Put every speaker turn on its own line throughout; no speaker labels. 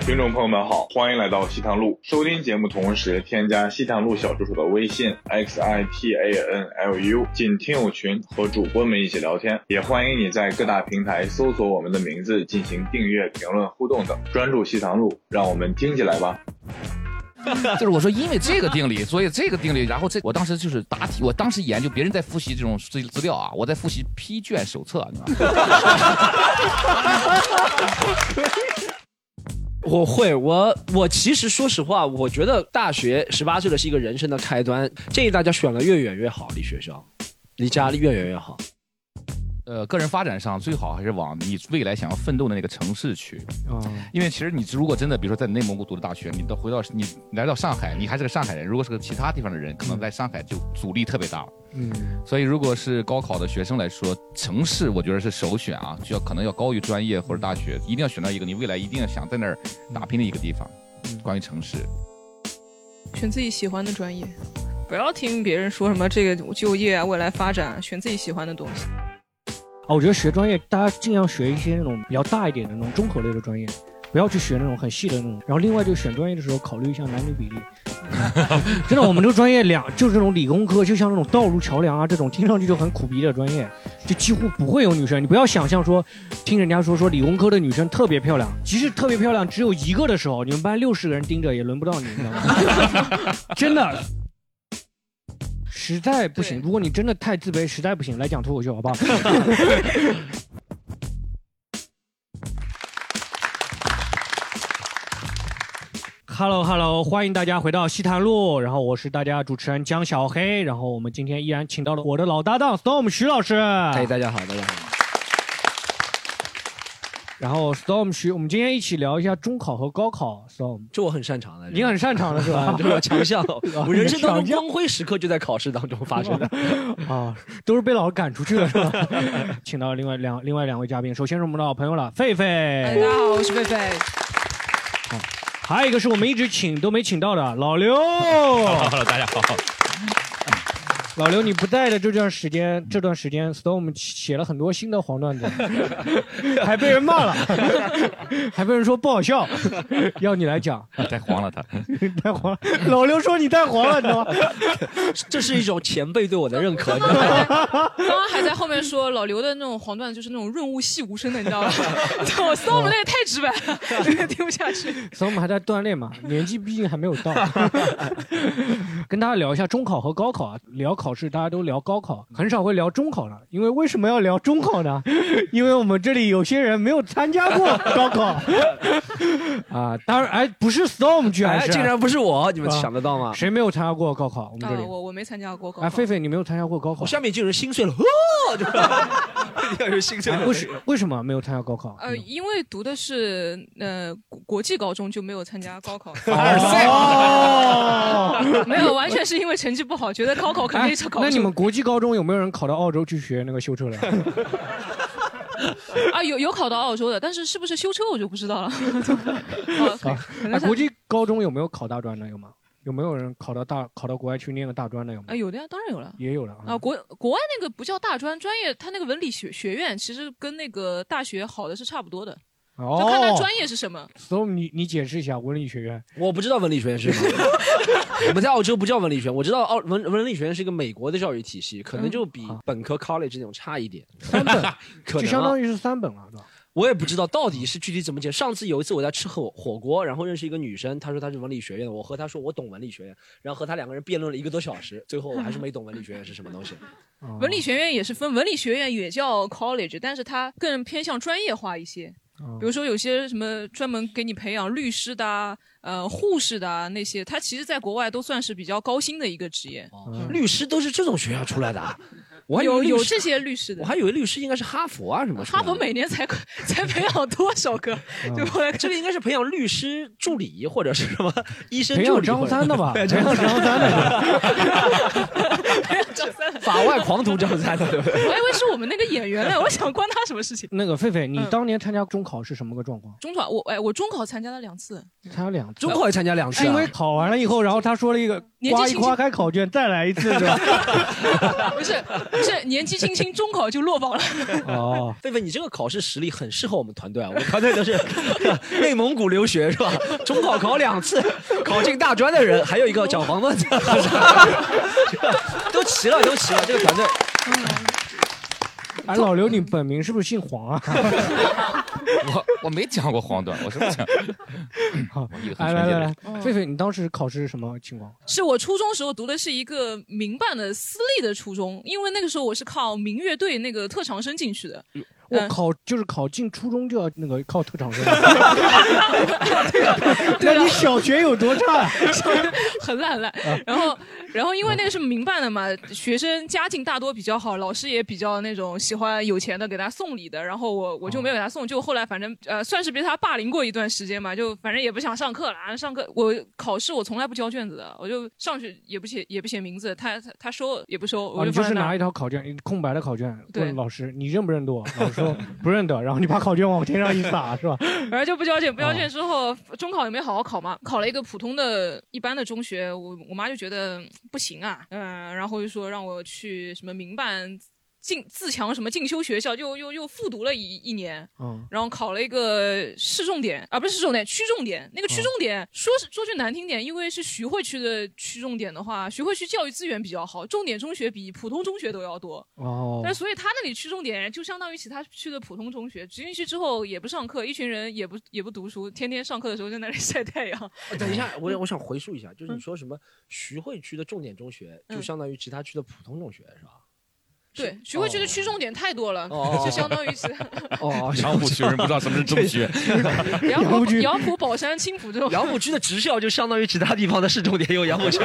听众朋友们好，欢迎来到西塘路。收听节目同时，添加西塘路小助手的微信 x i t a n l u 进听友群和主播们一起聊天，也欢迎你在各大平台搜索我们的名字进行订阅、评论、互动等。专注西塘路，让我们听起来吧。
就是我说，因为这个定理，所以这个定理，然后这我当时就是答题，我当时研究别人在复习这种资资料啊，我在复习批卷手册，你知道吗？
我会，我我其实说实话，我觉得大学十八岁的是一个人生的开端，建议大家选了越远越好，离学校，离家越远越好。
呃，个人发展上最好还是往你未来想要奋斗的那个城市去，
嗯
因为其实你如果真的，比如说在内蒙古读的大学，你到回到你来到上海，你还是个上海人，如果是个其他地方的人，可能在上海就阻力特别大了。
嗯，
所以如果是高考的学生来说，城市我觉得是首选啊，就要可能要高于专业或者大学，一定要选到一个你未来一定要想在那儿打拼的一个地方。关于城市，
选自己喜欢的专业，不要听别人说什么这个就业啊、未来发展啊，选自己喜欢的东西。
啊，我觉得学专业，大家尽量学一些那种比较大一点的那种综合类的专业，不要去学那种很细的那种。然后另外就选专业的时候考虑一下男女比例。 真的，我们这个专业两就是这种理工科，就像那种道路桥梁啊这种，听上去就很苦逼的专业，就几乎不会有女生。你不要想象说，听人家说说理工科的女生特别漂亮，即使特别漂亮只有一个的时候，你们班六十个人盯着也轮不到你，你知道吗？ 真的。实在不行，如果你真的太自卑，实在不行，来讲脱口秀好不好？Hello Hello，欢迎大家回到西坛路，然后我是大家主持人江小黑，然后我们今天依然请到了我的老搭档 Storm 徐老师。
哎，大家好，大家好。
然后 Storm 徐，我们今天一起聊一下中考和高考。Storm，
这我很擅长的，？
你很擅长的是吧，
这是我强项 我人生当
强项
中光辉时刻就在考试当中发生的。
啊，都是被老师赶出去了是吧？ 请到另外两另外两位嘉宾，首先是我们的老朋友了，狒狒。
哎大家好，我是狒狒。
还有一个是我们一直请都没请到的老 刘。哦
Hello，大家好。
老刘，你不在的这段时间，这段时间，Storm 写了很多新的黄段子，还被人骂了，还被人说不好笑，要你来讲。
太黄了他。
太黄了，老刘说你太黄了，你知道吗？
这是一种前辈对我的认 可。
刚刚还在后面说老刘的那种黄段子就是那种润物细无声的，你知 道吗？我搜我们那个太直白 了，听不下去。
Storm 还在锻炼 嘛，年纪毕竟还没有到。跟大家聊一下中考和高考啊，聊考试大家都聊高考，
嗯
很少会聊中考了。因为为什么要聊中考呢？ 因为我们这里有些人没有参加 过高考啊。当然，哎，不是 Storm 居然
哎，
是，
竟然不是我，你们
啊
想得到吗？
谁没有参加过高考？我们
啊
这，里，
我我没参加过高考。
哎，狒狒，你没有参加过高考
我？下面就有人心碎了，哦， 就是要有心碎
哎
了。
为什为什么没有参加高考？
呃，因为读的是呃国国际高中，就没有参加 高考。
凡尔 赛
哦，哎
没有，完全是因为成绩不好，觉得高
哦
考肯定是考不
那你
出
们国际高中有没有人考到澳洲去学那个修车 的？
啊。有有考到澳洲的，但是是不是修车我就不知 道了。哦可可
哎，
能是
国际高中有没有考大专的？有吗？有没有人考到大考到国外去念个大专的？有吗
啊，？有的呀，当然有了。
也有了
嗯
啊，。国国外那个不叫大专专业，它那个文理学学院其实跟那个大学好的是差不多的，
哦
就看它专业是什么。
所以你你解释一下文理学院
我不知道文理学院是什 么。我们在澳洲不叫文理学院，我知道澳文文理学院是一个美国的教育体系，
嗯
可能就比本科 college 那种差一点，
三本，
可
就
能
相
啊、
当于是三本了，是吧？
我也不知道到底是具体怎么解。上次有一次我在吃火火锅，然后认识一个女生，她说她是文理学院的，我和她说我懂文理学院，然后和她两个人辩论了一个多小时，最后我还是没懂文理学院是什么东西。
哦
文理学院也是分，文理学院也叫 college，但是它更偏向专业化一些。
嗯
哦
比如说有些什么专门给你培养律师的啊、呃护士的啊那些，它其实在国外都算是比较高薪的一个职业。
律师都是这种学校出来的啊，哦我还以为
有
律
有
师
这，些律师的
我，还以为律师应该是哈佛啊什么出来
哈
的。
佛每年才才培养多少 个？
嗯
对不对？
这个应该是培养律师助理或者是什么医生
培
助
养
理，
张三的吧？培养张三的是吧，
法外狂徒张三的，对不对？
我还以为是我们那个演员呢，我想关他什么事情？
那个狒狒，你
嗯
当年参加中考是什么个状况？
中考我哎，我中考参加了两次，
参加两次
中。考也参加两次、啊，
是因为考完了以后，然后他说了一个
年纪
刮一
轻
刮开考卷，再来一次，是吧？
不是这年纪轻轻中考就落榜了。
哦，
狒狒，你这个考试实力很适合我们团队啊！我们团队都是 内蒙古留学是吧？中考考两次，考进大专的人，还有一个讲黄段子， 都齐了，都齐了，这个团队。
哎，老刘，你本名是不是姓黄啊？
我我没讲过黄段，我是不 讲。
好，
来
来来来哎来，
嗯
狒狒，你当时考试是什么情况？
是我初中时候读的是一个民办的私立的初中，因为那个时候我是靠民乐队那个特长生进去的。
我考就是考进初中就要那个靠特长 生，
啊
那你小学有多差？
很烂很烂。
啊
然后，然后因为那个是民办的嘛，学生家境大多比较好，老师也比较那种喜欢有钱的给他送礼的。然后我我就没有给他送，就后来反正呃算是被他霸凌过一段时间嘛，就反正也不想上课了。啊上课我考试我从来不交卷子的，我就上去也不写也不写名字，他他他收也不收，我
啊，你就
放在
是
那儿。
拿一套考卷，空白的考卷
对
问老师你认不认得我？老师说不认得，然后你把考卷往我天上一撒， 是吧？
反正就不交卷，不交卷之后，中考也没好好考嘛，考了一个普通的、一般的中学，我我妈就觉得嗯不行啊，嗯、然后就说让我去什么民办进自强什么进修学校，又又又复读了一一年，
哦
嗯，
然后考了一个市重点啊，不是市重点，区重点。那个区重点，说是说句难听点，因为是徐汇区的区重点的话，徐汇区教育资源比较好，重点中学比普通中学都要多。
哦
但所以他那里区重点就相当于其他区的普通中学，进去之后也不上课，一群人也不也不读书，天天上课的时候在那里 晒太阳。
哦等一下，我我想回溯一下，就是你说什么徐汇区的重点中学，
嗯
就相当于其他区的普通中学是吧？
对，徐汇区的区重点太多了，
哦
就相当于其他
哦
杨浦区人不知道什么是中学，
杨
杨
浦
浦
区、
杨浦、宝山、青浦这种。
杨浦区的职校就相当于其他地方的市重点有杨浦 区。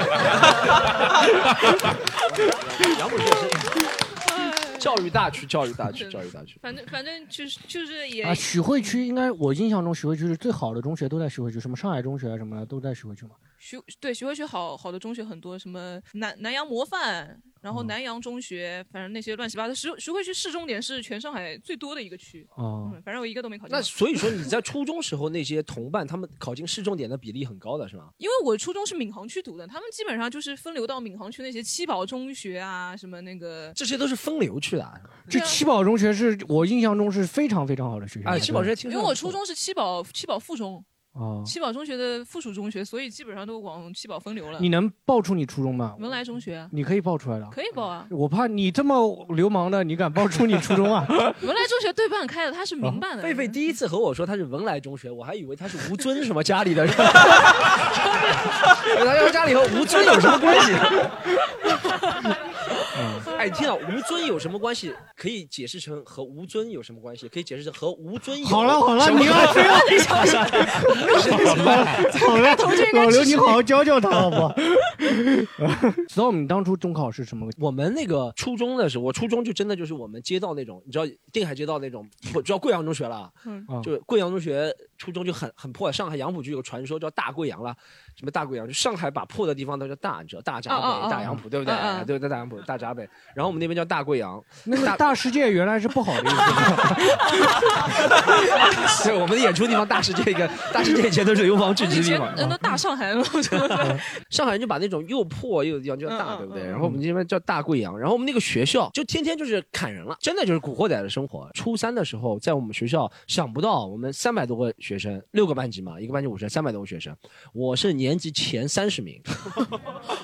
杨浦区也是教育大区，教育大区，教育大区。
反正反正就是就是也
啊，徐汇区应该我印象中徐汇区是最好的中学都在徐汇区，什么上海中学啊什么的都在徐汇区嘛。
徐对徐汇区好好的中学很多，什么南南洋模范，然
哦
后南洋中学，反正那些乱七八糟。徐徐汇区市重点是全上海最多的一个区，
哦
嗯，反正我一个都没考进。
那所以说你在初中时候那些同伴，他们考进市重点的比例很高的是吗？
因为我初中是闵行区读的，他们基本上就是分流到闵行区那些七宝中学啊，什么那个
这些都是分流去的啊。
这七宝中学是我印象中是非常非常好的学校。
哎
对
七宝中学听
因为我初中是七宝七宝附中，
哦，
七宝中学的附属中学，所以基本上都往七宝分流了。
你能报出你初中吗？
文莱中学啊
你可以报出来的。
可以报啊，
我怕你这么流氓的，你敢报出你初中 啊？
文莱中学对半开的，它是民办的。
哦狒狒第一次和我说他是文莱中学，我还以为他是吴尊什么家里的， 他说家里和吴尊有什么关系？
嗯
哎，你听到吴尊有什么关系？可以解释成和吴尊有什么关系？可以解释成和吴尊有
好了好了，
什么
你要 这样，
小心
好了好 了
头就应，该
老刘
支持
你好好教教他好不好？ 所以我们当初中考是什么？
我们那个初中的时候，我初中就真的就是我们街道那种，你知道定海街道那种，不知道贵阳中学了，啊
嗯
就是贵阳中学初中就很很破。上海杨浦就有个传说叫大贵阳了，什么大贵阳，就上海把破的地方都叫大，你知道大闸北、
哦哦哦
大杨浦，对不对？
嗯嗯
对不对？大杨浦、大闸北，然后我们那边叫大贵 阳，
那个大世界原来是不好的意思。
是我们的演出地方大世界一个大世界以前都是流氓聚集
以
地
前
嘛。
人都嗯大上海了， 我觉得。
上海人就把那种又破又地方叫大，
嗯嗯
对不对？
嗯
然后我们这边叫大贵阳，然后我们那个学校就天天就是砍人了，真的就是古惑仔的生活。初三的时候，在我们学校，想不到我们三百多个学生，六个班级嘛，一个班级五十人，三百多个学生，我是年级前三十名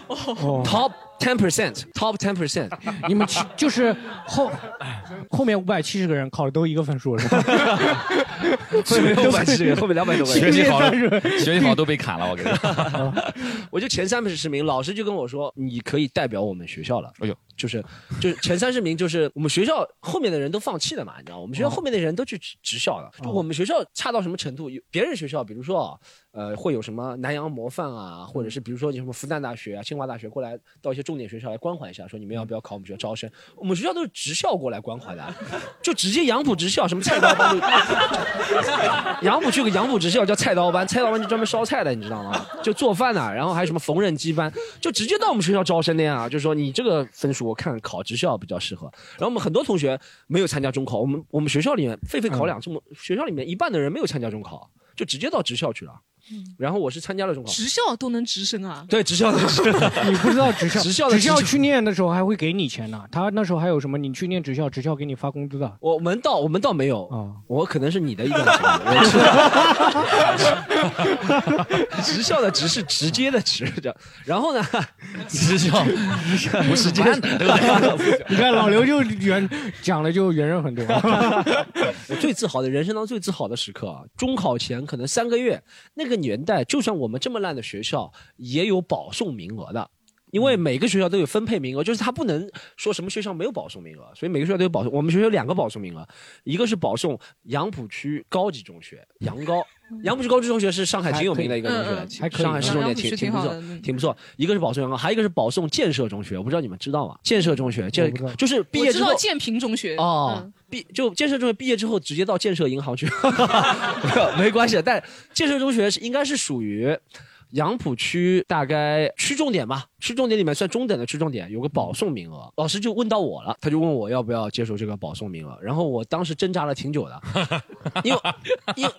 哦，
，top ten percent，top ten percent。
你们其就是 后后面五百七十个人考的都一个分数是吧？
后面六百几人，后面两百多个人
学。习 好了
毕业赞助
学习好都被砍了，我跟你说。
我就前三十名，老师就跟我说，你可以代表我们学校了。
哎呦，
就是就是前三十名，就是我们学校后面的人都放弃了嘛，你知道，我们学校后面的人都去职职校
哦
了。就我们学校差到什么程度？有别人学校，比如说呃，会有什么南洋模范啊，或者是比如说你什么复旦大学啊、清华大学过来到一些重点学校来关怀一下，说你们要不要考我们学校招生？我们学校都是职校过来关怀的，啊就直接杨浦职校什么菜刀班就。杨浦去个杨浦职校叫菜刀班，菜刀班就专门烧菜的，你知道吗？就做饭呐、然后还有什么缝纫机班，就直接到我们学校招生的呀。就说你这个分数，我看考职校比较适合。然后我们很多同学没有参加中考，
嗯
我们我们学校里面狒狒考两次，我们学校里面一半的人没有参加中考，就直接到职校去了。 然后我是参加了中考，
职校都能嗯直升啊？
对职校的职
你不知道职校，
职校的
职校
职校
去念的时候还会给你钱呢、他那时候还有什么？你去念职校，职校给你发工资的。
我们倒我们倒没有
啊，
我可能是你的一种情况我是职校的职是直接的职，这样然后呢，
职校
不是
班的对吧 你看老刘就圆讲了就圆润很
啊
多。
我最自豪的人生当中最自豪的时刻啊，中考前可能三个月，那个年代，就算我们这么烂的学校，也有保送名额的。因
嗯
为每个学校都有分配名额，就是他不能说什么学校没有保送名额，所以每个学校都有保送。我们学校有两个保送名额，一个是保送杨浦区高级中学杨高，杨浦区高级中学是上海挺有名的一个
嗯还
中学，
可以嗯还可以
上海市重点挺
杨浦区
挺
挺
不
好
错
的嗯，
挺不错。一个是保送杨高，还有一个是保送建设中学，我不知道你们知道吗？建设中学，建
我不知道
就是毕
我
业
知
之后
道建平中学嗯
哦，毕就建设中学毕业之后直接到建设银 行去， 没关系。但建设中学是应该是属于杨浦区大概区重点吧，区重点里面算中等的区重点，有个保送名额。老师就问到我了，他就问我要不要接受这个保送名额，然后我当时挣扎了挺久的，因为因为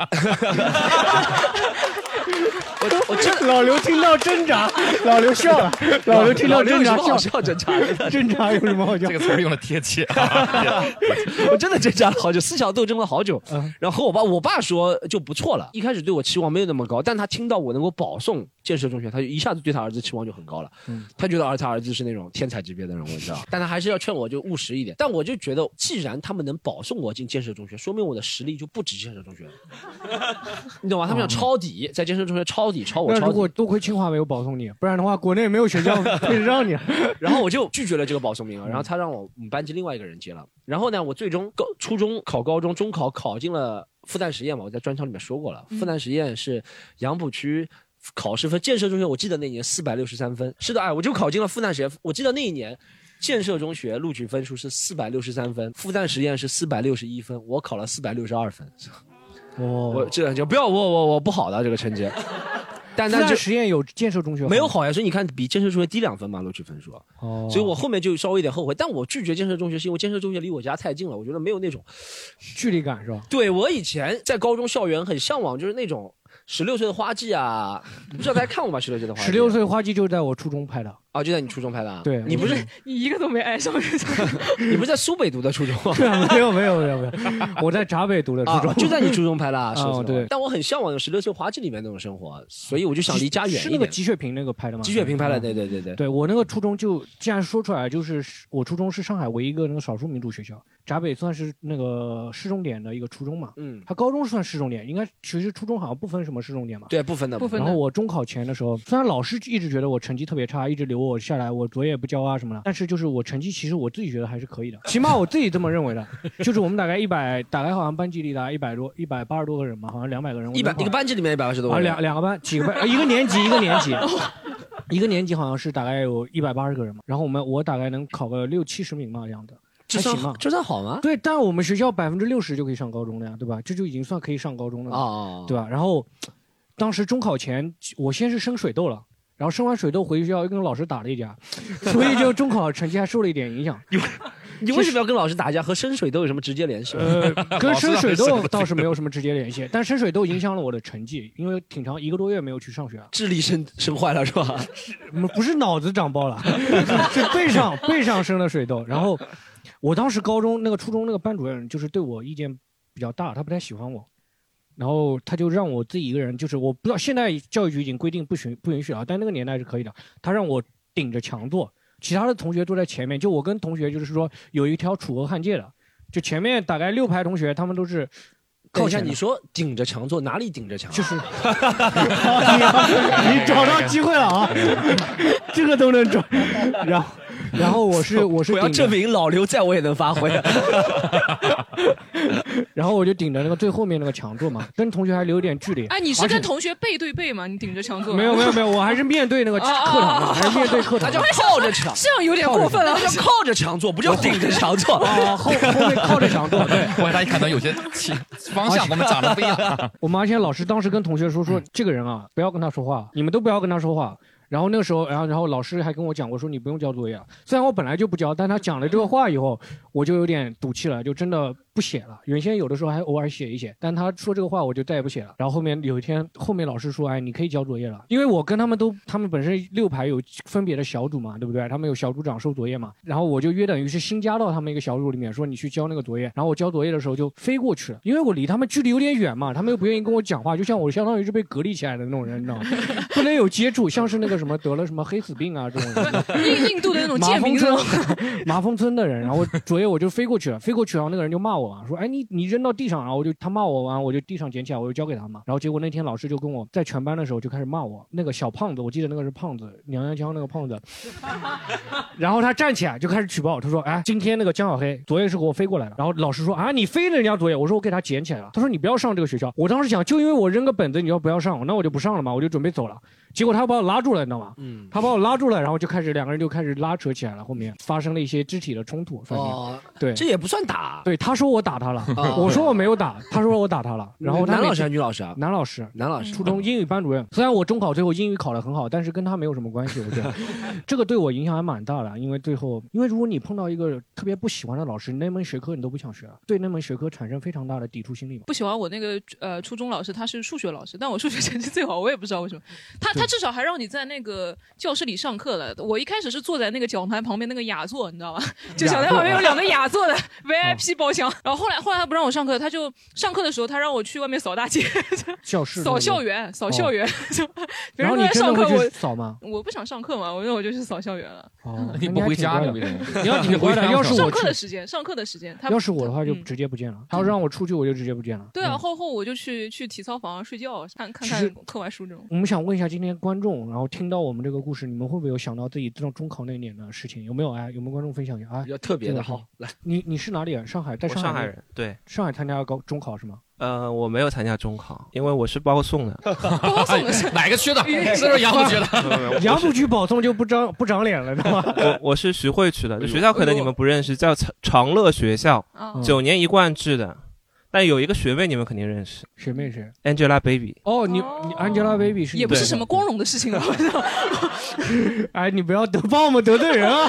我我真的
老刘听到挣扎，老刘 笑了。老刘听到挣扎
老刘有什么好
笑，
笑挣扎 的。
挣扎有什么好笑
这？个词儿用的贴切 啊！
我真的挣扎了好久，思想斗争了好久。然后我爸，我爸说就不错了，一开始对我期望没有那么高，但他听到我能够保送建设中学，他就一下子对他儿子期望就很高了。
嗯
他觉得儿他儿子是那种天才级别的人物，你知道？但他还是要劝我就务实一点。但我就觉得，既然他们能保送我进建设中学，说明我的实力就不止建设中学，你懂吗？他们想抄底，在建设中学抄底，抄我
那
抄
如
底
果。多亏清华没有保送你，不然的话国内没有学校配得上你。
然后我就拒绝了这个保送名额，然后他让我我们班级另外一个人接了。然后呢，我最终高初中考高中，中考考进了复旦实验嘛，我在专场里面说过了，复旦实验是杨浦区。考试分建设中学，我记得那年四百六十三分。是的，哎，我就考进了复旦实验。我记得那一年，建设中学录取分数是四百六十三分，复旦实验是四百六十一分，我考了四百六十二分。我
哦，
这两就不要我我我不好的这个成绩， 但
复
但
旦
就
实验有建设中学吗
没有？好呀。所以你看，比建设中学低两分嘛，录取分数。
哦，
所以我后面就稍微有点后悔，但我拒绝建设中学是因为建设中学离我家太近了，我觉得没有那种。
距离感是吧？
对我以前在高中校园很向往，就是那种十六岁的花季啊，不知道大家看过吗？十六岁的花季，
十六岁嗯花季就是在我初中拍的，
哎啊，就在你初中拍的、啊。
对
你不是
你 一个都没挨 上。
你不是在苏北读的初中吗？
没有没有没有没有，我在闸北读的初
啊
中，，
就在你初中 拍的、啊，
哦
是是
对
但我很向往的十六岁花季里面那种生活，所以我就想离家远
是
一
那个
点。
吉雪萍那个拍的吗？
积雪平拍的，
嗯
对对对对。
对我那个初中就既然说出来，就是我初中是上海唯一一个那个少数民族学校，闸北算是那个市重点的一个初中嘛。
嗯，
他高中算市重点，应该其实初中好像不分什么市重点嘛。
对，不分的，
不分
然
的
后我中考前的时候，虽然老师一直觉得我成绩特别差，一直留我下来，我作业也不交啊什么的，但是就是我成绩其实我自己觉得还是可以的，起码我自己这么认为的。 就是我们大概一百，大概好像班级里大概一百多、一百八十多个人嘛，好像两百个人。我
一百
能
一个
跑
班级里面一百二十多
啊，
个人。
两两个班，几个班，呃一个年级一个 年级，一个年级好像是大概有一百八十个人嘛。然后我们我大概能考个六七十名嘛这样的。
这
还行
算
吧
这算好吗？
对，但我们学校百分之六十就可以上高中了呀，对吧？这就已经算可以上高中了嘛。
啊，
对吧？然后当时中考前，我先是生水痘了。然后生完水痘回学校又跟老师打了一架， 所以就中考成绩还受了一点影响。
你为什么要跟老师打架？和生水痘有什么直接联系吗？
呃，跟生水痘倒是没有什么直接联系，但生水痘影响了我的成绩，因为挺长一个多月没有去上学了，
智力 生生坏了是吧？
嗯 不是脑子长包了， 是背上背上生了水痘。然后我当时高中那个初中那个班主任就是对我意见比较大，他不太喜欢我，然后他就让我自己一个人，就是我不知道现在教育局已经规定不许不允许了，但那个年代是可以的。他让我顶着墙坐，其他的同学坐在前面，就我跟同学就是说有一条楚河汉界的，就前面大概六排同学他们都是
等
靠
一下，
前的
你说顶着墙坐，哪里顶着墙啊？
就是你你找到机会了啊，这个都能找。 然后，然后我 是我是
我要
顶
证
着，
明老刘在我也能发 挥。
然后我就顶着那个最后面那个墙坐嘛，跟同学还留一点距离。
哎，你是
而且
跟同学背对背吗？你顶着墙坐？
没有没有没有，我还是面对那个课堂的，
啊啊啊
还是面对课
他
堂
叫
的。
靠着墙，
这样有点过分了
他。叫靠着墙坐，不叫顶着墙坐。
啊，后后面靠着 墙坐，对。
我大家看到有些起方向我们长得不一样， 嗯，
我们而且老师当时跟同学说说，这个人啊，不要跟他说话，你们都不要跟他说话。然后那个时候，然后然后老师还跟我讲过说，你啊不用交作业了。虽然我本来就不交，但他讲了这个话以后，我就有点赌气了，就真的不写了。原先有的时候还偶尔写一写，但他说这个话我就再也不写了。然后后面有一天，后面老师说，哎，你可以交作业了，因为我跟他们都，他们本身六排有分别的小组嘛，对不对？他们有小组长收作业嘛，然后我就约等于是新加到他们一个小组里面，说你去交那个作业。然后我交作业的时候就飞过去了，因为我离他们距离有点远嘛，他们又不愿意跟我讲话，就像我相当于是被隔离起来的那种人，你知道吗？ 不能有接触，像是那个什么得了什么黑死病啊这种人。
印印度的那种
马
贱
蜂
民那
村
种，
马蜂村的人，然后昨夜我就飞过去了，飞过去，然后那个人就骂我嘛，说哎你你扔到地上，然后我就他骂我完，我就地上捡起来，我就交给他嘛，然后结果那天老师就跟我在全班的时候就开始骂我，那个小胖子，我记得那个是胖子，娘娘腔那个胖子， 然后他站起来就开始举报，他说：“哎，今天那个江小黑昨夜是给我飞过来的。”然后老师说：“啊，你飞人家昨夜。”我说：“我给他捡起来了。”他说：“你不要上这个学校。”我当时想，就因为我扔个本子，你要不要上，那我就不上了嘛，我就准备走了。结果他把我拉住了，你知道吗？
嗯，
他把我拉住了，然后就开始两个人就开始拉扯起来了，后面发生了一些肢体的冲突，反正、
哦，
对
这也不算打。
对，他说我打他了，
哦
我说我没有打，他说我打他 了，然后他
男
每
老
次
师还是女老师啊？
男老师，
男老师，
初中英语班主任。虽然我中考最后英语考得很好，但是跟他没有什么关系，我 觉得这个对我影响还蛮大的。因为最后，因为如果你碰到一个特别不喜欢的老师，那门学科你都不想学了，对那门学科产生非常大的抵触心理嘛。
不喜欢我那个呃初中老师，他是数学老师，但我数学 成绩最好，我也不知道为什么。他他至少还让你在那个教室里上课了。我一开始是坐在那个讲台旁边那个雅座，你知道吧？ 就讲台旁边
啊
有两个 雅座的
哦
VIP 包厢。然后后来后来他不让我上课，他就上课的时候他让我去外面扫大街，
教室
扫校，园，扫校园。 就别
哦然
人
后
都
你
在
真
上
的
课，
会去
我
扫吗？
我不想上课嘛，我那我就去扫校园了。
哦
你不回家你为什么？
你 要挺乖的，要是
上
我
课
去
的，时间，上课的时间，他
要是我的话就
嗯
直接不见了。他要让我出去，我就直接不见了。
对啊，
嗯。
后后我就去去体操房睡觉，看看
其
看
实
课外书这种。
我们想问一下今天观众，然后听到我们这个故事，你们会不会有想到自己中中考那年的事情？有没有哎？有没有观众分享一下啊
比？较特别
这
的，
个是
好，来，
你你是哪里人？上海，在
我
上海
上
那
海
边
人，对，
上海参加高中考是吗？
呃，我没有参加中考，因为我是包送的。
高送的是
哪 个缺的？那时候杨不缺的。
没有没有
杨浦区保送就不长不长脸了，知道吗？
我我是徐汇区的，
哎
这学校可能你们不认识，叫长长乐学校，
啊，
嗯
九年一贯制的。但有一个学妹你们肯定认识
学妹谁？
，Angelababy。
哦，你
哦
你 Angelababy 是你
也不是
对
什么光荣的事情啊。
哎，你不要得帮我们得罪人啊！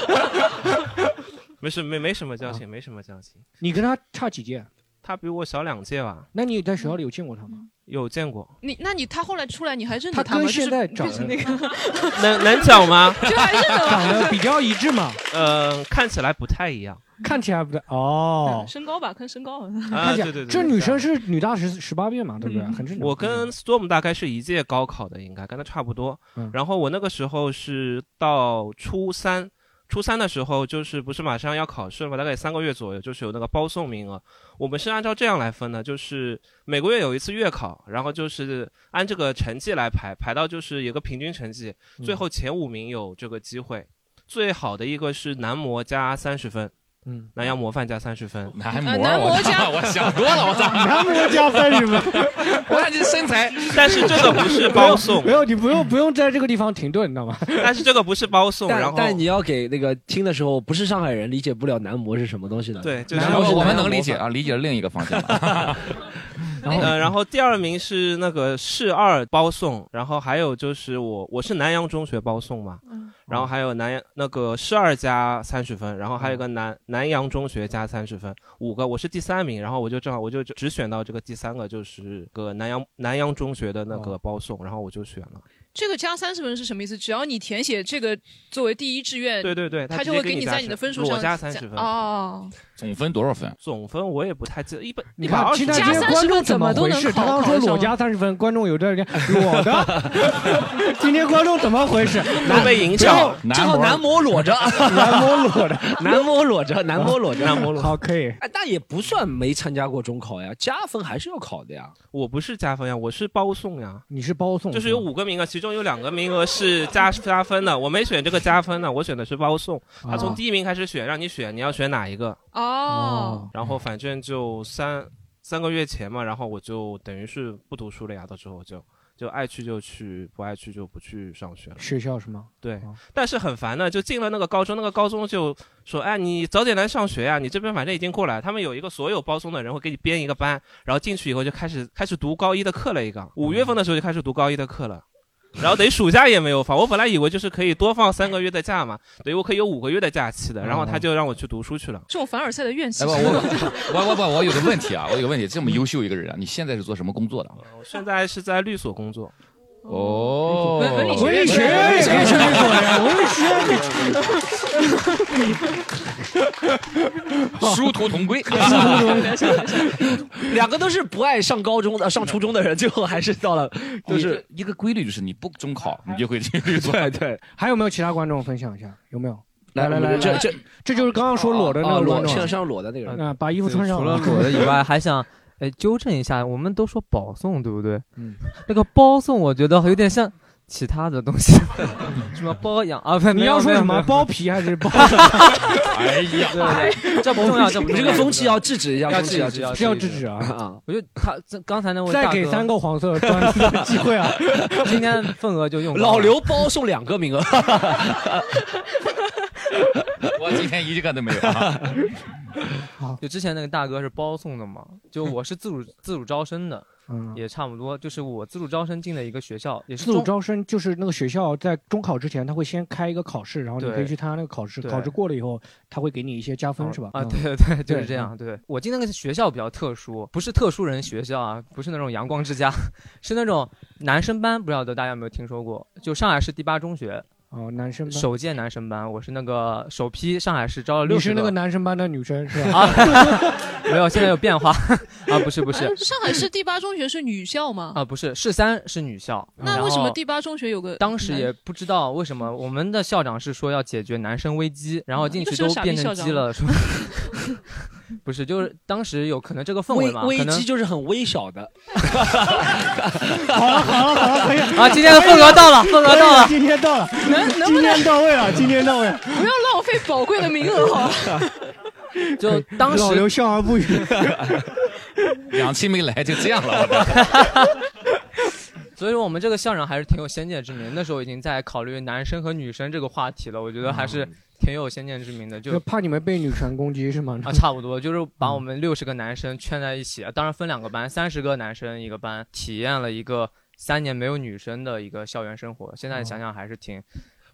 没事，没没什么交情，没什么交情。
你跟她差几届？
她比我小两届吧，
那你在学校
嗯
里有见过她吗？
有见过？
你那你他后来出来，你还认
他
得吗？
跟
就是
现在长
变成
得
那个，
能能讲吗？
就还认得
长
吗
得比较一致嘛，
呃，看起来不太一样。
看起来不太哦
嗯。身高吧，看身高好像。
啊，
看起
对
来
对对，
这
对
女生。是女大十十八变嘛，对不对？
嗯
很正常。
我跟 Storm 大概是一届高考的，应该跟她差不多
嗯。
然后我那个时候是到初三，初三的时候就是不是马上要考试了嘛，大概三个月左右，就是有那个包送名额。我们是按照这样来分的，就是每个月有一次月考，然后就是按这个成绩来排，排到就是有个平均成绩，最
嗯
后前五名有这个机会。最好的一个是男模加三十分，
嗯，
南洋模范加三十分。
男
呃
模
男
儿，我
模
操！
加
我想多了，我 操！
他们要加三十分。
我看这身材，
但是这个不是 包送
没，有，你不用不用在这个地方停顿，你知道吗？
但是这个不是包送，然
但
后
但你要给那个听的时候，不是上海人理解不了男模是什么东西的。，
对，就是
男模
我我们
男模
能理解啊，理解另一个方向了。
呃，然后第二名是那个市二包送，然后还有就是我我是南阳中学包送嘛，
嗯
然后还有南阳那个市二加三十分，然后还有一个
嗯
南、南阳中学加三十分，五个我是第三名，然后我就正好我就只选到这个第三个就是个南阳南阳中学的那
哦
个包送，然后我就选了。
这个加三十分是什么意思？只要你填写这个作为第一志愿，
对对对，
他
就
就会给你在你的分数上
我加三十分。
哦，
总分多少分？
总分我也不太记得，一般
你
一百
看
二
现
十
在
加
这些
30
观众
分
怎么
怎么
回
都
事？
能
他
考
刚
考
说
上
裸加三十分，观众有点点裸的。 今天观众怎么回 事？
都被影响了。
正好男
男模
模 裸着，
男模裸的，
男模裸着，男模裸着，
南模
好可以。
哎，但也不算没参加过中考呀，加分还是要考的呀。
我不是加分呀，我是包送呀。
你是包送，
就是有
吧
五个名额，其中有两个名额是加加分的，我没选这个加分的，我选的是包送。他从第一名开始选，让你选你要选哪一个，
哦，
然后反正就三三个月前嘛，然后我就等于是不读书了呀，到时候我就就爱去就去，不爱去就不去上学了。
学校是吗？
对
哦，
但是很烦的，就进了那个高中，那个高中就说，哎，你早点来上学呀、你这边反正已经过来，他们有一个所有包送的人会给你编一个 班，然后进去以后就开始开始读高一的课了，一个五月份的时候就开始读高一的课了。然后等于暑假也没有放。我本来以为就是可以多放三个月的假嘛，等于我可以有五个月的假期的。然后他就让我去读书去了。
这种凡尔赛的怨气
哎，，我我我我我有个问题啊，我有个问题，这么优秀一个人啊，你现在是做什么工作的？
呃我现在是在律所工作。
哦，
文理学
文理学也可以去律所呀，文理学也可以去律所。
殊途 同归。
两个都是不爱上高中的、上初中的人，最后还是到了，就
就是是一个规律，就是你不中考，你就会 去 律所。
对对，还有没有其他观众分享一下？有没有？
来
来来，
这
来
这
这就是刚刚说裸的
哦
那
啊
个观
裸
众
向上裸的那个人。
啊，把衣服穿上。
除了 裸的以外，还想哎纠正一下，我们都说保送对不对？
嗯，
那个包送我觉得有点像其他的 东西，什么包养啊？不，
你
没有
要说
没有
什么
没有
包皮 还是包？
哎呀，
对对对这不重要，这
我
不重
们这
要
个风气要制止一下，
要
风气
制
要
止
制止
要
是要制止啊！
啊！
我觉得他这刚才那位
再
大
给
哥
三个黄色专辑的机会啊！
今天份额就用光了
老刘包送两个 名额，
我今天一 个都没有 啊。
就之前那个大哥是包送的嘛，就我是 自主自主招生的，
嗯，
也差不多，就是我自主招生进了一个学校，也是
自主
中
招生 就是那个学校在中考之前，他会先开一个考试，然后你
对
可以去参加那个考试，
对
考试过了以后，他会给你一些加分，是吧？
啊，
嗯
对，对对，就是
对嗯
这样。对我进那个学校比较特殊，不是特殊人学校啊，不是那种阳光之家， 是那种男生班，不晓得大家有没有听说过？就上海市第八中学
哦，男生班，
首届男生班，我是那个首批上海市招了
你
六
是
十
那个男生班的女生是吧？
啊， 没有，现在有变化 啊，不是不是
哎 上海市第八中学是女校吗？
啊，不是市三是女校，
那
然
为什么
后
第八中学有个？
当时也不知道为什么，我们的校长是说要解决男生危机，然
嗯
后进去都变成鸡了，说 不是，就是当时有可能这个氛围
危
嘛，
危
可
机
能
就是很微小的，
啊，今天的份额到了，份额到了，
今天到了，
能能
今
不能
天到位了，今天到位了。
不要浪费宝贵的名额 好吧？
就 当
老
时
刘笑而不语。
两期没来就这样了，我的。
所以说我们这个校长还是挺有先见之明，那时候已经在考虑男生和女生这个话题了，我觉得还
嗯
是挺有先见之明的，
就
就。
怕你们被女权攻击是 吗？
啊，差不多就是
嗯
把我们六十个男生圈在一起，当然分两个班，三十个男生一个班，体验了一个三年没有女生的一个校园生活。现在想想还是挺，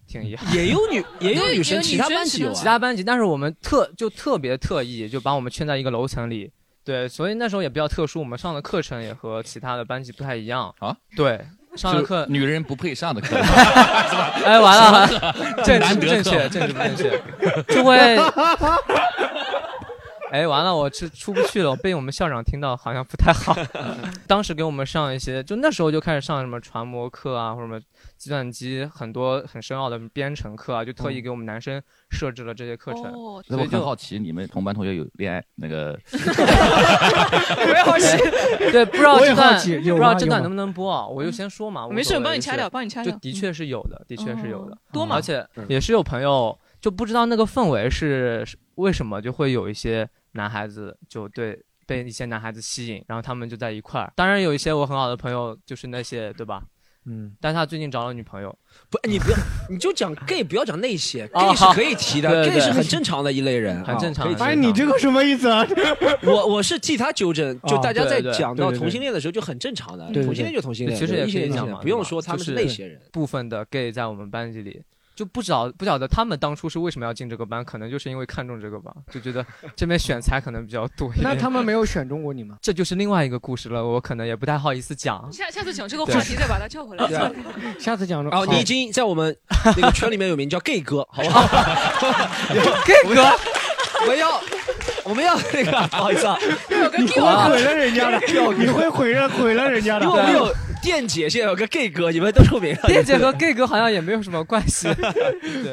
挺遗憾的。
哦嗯也有女也有
对
女生，
也有
其他
女生
班级有啊，
其他班级，但是我们特就特别特意就把我们圈在一个楼层里，对，所以那时候也比较特殊，我们上的课程也和其他的班级不太一样
啊，
对。上的课
是，女人不配上的课，
哎，完了，完 了，政治
难
不
得
正确，
课
政治不正确，就 会，哎，完了，我是出不去了，被我们校长听到好像不太 好。当时给我们上一些，就那时候就开始上什么船模课啊，或者什么计算机很多很深奥的编程课啊，就特意给我们男生设置了这些课程。
哦，
嗯那我很好奇，你们同班同学有恋爱那个？
我也好奇， 对，不知道
我也
这段
好奇
不
有
知
吗
道这
有
段
吗
能不能播啊？我就先说嘛，无
没事，
所
我帮
谓
你
就
掐
是
掉，帮你掐
就
掉。
的确是有的，的确是有的
嗯，多吗
而且也是有朋友就不知道那个氛围是是为什么，就会有一些男孩子就对。被一些男孩子吸引，然后他们就在一块儿。当然有一些我很好的朋友，就是那些对吧？
嗯，
但是他最近找了女朋友，
不，你不要，你就讲 gay，不要讲那些
啊
，gay 哎是可以提的
对
，gay
对
是很正常的一类人，
很
啊
正常
可以提
很
哎，你这个什么意思啊？
我我是替他纠正，就
啊
大家在
对对
讲
对
到
对对
同性恋的时候就很正常的，
对对
啊同性恋就同性恋，
其实也
异性
可以
恋就异性
讲
恋
嘛
不用说他们
就是是
那些人。
部分的 gay 在我们班级里，就不知道不晓得他们当初是为什么要进这个班，可能就是因为看中这个吧，就觉 得这边选材可能比较多一点。
那他们没有选中过你吗？
这就是另外一个故事了，我可能也不太好意思讲。
下下次讲这个话题再把他叫回来。
对啊
下次讲说。
哦，
好
你已经在我们那个圈里面有名叫 gay 哥，好不好？
gay 哥，
我们要我们要那个，不好意思啊，
有个 Q
你
啊，
毁了人家的，你会毁了 毁了人家的
因为。我们有电姐，现在有个 gay 哥，你们都出名了。
叶姐和 gay 哥好像也没有什么关 系。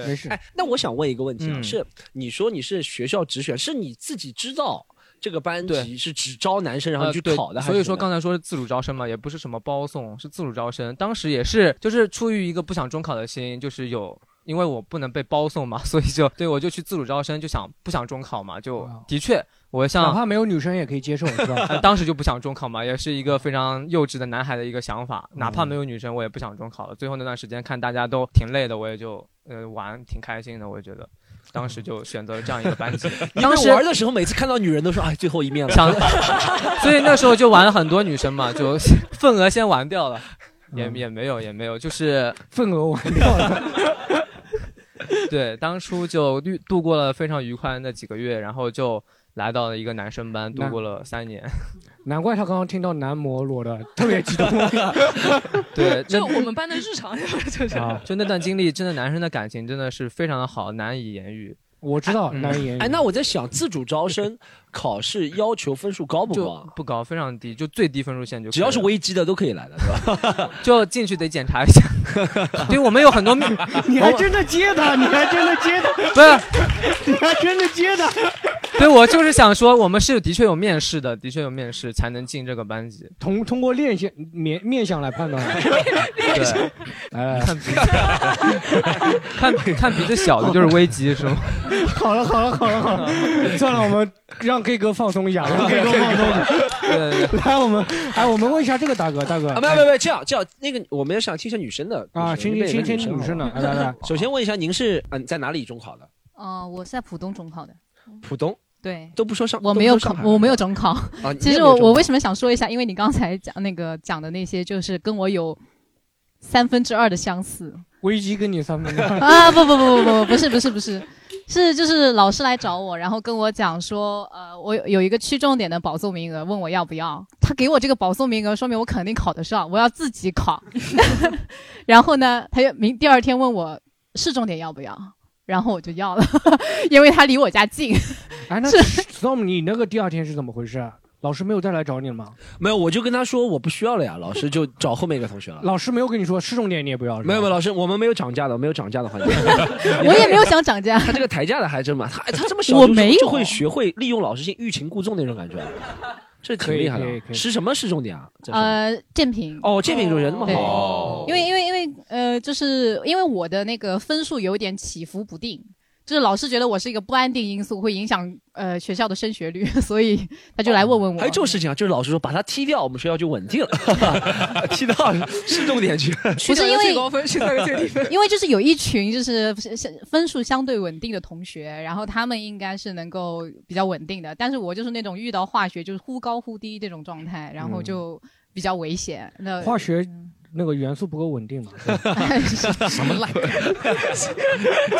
没事，
哎，那我想问一个问题啊，
嗯
是你说你是学校直选，是你自己知道这个班级
对
是只招男生，然后
呃
你去
对
考的，还是
所以说
怎么
刚
样
才说是自主招生嘛，也不是什么包送，是自主招生。当时也是就是出于一个不想中考的心，就是有。因为我不能被包送嘛， 所以就对我就去自主招生，就想不想中考嘛，就
哦
哇
的确我
哪
像
怕没有女生也可以接受， 是吧？
呃，当时就不想中考嘛，也是一个非常幼稚的男孩的一个想法。哪怕
哦
没有女生，我也不想中考了。最后那段时间看大家都挺累的，我也就呃玩挺开心的，我也觉得，当时就选择了这样一个 班级。
因
当时
嗯为玩的时候，每次看到女人都说哎，最后一 面了。
想，所以那时候就玩了很多女生嘛，就份额先玩掉了。也也没有也没有，就是
嗯 份额完掉了。
对，当初就遇度过了非常愉快的那几个月，然后就来到了一个男生班，度
那
过了三 年。
难怪他刚刚听到男模裸的特别激动。
对，
这
那
我们班的日常就是。
啊，就那段经历，真的男生的感情真的是非常的好，难以言喻。
我知道
难以言
哎，那我在想，自主招生考试要求分数高不
就
高啊？
不高，非常低，就最低分数线就可以了
只要是微机的都可以来的，是吧？
就进去得检查一 下。对我们有很多面，
你还真的接他，你还真的接他，
不是？
你还真的接他。
对我就是想说，我们是的确有面试的，的确有面试才能进这个班级。
通通过面相面面相来判断。
对，
哎
来来，
看鼻子，看看鼻子小的就是危机 是吗？
好了好了好了好了， 算了，我们让 K 哥放松一下， 让 K 哥放松一下。
对
来，我们哎，我们问一下这个大哥，大哥
啊，没有没有没有，这样这样，那个我们要想听一下女生的故事
哎啊，先
因为
先
有
先
好
女
吧
生的，来来来，
啊 首先问一下，您是嗯在哪里中考的？
呃，我是在浦东中考的，
浦东
对。
都不说上，
我没有
都不说
考
上，海
我没有中考。
啊。
其实我我为
什
什么想说一下，因为你刚才讲那个讲的那些，就是跟我有三分之二的相似
危机跟你三分钟。
啊！不不不不不，不是不是不是，是就是老师来找我，然后跟我讲说，呃，我有有一个区重点的保送名额，问我要不要。他给我这个保送名额，说明我肯定考得上，我要自己考。 然后呢，他又明第二天问我市重点要不要，然后我就要了， 因为他离我家近。
哎，那 Storm，你那个第二天是怎么回事啊？老师没有再来找你了吗？
么没有？我就跟他说我不需要了呀，老师就找后面一个同学了。
老师没有跟你说是重点你也不要是吧？
没有没有，老师，我们没有涨价的，没有涨价的 环节。
我也没有想涨价。
他这个抬价的还真蛮，他他这么小
我
就
没有
就会学会利用老师性欲擒故纵那种感觉，啊这挺厉害
可以可以可
的。啊
以
是什么是重点啊？这是
呃，建平。
哦，这品种人那么
对
好，
哦
因为因为因为呃，就是因为我的那个分数有点起伏不定，就是老师觉得我是一个不安定因素，会影响呃学校的升学率， 所以他就来问问
哦
我。
还有这种事情啊， 就是老师说把他踢掉，我们学校就稳定 了，踢到市重点去。
去
不
掉
是
一
因
个
为
最高分，去掉一个最低分。
因为就是有一群就是是是分数相对稳定的同学，然后他们应该是能够比较稳定的，但是我就是那种遇到化学就是忽高忽低这种状态，然
嗯
后就比较危险。
呃
那
化学
嗯
那个元素不够稳定 嘛？
什么 烂？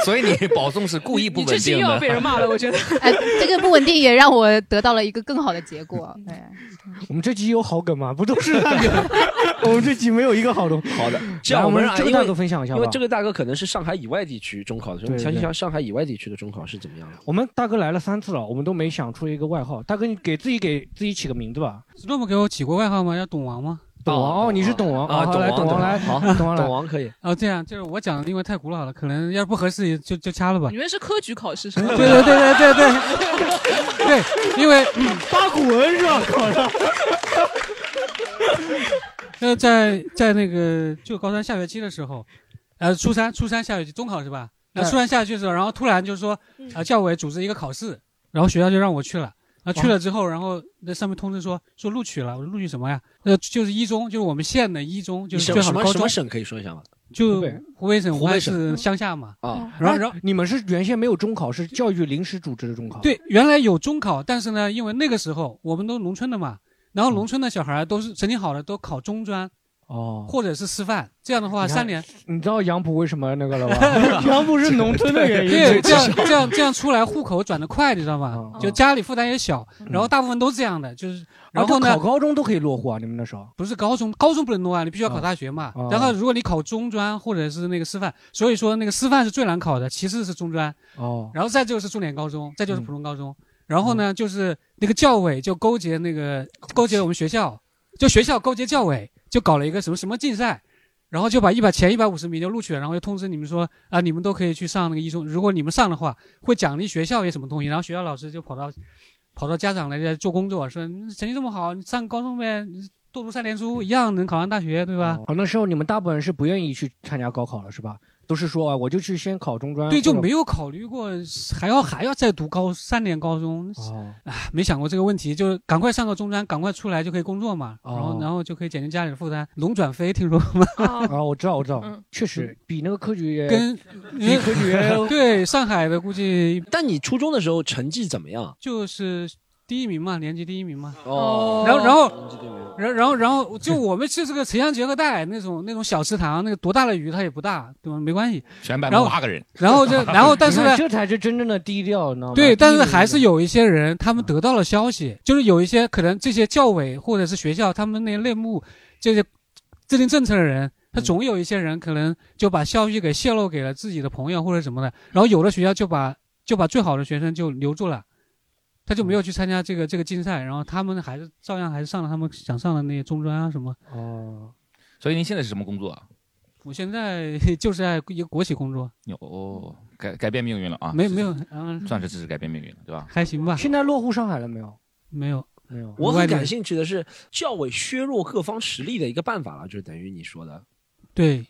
所以你保送是故意不
你
稳
这期又
定
要
的
被。人骂了，我觉得。
哎，这个不稳定也让我得到了一个更好的结果。对，
我们这集有好梗吗？不都是烂 梗？我们这集没有一个好的。
好的，这
这
样
我
我们
们
让
这个
因
大
为
哥分享一下
因
吧。
为这个大哥可能是上海以外地区中考的，
对
你想
对
想上海以外地区的中考是怎么样的？
我们大哥来了三次了，我们都没想出一个外号。大哥，你给自己给自己起个名字吧。
Storm 给我起过外号吗？叫董王吗？
董王哦，你是董王
啊，
好来
王，
董王来，
好，
董王来。
董王可以。
哦，这样就是我讲的，因为太古老了，可能要是不合适也就就掐了吧
你。们是科举考试是吗？
对对对对对对对，因为
八股文是 吧？考上。
呃在在那个就高三下学期的时候，呃初三初三下学期中考是吧？那
对嗯
初三下学期的时候，然后突然就说啊教委组织一个考试，然后学校就让我去了。然后去了之后，然后那上面通知说说录取了，我说录取什么呀？呃，就是一中，就是我们县的一中，就是
什
最
么
好
什
的
么
高
什
中
么，省可以说一下吗？
就
湖北
湖北省
湖
武
北
汉
省
市乡下嘛。
啊，
然后然后
哎你们是原先没有中考，是教育临时组织的中考。，
对，原来有中考，但是呢，因为那个时候我们都农村的嘛，
嗯
然后农村的小孩儿都是成绩好的都考中专
哦，
或者是师范，这样的话
你看
三年，
你知道杨浦为什么那个了 吧？杨浦是农村的原因。
对，这样这样这样出来户口转得快，你知道吗
哦？
就家里负担也小，
嗯
然后大部分都是这样的，
哦
就是
然
然后
后
呢
考，高中都可以落户啊，你们那时候。
不是高中，高中不能弄啊，你必须要考
哦
大学嘛
哦。
然后如果你考中专或者是那个师范，所以说那个师范是最难考的，其次是中专，
哦，
然后再就是重点高中，再就是普通高中。然后呢，就是那个教委就勾结那个勾结我们学校，就学校勾结教委，就搞了一个什么什么竞赛，然后就把一百前一百五十名就录取了，然后就通知你们说啊，你们都可以去上那个一中，如果你们上的话，会奖励学校一些什么东西。然后学校老师就跑到跑到家长来这做工作，说你成绩这么好，你上高中呗，你多读三年书一样能考上大学，对吧？
哦，那时候你们大部分人是不愿意去参加高考了，是吧？都是说啊，我就去先考中专。
对，就
啊或者
没有考虑过还要还要再读高三年高中，
哦，
没想过这个问题，就是赶快上个中专，赶快出来就可以工作嘛，
哦
然后然后就可以减轻家里的负担。龙转飞听说过吗？
啊
啊，我知道，我知道，
嗯
确实比那个科举也
跟
比科举也
对上海的估计
但你初中的时候成绩怎么样？
就是第一名嘛，年级第一名嘛。
哦
然后然后然然后然后就我们就是个城乡结合带那种那种小池塘，那个多大的鱼它也不大，对吧？没关系。
全班
然后
八个人，
然后 就然后但是
你 看，
呢
这才是真正的低调，你知道吗？
对，但是还
是
是有一些人，他
嗯
们得到了消息，就是有一些可能这些教委或者是学校，他们那类目这些制定政策的
嗯
人，他总有一些人可能就把消息给泄露给了自己的朋友或者什么的，然后有的学校就把就把最好的学生就留住了。他就没
嗯
有去参加这个这个竞赛，然后他们还是照样还是上了他们想上的那些中专啊什么。
哦，
所以您现在是什么工作啊？
我现在 就是在一个国企工作，
有哦，改改变命运了啊？
嗯没没有嗯
算是知识改变命运了，对吧？
还行吧。
现在落户上海了没有？
没有
没有。
我很感兴趣的是教委削弱各方实力的一个办法了，就是等于你说的，
对，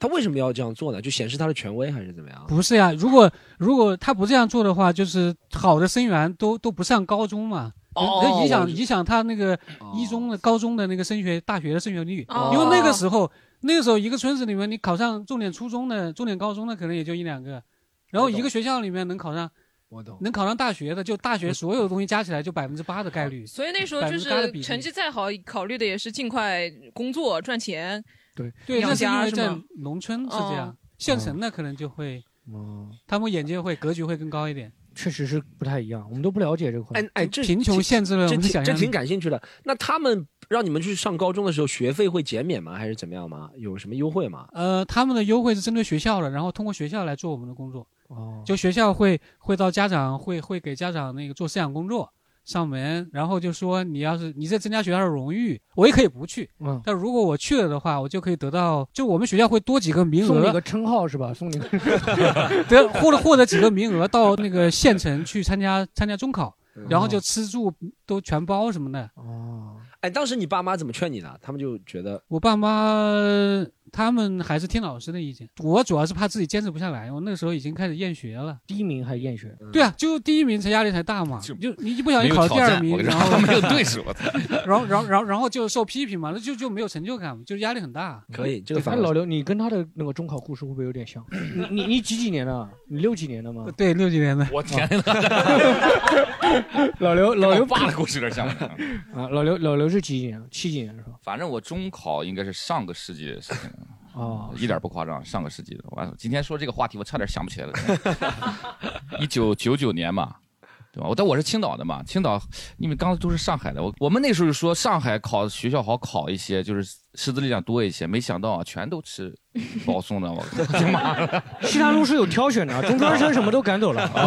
他为什么要这样做呢？就显示他的权威还是怎么样？
不是呀，如果如果他不这样做的话，就是好的生源都都不上高中嘛，
哦
那影
我
响
知
影响他那个一中的、高中的那个升学、大学的升学率，
哦
因为那个时候那个时候一个村子里面，你考上重点初中的、重点高中的可能也就一两个，然后一个学校里面能考上。
我懂，
能考上大学的，就大学所有的东西加起来就百分之八的概率。
哦所以那时候就
百分之八的
是
比例
成绩再好，考虑的也是尽快工作赚钱。
对对，
养
那是因
家
为
是
在
吗
农村是这样
哦，
县城的可能就会，
哦，
他们眼界会格局会更高一点。
确实是不太一样，我们都不了解嗯这块。
哎
哎，这
贫穷限制了我
这
们的
挺
想
这
象
挺
力。
感兴趣的。那他们让你们去上高中的时候，学费会减免吗？还是怎么样吗？有什么优惠吗？
呃，他们的优惠是针对学校的，然后通过学校来做我们的工作。
哦，
就学校会会到家长会会给家长那个做思想工作，上门，然后就说你要是你在增加学校的荣誉，我也可以不去。
嗯
但如果我去了的话，我就可以得到，就我们学校会多几个名额，
送你个称号是吧？送你个
得获得获得几个名额到那个县城去参加参加中考，
嗯
然后就吃住都全包什么的。
哎，当时你爸妈怎么劝你的？他们就觉得
我爸妈他们还是听老师的意见，我主要是怕自己坚持不下来，我那个时候已经开始厌学了。
第一名还厌学？
对啊，就第一名才压力才大嘛，就你一不小心考了第二名，
没有
然
挑战
后
我跟你说没有对手我啊操
然后然后然后然后就受批评嘛，那就就没有成就感嘛，就是压力很大。
哎老刘，你跟他的那个中考故事会不会有点 像？你你你几几年
啊
的？你六几年的吗？
对，六几年的。
我天
老刘，老
跟
刘
我爸的故事有点像
啊，老刘，老刘是几几年？七几年是 吧？
反正我中考应该是上个世纪的事情了，
哦，
一点不夸张，上个世纪的。完了，今天说这个话题，我差点想不起来了。 一九九九年嘛，对吧？我但我是青岛的嘛，青岛因为刚才都是上海的，我我们那时候说上海考学校好考一些，就是师资力量多一些，没想到啊，全都吃 保送的，我他妈的！
西南路是有挑 选的，啊中专生什么都赶走了。
哦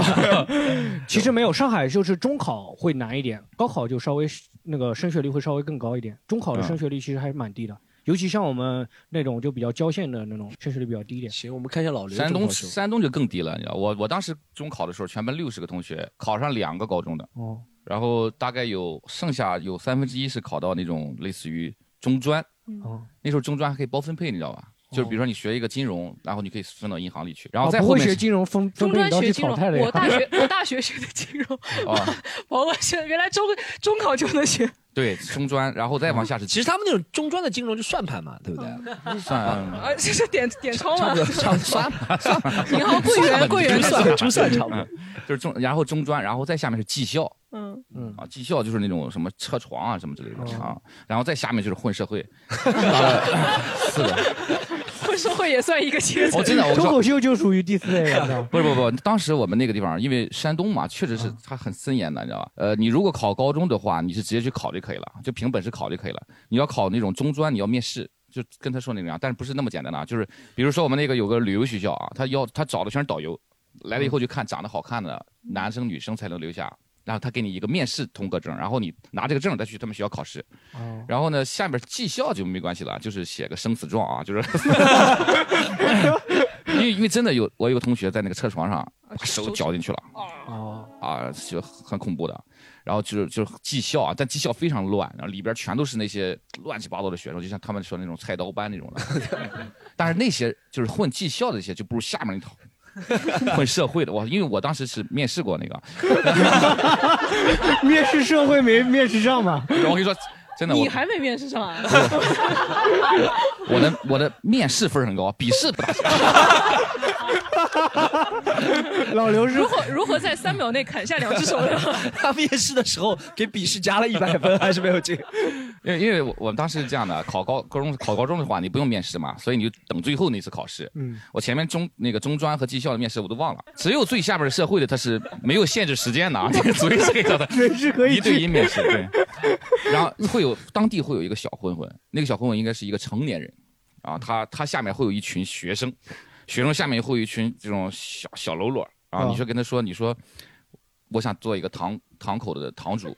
啊 其实没有，上海就是中考会难一点，高考就稍微那个升学率会稍微更高一点。中考的
嗯
升学率其实还是蛮低的，尤其像我们那种就比较郊县的那种，升学率比较低一点。
行，我们看一下老
山东山东就更低了，你知道，我我当时中考的时候，全班六十个同学，考上两个高中的，
哦，
然后大概有剩下有三分之一是考到那种类似于中专，
嗯
哦，
那时候中专还可以包分配，你知道吧？就是比如说你学一个金融，然后你可以分到银行里去，然后再
啊不
后
会
面
学
是
金融分分
中
配
专
你到
学
去
金
炒
融
菜的，呀。
我大学
啊
我大学学的金融，
啊，
我我学原来中中考就能学。
对中专，然后再往下是
其实他们那种中专的金融就算盘嘛，对不对？
算
啊，这是点点钞
差
嘛
不多，差 不多算盘算盘
银行柜员柜员
珠算珠算差不多。
嗯就是中，然后中专，然后再下面是技校，
嗯
嗯
啊，技校就是那种什么车床啊什么之类的
哦
啊，然后再下面就是混社会，四个。
混社会也算一个阶层。
哦真的我
脱
说
口秀就属于第四类了你知道吗
不是不是不是，当时我们那个地方，因为山东嘛，确实是它很森严的，你知道吧？呃，你如果考高中的话，你是直接去考就可以了，就凭本事考就可以了。你要考那种中专，你要面试，就跟他说那个样，但是不是那么简单的啊？就是比如说我们那个有个旅游学校啊，他要他找的全是导游，来了以后就看长得好看的男生女生才能留下。然后他给你一个面试通过证，然后你拿这个证再去他们学校考试。
哦，
然后呢，下面技校就没关系了，就是写个生死状啊， 就是因为因为真的有我有个同学在那个车床上把啊手绞进去了，
哦
啊，就很恐怖的。然后就是就是技校啊，但技校非常乱，然后里边全都是那些乱七八糟的学生，就像他们说那种菜刀班那种 的。但是那些就是混技校的这些，就不如下面那套 混社会的。我因为我当时是面试过那个，
面试社会没面试上嘛？
我跟你说，真的，我
你还没面试上啊？
我的我的面试分儿很高，笔试不大行。
老刘是
如何如何在三秒内砍下两只手的？
他面试的时候给笔试加了一百分，还是没有进。
因为因为我我们当时是这样的，考高高中考高中的话，你不用面试嘛，所以你就等最后那次考试。
嗯，
我前面中那个中专和技校的面试我都忘了，只有最下边的社会的它是没有限制时间的啊， 这个属于是给他的，
人是可以
一对一面试，对。然后会有当地会有一个小混混，那个小混混应该是一个成年人，啊，他他下面会有一群学生，学生下面会有一群这种小小喽啰啊，
啊
你说跟他说，你说我想做一个堂堂口的堂主，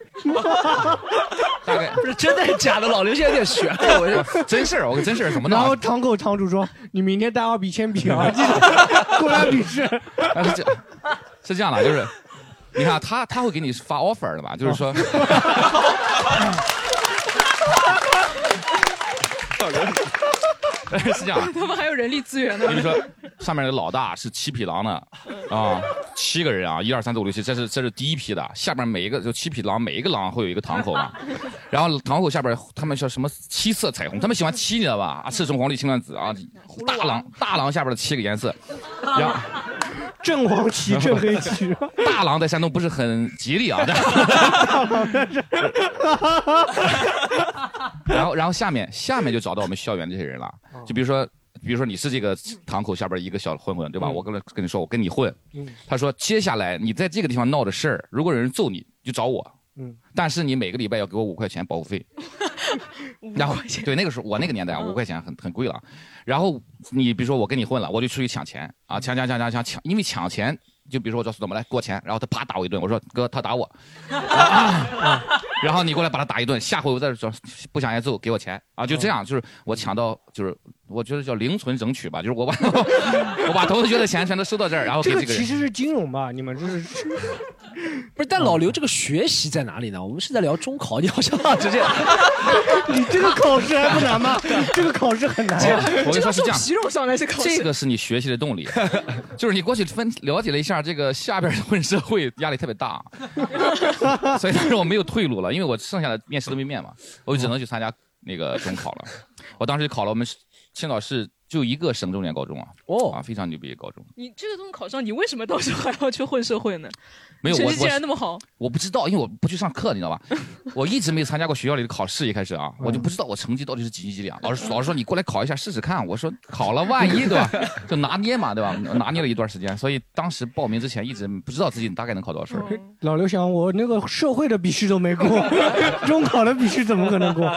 大概
不是真的假的？老刘现在有点悬了，我就
真事儿，哎我真事儿什么呢
然？后堂口堂主说：“你明天带二笔铅笔啊， 记得过来笔试。
啊是这，是这样的，就是你看他他会给你发 offer 的吧？就 是说，是这样的，
他们还有人力资 源呢。
比如说上面的老大是七匹狼的啊，七个人啊，一二三四五六七，这是这是第一批的，下边每一个就七匹狼，每一个狼会有一个堂口 嘛，
嗯
然后堂口下边他们叫什么七色彩虹，他们喜欢七，你知道吧？啊，赤橙黄绿青蓝紫啊，大 狼大狼下边的七个颜色，然后。
正黄旗，正黑旗。
大狼在山东不是很吉利啊。 然后，然后下面下面就找到我们校园这些人了，就比如说，比如说你是这个堂口下边一个小混混，对吧？我跟他跟你说，我跟你混。他说，接下来你在这个地方闹的事儿，如果有人揍你，就找我。
嗯，
但是你每个礼拜要给我五块钱保护费。然后对那个时候我那个年代啊，五块钱很很贵了。然后你比如说我跟你混了，我就出去抢钱啊，抢抢抢抢抢抢，因为抢钱就比如说我叫苏怎么来给我钱，然后他啪打我一顿，我说哥他打我，啊然后你过来把他打一顿，下回我再说不想挨揍给我钱啊，就这样，就是我抢到就是我觉得叫零存整取吧，就是我把 我把同学的钱全都收到这儿，然后给
这个
这个
其
人。
实是金融吧？你们这是
不是，但老刘这个学习在哪里呢？我们是在聊中考，你好像啊直接
你这个考试还不难吗？这个考试很难
这
啊。
我跟你说是这样，
上来是考
这个是 你学习的动力，就是你过去分了解了一下这个下边的混社会，压力特 别大，所以当时我没有退路了，因为我剩下的面试都没面嘛，我就只能去参加那个中考了。我当时考了我们青岛市就一个省重点高中啊，
哦
啊非常牛逼的高中，
你这个东西考上，你为什么到时候还要去混社会呢？
没有
成
我
绩既然那么好，
我不知道，因为我不去上课，你知道吧？ 我一直没参加过学校里的考试，一开始啊，我就不知道我成绩到底是几级几两。老师老师说你过来考一下试试看，我说考了万一对吧？ 就拿捏嘛对吧？拿捏了一段时间，所以当时报名之前一直不知道自己大概能考多少分儿。
老刘想，我那个社会的笔试都没 过，中考的笔试怎么可能过？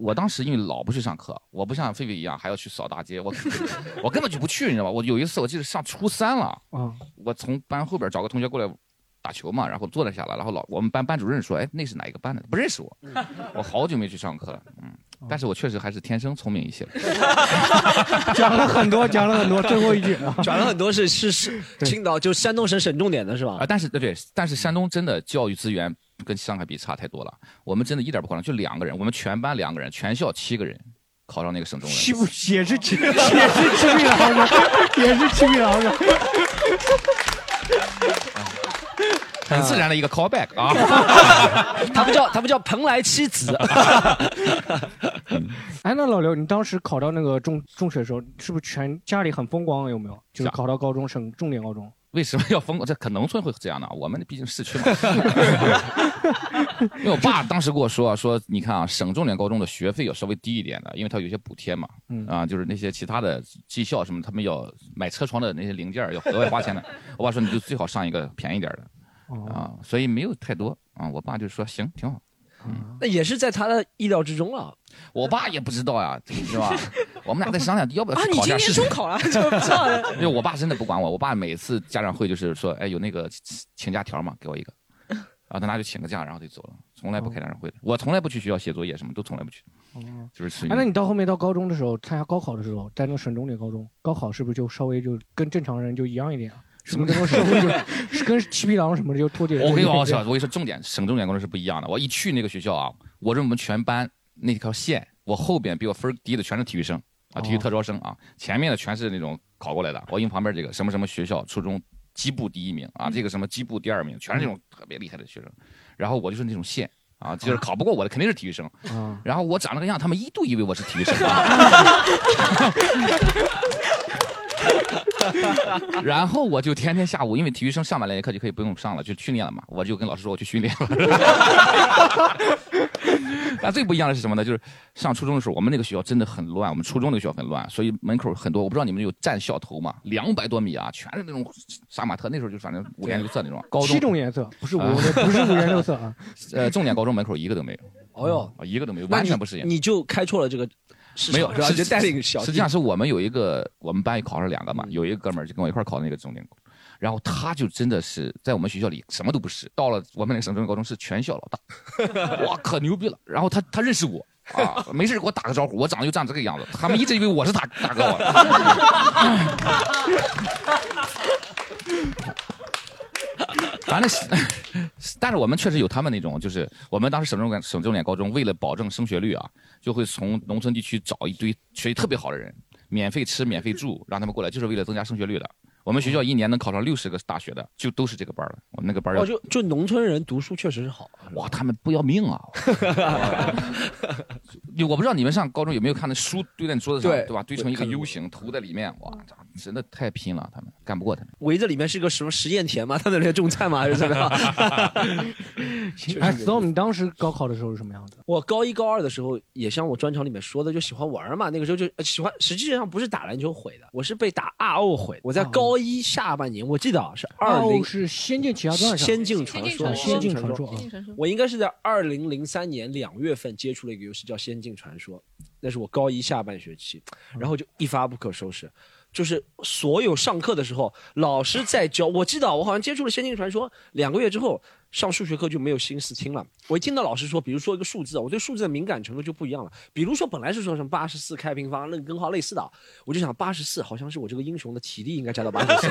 我当时因为老不去上课，我不像狒狒一样还要去扫大街，我 我根本就不去，你知道吧？我有一次我记得上初三了，
啊，
我从班后边找个同学过来打球嘛，然后坐了下来，然后老我们班班主任说，哎，那是哪一个班的？不认识我，我 好久没去上课了，嗯，但是我确实还是天生聪明一些。
讲了很多，讲了很多，最后一句 啊，
转了很多是是是青岛就山东省省重点的是吧？
啊，但是对对，但是山东真的教育资源跟上海比差太多了，我们真的一点不夸张，就两个人，我们全班两个人，全校七个人考上那个省中了。
欺负也是 欺，也是欺负狼的，也是欺负狼的。
很自然的一个 callback 啊。
他不叫他不叫蓬莱七子，
哎，那老刘，你当时考到那个中中学的时候，是不是全家里很风光？啊有没有？就是考到高中省重点高中，
为什么要疯狂？这可农村会这样的，啊我们毕竟市区嘛。因为我爸当时跟我说啊，说你看啊，省重点高中的学费要稍微低一点的，因为它有一些补贴嘛，
嗯
啊，就是那些其他的技校什么，他们要买车床的那些零件儿要额外花钱的。我爸说你就最好上一个便宜点儿的，啊，所以没有太多啊。我爸就说行，挺好。
那也是在他的意料之中啊了。
我爸也不知道哎呀，是吧？我们俩在商量，要不要
啊
去
你
考一
今
下
年
试试
中考了 就不知 道了
因为我爸真的不管我，我爸每次家长会就是说，哎，有那个请请假条嘛，给 我一个，然后他拿就请个假，然后就走了，从来不
哦
开家长会的。我从来不去学校写作业，什么都从来不去，
哦，
就是属于
啊
哎，那你到后面到高中的时候，参加高考的时候，在那省重点高中，高考是不是就稍微就跟正常人就一样一点啊？什么这种社会就是跟七匹狼什么的就脱节了。
我跟
就
你说，我跟你说，重点省重点高中是不一样的。我一去那个学校啊，我是我们全班那条线，我后边比我分儿低的全是体育生啊，体育特招生啊，前面的全是那种考过来的。我因为旁边这个什么什么学校初中基部第一名啊，这个什么基部第二名，全是那种特别厉害的学生。然后我就是那种线啊，就是考不过我的肯定是体育生。
啊，
然后我长那个样，他们一度以啊 为我是体育生。 然后呃我就天天下午，因为体育生上完了课就可以不用上了，就训练了嘛。我就跟老师说我去训练了。 那最不一样的是什么呢？就是上初中的时候，我们那个学校真的很乱，我们初中那个学校很乱，所以门口很多，我不知道你们有站校头嘛，两百多米啊，全是那种杀马特，那时候就反正五颜六色那种。高中
七种颜色，不是五
啊
不是五颜六色啊。
呃，重点高中门口一个都没有。
哦哟，
啊，一个都没有，
那
完
你
全不适应。
你就开拓了这个市场，
没有，
然后
是
就带了一个小弟。
实际 上是我们有一个，我们班考上两个嘛，有一个哥们儿就跟我一块儿考的那个重点高中，然后他就真的是在我们学校里什么都不是，到了我们那个省重点高中是全校老大， 哇，可牛逼了。然后他他认识我。啊，没事给我打个招呼，我长得就长这个样子，他们一直以为我是大大哥我。反正是，但是我们确实有他们那种，就是我们当时省重点省重点高中，为了保证升学率啊，就会从农村地区找一堆学习特别好的人，免费吃免费住，让他们过来，就是为了增加升学率的。我们学校一年能考上六十个大学的，就都是这个班儿的。我们那个班儿要
哦，就就农村人读书确实是好。
哇，他们不要命啊！就我不知道你们上高中有没有看那书堆在你桌子上，
对
对吧？堆成一个
看到
U 型，涂在里面，哇，真的太拼了，他们干不过他们。
围着里面是个什么实验田吗？他在那里种菜吗？还是怎么
嗯
样？
哎，Storm，你当时高考的时候是什么样子？
我高一高二的时候，也像我专场里面说的，就喜欢玩儿嘛。那个时候就呃喜欢，实际上不是打篮球毁的，我是被打 RO 毁的。我在高一下半年，我记得啊是二零
RO 是《仙剑奇侠传》上
仙境传说，
啊仙境传说
仙境
啊。
我应该是在二零零三年两月份接触了一个游戏叫《仙境传说》，那是我高一下半学期，
嗯
然后就一发不可收拾。就是所有上课的时候，老师在教。我记得啊我好像接触了《仙境传说》两个月之后，上数学课就没有心思听了。我一听到老师说，比如说一个数字啊，我对数字的敏感程度就不一样了。比如说本来是说什么八十四开平方、论根号类似的啊，我就想八十四好像是我这个英雄的体力应该加到八十四。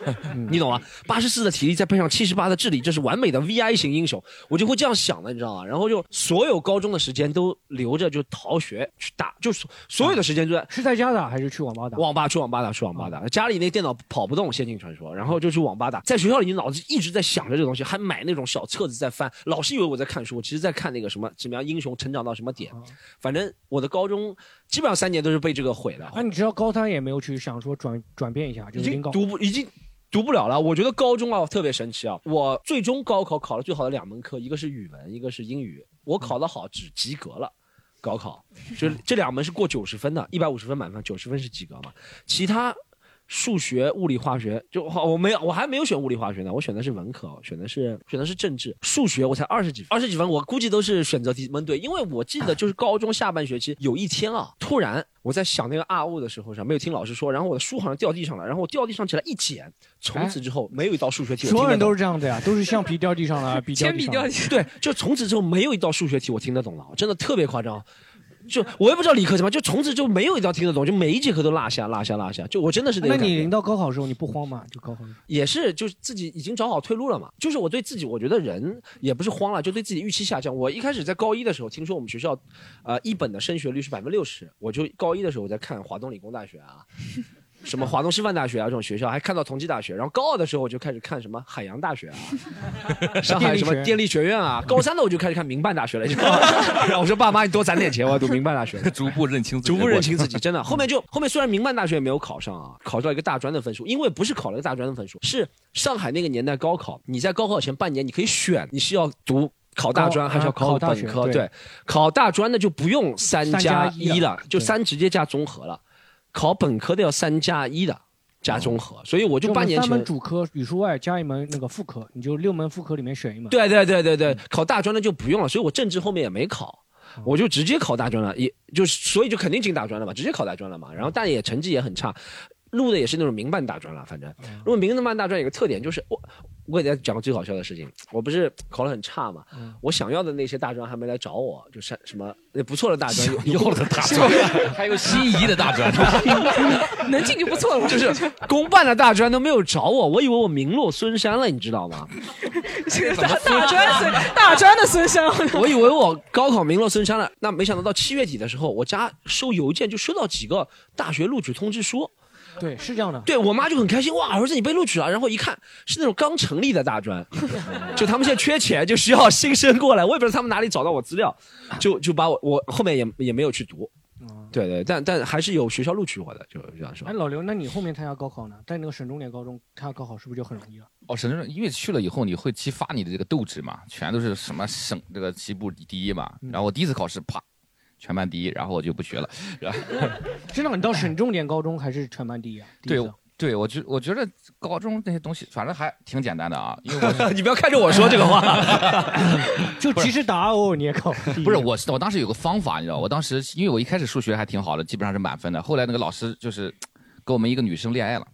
你懂吗？八十四的体力再配上七十八的智力，这是完美的 VI 型英雄，我就会这样想的，你知道吗？然后就所有高中的时间都留着就逃学去打，就是所有的时间都在
啊是在家打还是去网吧打？啊
网吧去网吧打去网吧打，家里那电脑跑不动《仙境传说》，
嗯
然后就去网吧打。在学校里，你脑子一直在想着这个东西，还买那种小册子在翻，老师以为我在看书，其实在看那个什么什么样英雄成长到什么点。
啊
反正我的高中基本上三年都是被这个毁的。
啊，你知道高三也没有去想说转转变一啊下，就是
已经
零高。
读不已经读不了了。我觉得高中啊特别神奇啊，我最终高考考了最好的两门课，一个是语文，一个是英语。我考得好只及格了。高考就是这两门是过九十分的，一百五十分满分，九十分是及格嘛？其他数学、物理、化学，就好我没有，我还没有选物理化学呢，我选的是文科，选的是选的是政治，数学我才二十几分，二十几分，我估计都是选择题蒙对，因为我记得就是高中下半学期有一天啊，突然我在想那个 R 物的时候上，没有听老师说，然后我的书好像掉地上了，然后我掉地上起来一捡，从此之后没有一道数学题我听得懂，
所有人都是这样的呀，都是橡皮掉地上 了，笔掉地上了。
对，就从此之后没有一道数学题我听得懂了，真的特别夸张。就我也不知道理科什么，就从此就没有一道听得懂，就每一节课都落下落下落下。 就我真的是那
那
种感
你
觉，
临到高考的时候，你不慌吗？就高考的时候。
也是就是自己已经找好退路了嘛。就是我对自己，我觉得人也不是慌了，就对自己预期下降。我一开始在高一的时候听说我们学校，呃，一本的升学率是百分之六十，我就高一的时候我在看华东理工大学啊，什么华东师范大学啊这种学校，还看到同济大学。然后高二的时候我就开始看什么海洋大学啊， 上海什么电力学院啊。高三的我就开始看民办大学了，你知道吗？然后我说爸妈，你多攒点钱，我要读民 办大学。
逐步认清自己，
逐步认清自己，真的。后面就后面虽然民办大学也没有考上 啊，考到一个大专的分数，因为不是考了一个大专的分数，是上海那个年代高考，你在高考前半年你可以选你是要读。考大专
高
还是要
哦考大
本
学
科？
对
对，考大专的就不用三
三加
加一
一
了
了，
就
对
三直接加综合了。考本科的要三加一的加综合，所以我就
我
半
们
年
哦三门
前。
主科，语数外加一门那个副科，你就六门副科里面选一门。
对对对对对，考大专的就不用了，所以我政治后面也没考，
哦
我就直接考大专了，也就是所以就肯定进大专了嘛，直接考大专了嘛，然后
嗯
但也成绩也很差，录的也是那种民办大专了，反
哦
正录民办大专有个特点就是我。我给大家讲个最好笑的事情，我不是考得很差嘛，
嗯
我想要的那些大专还没来找我，就是什么那不错的大专，有
要了大专 还有心仪的大专
能进就不错了
就是公办的大专都没有找我，我以为我名落孙山了，你知道吗？
大大专孙 大专的孙山，
我以为我高考名落孙山了，那没想到到七月底的时候，我家收邮件就收到几个大学录取通知书。
对，是这样的。
对我妈就很开心，哇，儿子你被录取了。然后一看是那种刚成立的大专， 就他们现在缺钱，就需要新生过来。我也不知道他们哪里找到我资料，就就把我我后面也也没有去读。
哦
对对，但但还是有学校录取我的，就这样说
哎，。老刘，那你后面参加高考呢？在那个省重点高中参加高考是不是就很容易了？
哦，省政因为去了以后，你会激发你的这个斗志嘛，全都是什么省这个西部第一
嗯
嘛。然后我第一次考试，啪，全班第一，然后我就不学了。然后
真的，你到省重点高中还是全班第一啊？第一
对
次啊
对，我觉我觉得高中那些东西，反正还挺简单的啊。因为
你不要看着我说这个 话，
就即使打偶尔哦你也考第一。
不是我，我当时有个方法，你知道，我当时因为我一开始数学还挺好的，基本上是满分的。后来那个老师就是跟我们一个女生恋爱了，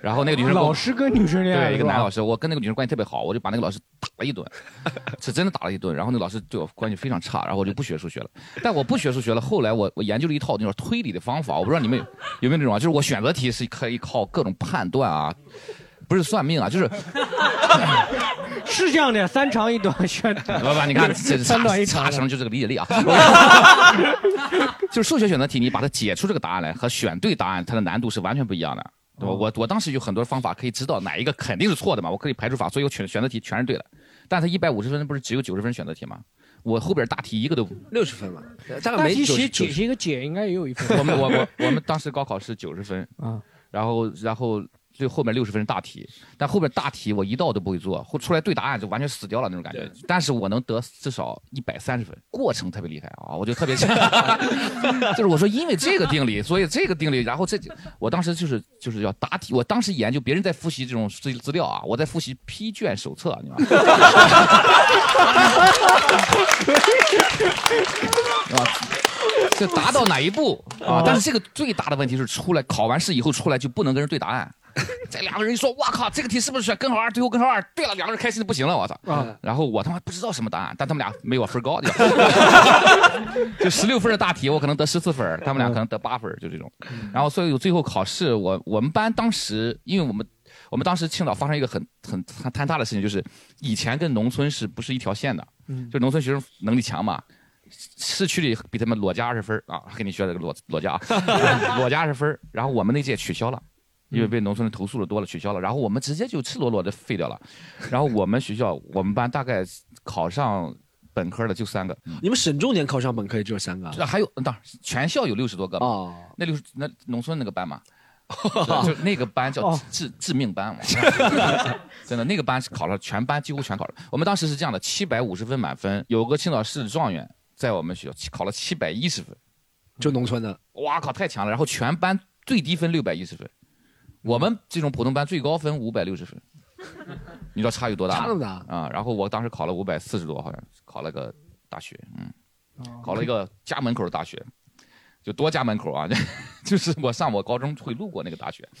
然后那个女生跟我
老师跟女生恋爱，
对一个男老
师，
师，我跟那个女生关系特别好，我就把那个老师打了一顿， 是真的打了一顿。然后那个老师对我关系非常差，然后我就不学数学了。但我不学数学了，后来我我研究了一套那种推理的方法，我不知道你们有有没有那种啊，就是我选择题是可以靠各种判断啊，不是算命啊，就是
是这样的，三长一短选。
老板，你看这
三
差
短一
差
长的
生就这个理解力啊，啊 就是数学选择题，你把它解出这个答案来和选对答案，它的难度是完全不一样的。对吧？
哦
我我当时有很多方法可以知道哪一个肯定是错的嘛，我可以排除法，所以我选选择题全是对的。但它一百五十分不是只有九十分选择题吗？我后边大题一个都
六十分嘛，大概
大
没
题
九
写
十
解。一个解应该也有一份。
我们我我我们当时高考是九十分
啊，
然后然后最后面六十分是大题，但后面大题我一道都不会做，后出来对答案就完全死掉了那种感觉。但是我能得至少一百三十分，过程特别厉害啊，我就特别就是我说因为这个定理，所以这个定理，然后这我当时就是就是要答题，我当时研究别人在复习这种资资料啊，我在复习批卷手册，你知道吗？啊，就达到哪一步啊
哦？
但是这个最大的问题是，出来考完试以后出来就不能跟人对答案。这两个人一说，哇靠，这个题是不是选根号二？最后根号二对了，两个人开心的不行了，我操！
啊
然后我他妈不知道什么答案，但他们俩没我分高，你知道吗就十六分的大题，我可能得十四分，他们俩可能得八分，就这种。然后所以最后考试，我我们班当时，因为我们我们当时青岛发生一个很很很坍塌的事情，就是以前跟农村是不是一条线的？
嗯
就农村学生能力强嘛，市区里比他们裸加二十分儿啊，跟你学这个裸裸加啊， 裸加二十分儿。然后我们那届取消了，
嗯
因为被农村人投诉的多了，取消了。然后我们直接就赤裸裸的废掉了。然后我们学校我们班大概考上本科的就三个，
你们省重点考上本科也只有三个啊，
这还有当然全校有六十多个
哦，
那六十那农村那个班嘛。就就那个班叫
哦
致致命班，我真的那个班是考了全班几乎全考了。我们当时是这样的，七百五十分满分，有个青岛市的状元在我们学校考了七百一十分，
就农村的，
哇靠，太强了！然后全班最低分六百一十分，我们这种普通班最高分五百六十分，
嗯
你知道差有多大吗？
差那么大
啊、然后我当时考了五百四十多，好像考了个大学，嗯，考了一个家门口的大学，就多家门口啊， 就是我上我高中会路过那个大学，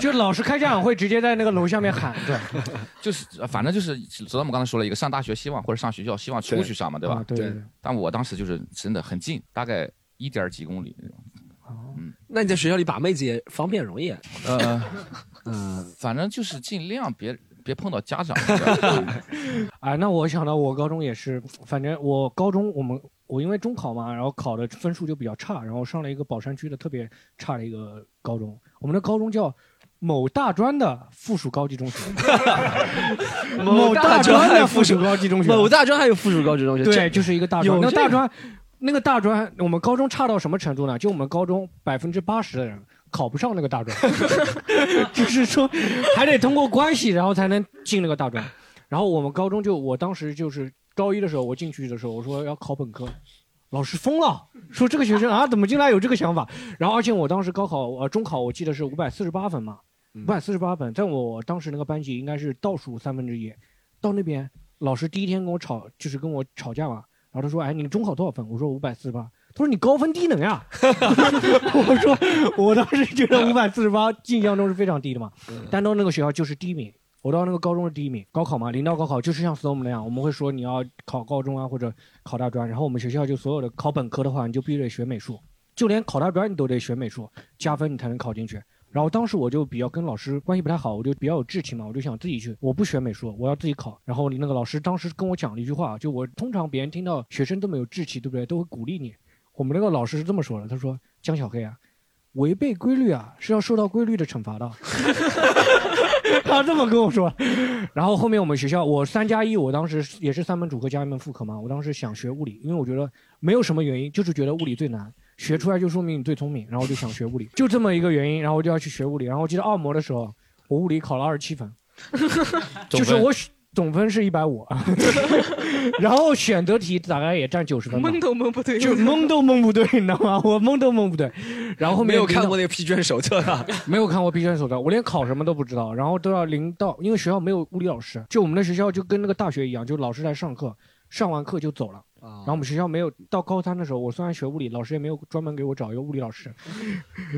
就老师开家长会直接在那个楼下面喊 着。
就是呃反正就是，昨天我们刚才说了一个上大学希望或者上学校希望出去上嘛，对吧
啊？对对对
但我当时就是真的很近，大概一点几公里那种。
那你在学校里把妹子也方便容易。啊
呃，嗯，反正就是 尽量别别碰到家长。
哎，那我想到我高中也是，反正我高中我们我因为中考嘛，然后考的分数就比较差，然后上了一个宝山区的特别差的一个高中，我们的高中叫。某大专的附属高级中学，某大专的附属高级中学，
某大专还有附属高级中学，这
对，就是一个大专。
有
那
这个
大专，那个大专，我们高中差到什么程度呢？就我们高中百分之八十的人考不上那个大 专，就是说还得通过关系，然后才能进那个大专。然后我们高中就，我当时就是高一的时候，我进去的时候，我说要考本科，老师疯了，说这个学生啊，怎么竟然有这个想法？然后而且我当时高考，呃，中考我记得是五百四十八分嘛，
嗯
五百四十八分，在我当时那个班级应该是倒数三分之一。到那边，老师第一天跟我吵，就是跟我吵架嘛。然后他说：“哎，你中考多少分？”我说：“五百四十八。”他说：“你高分低能呀！”我说：“我当时觉得五百四十八印象中是非常低的嘛。”但到那个学校就是第一名，我到那个高中是第一名。高考嘛，临到高考就是像 STOM 那样，我们会说你要考高中啊或者考大专。然后我们学校就所有的考本科的话，你就必须得学美术。就连考大专你都得学美术，加分你才能考进去。然后当时我就比较跟老师关系不太好，我就比较有志气嘛，我就想自己去，我不学美术，我要自己考。然后那个老师当时跟我讲了一句话，就我通常别人听到学生这么有志气，对不对，都会鼓励你。我们那个老师是这么说的，他说：“江小黑啊，违背规律啊是要受到规律的惩罚的。 他这么跟我说，然后后面我们学校我三加一，我当时也是三门主课加一门副科嘛，我当时想学物理，因为我觉得没有什么原因，就是觉得物理最难。学出来就说明你最聪明，然后我就想学物理，就这么一个原因，然后我就要去学物理。然后我记得二模的时候，我物理考了二十七分，就是我选总分是一百五， 然后选择题大概也占九十分吧，
蒙都蒙不对，
就蒙都蒙不对，你知道吗？ 我蒙都蒙不对。然后后面
没有看
领导
过那个批卷手册 的，
没有看过闭卷手册，我连考什么都不知道，然后都要临到，因为学校没有物理老师，就我们的学校就跟那个大学一样，就老师来上课，上完课就走了。
啊
然后我们学校没有到高三的时候，我虽然学物理，老师也没有专门给我找一个物理老 师。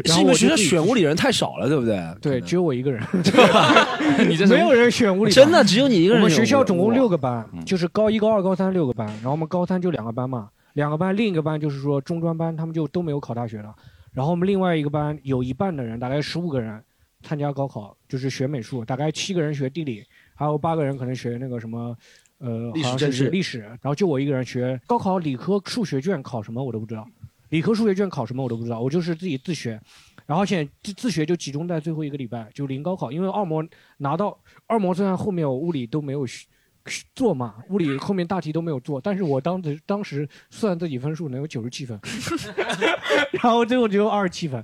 然
是
后
你
我
们
就
学校
自己
选物理人太少了，对不对？
对，只有我一个人，
你这是
没有人选物理班，
真的只有嗯你一个人
我们
选
学校
物理
总共
哇
六个班，就是高一、高二、高三六个班，然后我们高三就两个班嘛，两个班，另一个班就是说中专班，他们就都没有考大学了。然后我们另外一个班有一半的人，大概十五个人参加高考，就是学美术，大概七个人学地理，还有八个人可能学那个什么。呃，
历史
好像
政
是
治
历史，然后就我一个人学高考理科数学卷考什么我都不知道，理科数学卷考什么我都不知道，我就是自己自学，然后而且自自学就集中在最后一个礼拜，就临高考，因为二模拿到二模虽然后面我物理都没有学学做嘛，物理后面大题都没有做，但是我当时当时算自己分数能有九十七分， 然后最后只有二十七分，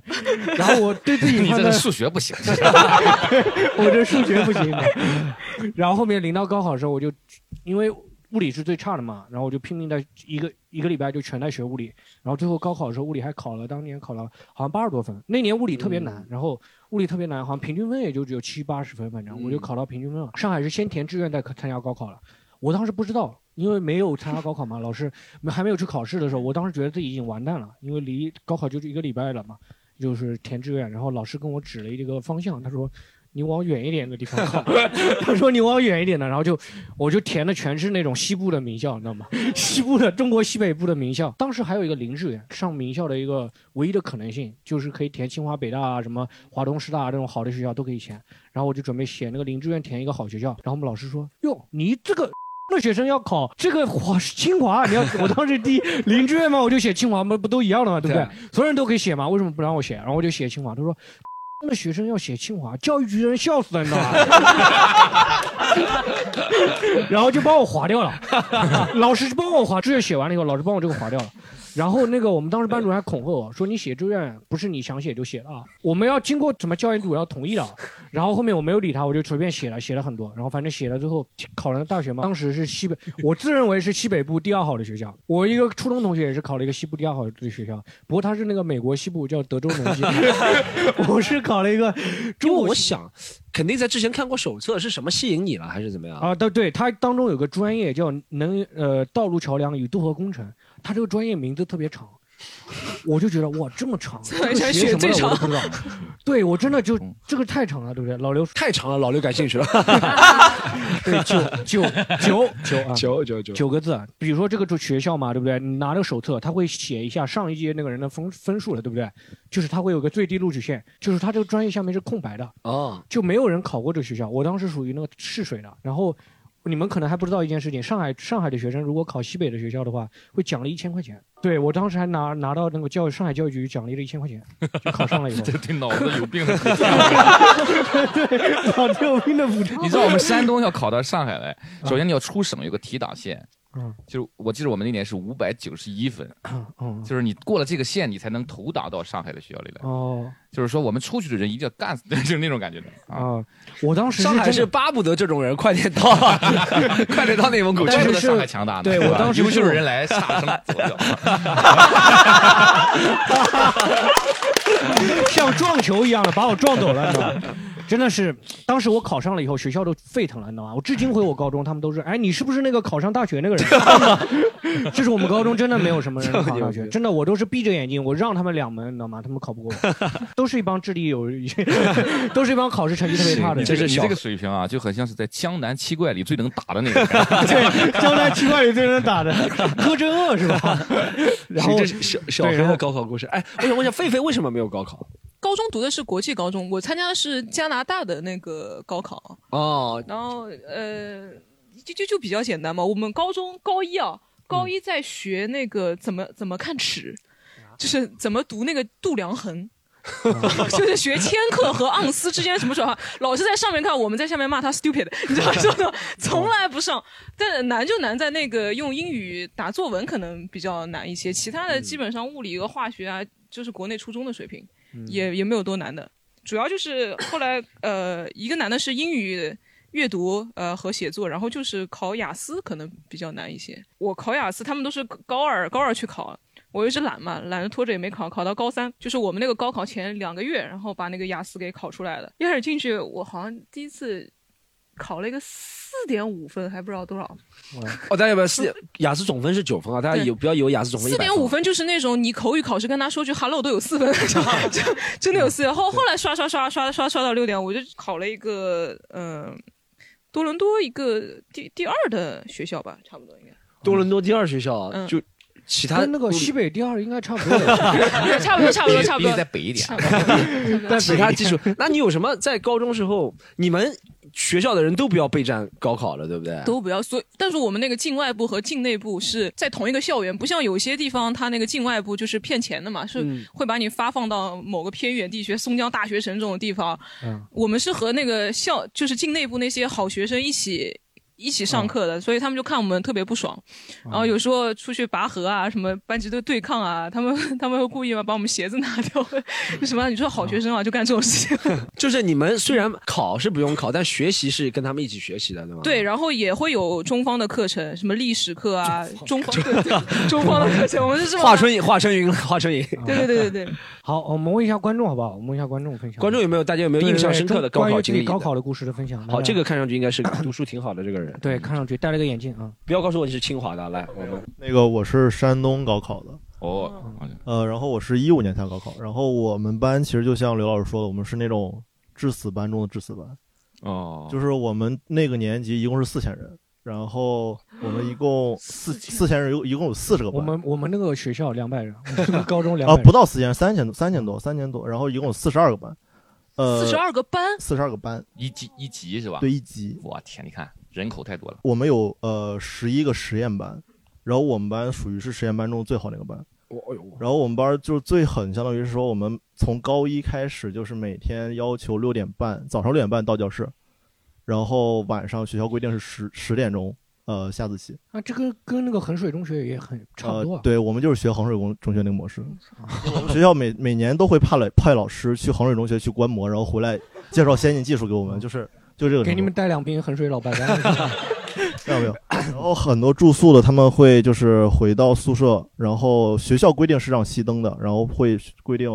然后我对自 己
你
判
这个
断
数学不行，
我这数学不 行。 然后后面临到高考的时候，我就因为物理是最差的嘛，然后我就拼命在一个一个礼拜就全在学物理。然后最后高考的时候，物理还考了，当年考了好像八十多分。那年物理特别难，然后物理特别难，好像平均分也就只有七八十分，反正我就考到平均分了。上海是先填志愿再参加高考了，我当时不知道。因为没有参加高考嘛，老师还没有去考试的时候，我当时觉得自己已经完蛋了，因为离高考就是一个礼拜了嘛，就是填志愿，然后老师跟我指了一个方向，他说你往远一点的地方考，他说你往远一点的，然后就我就填的全是那种西部的名校，你知道吗？ 西部的中国西北部的名校，当时还有一个零志愿，上名校的一个唯一的可能性就是可以填清华、北大啊，什么华东师大啊这种好的学校都可以填，然后我就准备写那个零志愿填一个好学校，然后我们老师说哟你这个。那学生要考这个华清华，你要我当时第一零志愿嘛，我就写清华嘛，不都一样的嘛，对不对？所有人都可以写嘛，为什么不让我写？然后我就写清华，他说。 那学生要写清华，教育局的人笑死了，你知道吗？ 然后就帮我划掉了， 老师就帮我划志愿写完了以后，老师帮我这个划掉了。然后那个我们当时班主任还恐吓我说：“你写志愿不是你想写就写的啊，我们要经过什么教研组要同意的啊。”然后后面我没有理他，我就随便写了，写了很多。然后反正写了最后考了大学嘛，当时是西北，我自认为是西北部第二好的学校。我一个初中同学也是考了一个西部第二好的学校，不过他是那个美国西部叫德州农技， 我是考了一个
因为我想，肯定在之前看过手册，是什么吸引你了，还是怎么样？
啊，对对，它当中有个专业叫能呃道路桥梁与渡河工程，它这个专业名字特别长，我就觉得哇这么长，这个
全
学什
学最
么的我都不
长
知道。对我真的就这个太长了，对不对？老刘
嗯太长了，老刘感兴趣了。
对，九九九九啊，
九九九
九个字。比如说这个就学校嘛，对不对？你拿着手册，他会写一下上一届那个人的分分数了，对不对？就是他会有个最低录取线，就是他这个专业下面是空白的，
哦，
就没有人考过这个学校。我当时属于那个试水的，然后。你们可能还不知道一件事情，上海上海的学生如果考西北的学校的话，会奖励一千块钱。对我当时还拿拿到那个教育上海教育局奖励了一千块钱， 就考上了以 后。
这对脑子有病的。
对，脑子有病的补偿。
你知道我们山东要考到上海 来，首先你要出省有个提档线，
啊嗯
就是我记得我们那年是五百九十一分，
嗯
就是你过了这个线，你才能投档到上海的学校里来。
哦
就是说我们出去的人一定要干死， 就是那种感觉的。
啊！我当时
上海
真的
是巴不得这种人快点到，啊 快点到内蒙古去。
怪不得上海强大呢，
对
是吧
我当时
优秀
是
人来，差生 左脚。
像撞球一样的把我撞走了，你知道吗？真的是，当时我考上了以后，学校都沸腾了，你知道吗？我至今回我高中，他们都是，哎，你是不是那个考上大学那个人？ 就是我们高中真的没有什么人考上大学，真的，我都是闭着眼睛，我让他们两门，你知道吗？他们考不过我，都是一帮智力有， 都是一帮考试成绩特别差的
你
人。。
这个你这个水平啊，就很像是在《江南七怪》里最能打的那个
对，江南七怪里最能打 的柯镇恶是吧？然后
这是小小
对
孩
然
的
后
高考故事。哎，我想问一下，狒狒为什么没有高考？
高中读的是国际高中，我参加的是加拿大的那个高考，
哦，
然后呃，就就就比较简单嘛。我们高中高一啊，高一在学那个怎么怎么看尺，就是怎么读那个度量衡。就是学千克和盎司之间什么转换，老师在上面看，我们在下面骂他 stupid，你知道吗？ 就从来不上。但难就难在那个用英语打作文可能比较难一些，其他的基本上物理和化学啊，就是国内初中的水平，
嗯
也也没有多难的。主要就是后来呃，一个难的是英语阅读呃和写作，然后就是考雅思可能比较难一些。我考雅思，他们都是高二高二去考，我一直懒嘛，懒得拖着也没考，考到高三，就是我们那个高考前两个月，然后把那个雅思给考出来了。一开始进去，我好像第一次考了一个四点五分，还不知道多少。
哦，大家不要是雅思总分是九分啊，大家有不要以为雅思总分
四点五
100
分就是那种你口语考试跟他说句 hello 都有四分， 就真的有四分。后后来刷刷刷刷刷刷到六点，我就考了一个嗯、呃多伦多一个第第二的学校吧，差不多应该。
多伦多第二学校
嗯，
就其他
跟那个西北第二应该差不多的
差不多差不多差不多比你
在
再北一点差不
啊但其他技术，那你有什么在高中时候，你们学校的人都不要备战高考了，对不对？
都不要，所以但是我们那个境外部和境内部是在同一个校园，不像有些地方它那个境外部就是骗钱的嘛，是
嗯
会把你发放到某个偏远地区，松江大学城这种地方。
嗯
我们是和那个校就是境内部那些好学生一起。一起上课的，
嗯
所以他们就看我们特别不爽，然后有时候出去拔河啊，什么班级的对抗啊，他们 他们会故意嘛把我们鞋子拿 掉，什么你说好学生啊就干这种事情，
就是你们虽然考是不用考，但学习是跟他们一起学习的，对
嗯
吗？
对，然后也会有中方的课程，什么历史课啊，中方对对 中方的课程，我们是这么
华春莹，华春莹，华春莹。
对对对 对对，
好，我们问一下观众好不好？我们问一下观众分享。
观众有没有大家有没有印象深刻
对对
的
对
高
关于
考
自
经
己
历的？
高考的故事的分享。
好，
来
这个看上去应该是 读书挺好的这个人。
对，看上去戴了个眼镜嗯啊。
不要告诉我你是清华的，来，我们
那个我是山东高考的，
哦，
嗯
呃，然后我是一五年才高考，然后我们班其实就像刘老师说的，我们是那种致死班中的致死班，
哦，
就是我们那个年级一共是四千人，然后我们一共四四千人，一共有四十个班，
我们我们那个学校两百人，我们那个高中两
啊
百人。
不到四千，三千多，三千多，三千多，然后一共有四十二个班，呃，
42个班，
四十二个班，
一级一级是吧？
对一级。
我天，你看人口太多了。
我们有呃十一个实验班，然后我们班属于是实验班中最好那个班。然后我们班就是最狠，相当于是说我们从高一开始就是每天要求六点半，早上六点半到教室，然后晚上学校规定是十十点钟，呃下自习。
啊，这个跟那个衡水中学也很差不多嗯
呃
啊，。
对，我们就是学衡水中中学那个模式。我们学校每每年都会派了派老师去衡水中学去观摩，然后回来介绍先进技术给我们，就是就这个程度。
给你们带两瓶衡水老白干。
没有没有。然后很多住宿的他们会就是回到宿舍，然后学校规定是让熄灯的，然后会规定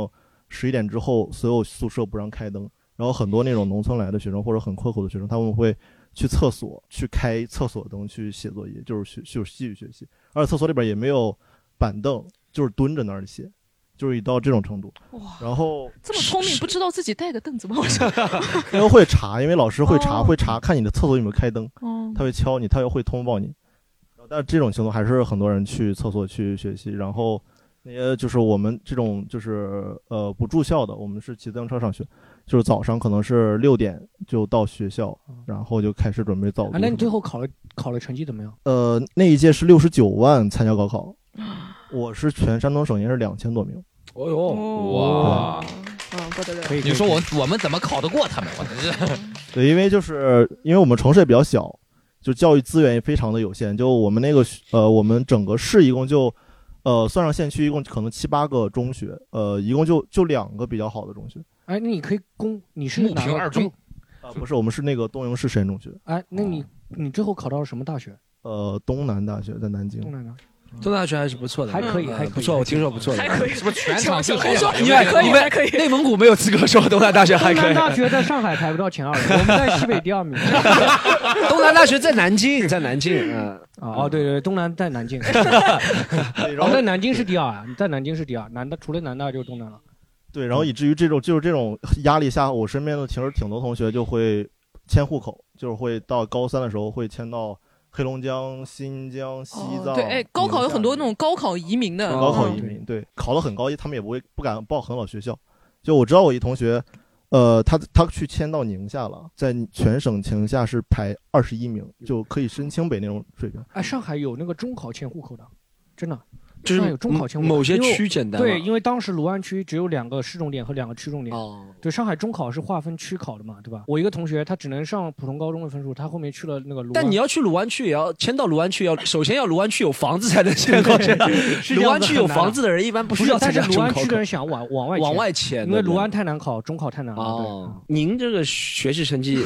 十一点之后所有宿舍不让开灯。然后很多那种农村来的学生或者很困苦的学生，他们会去厕所去开厕所灯去写作业，就是学就是继续学习。而且厕所里边也没有板凳，就是蹲着那儿写，就是已到这种程度。
哇，
然后
这么聪明，不知道自己带个凳子吗？我 想
因为会查，因为老师会查，会查看你的厕所有没有开灯，
哦
他会敲你，他又会通报你。然后但是这种情况还是很多人去厕所去学习，然后那些就是我们这种就是呃不住校的，我们是骑自行车上学，就是早上可能是六点就到学校，然后就开始准备早读。
哦啊那你最后考了考了成绩怎么 样？
呃那一届是六十九万参加高考，
哎
我是全山东省应该是两千多名。
哦呦，
哇，
嗯，不得了，
可以可以
你说我我们怎么考得过他们？我 真是
对，因为就是因为我们城市也比较小，就教育资源也非常的有限。就我们那个学呃，我们整个市一共就，呃，算上县区一共可能七八个中学，呃，一共就就两个比较好的中学。
哎，那你可以公，你是
木
哪
平
个
二中。啊、不是，我们是那个东营市实验中学，
哎，那你你最后考到了什么大学？
呃，东南大学在南京。
东南大
东大学还是不错的，
还可以
嗯
还可以
不错，我听说不错的，
还可以
什么
全场最好
你
的
们你们内蒙古没有资格说东南大学还可
东南
以。
大学在上海排不到前二，我们在西北第二名。
东南大学在南京，在南京，嗯，
哦，对对，东南在南 京，
后
哦，在南京是第二啊，在南京是第二，南大除了南大就是东南了。
对，然后以至于这种就是这种压力下，我身边的其实挺多同学就会迁户口，就是会到高三的时候会迁到黑龙江、新疆、西藏。
对，哎，高考有很多那种高考移民 的，
高考移
嗯
民，对，考得很高，他们也不会不敢报很好学校。就我知道我一同学，呃，他他去迁到宁夏了，在全省宁夏是排二十一名，就可以申清北那种水平。
哎，上海有那个中考迁户口的，真的。
就是
上有中考前五
某些
因为
区简单嘛
对，因为当时卢湾区只有两个市重点和两个区重点。
哦，
对，上海中考是划分区考的嘛，对吧？我一个同学他只能上普通高中的分数，他后面去了那个卢湾。
但你要去卢湾区，也要迁到卢湾区，要首先要卢湾区有房子才能迁过去
是。这样子
卢湾区有
很难
房子的人一般
不
需要
但
参
是
加
卢
中
湾
考
区的人想往往外
往外迁，
因为
对不
卢
对
湾太难考，中考太难了。
哦，您这个学习 成绩，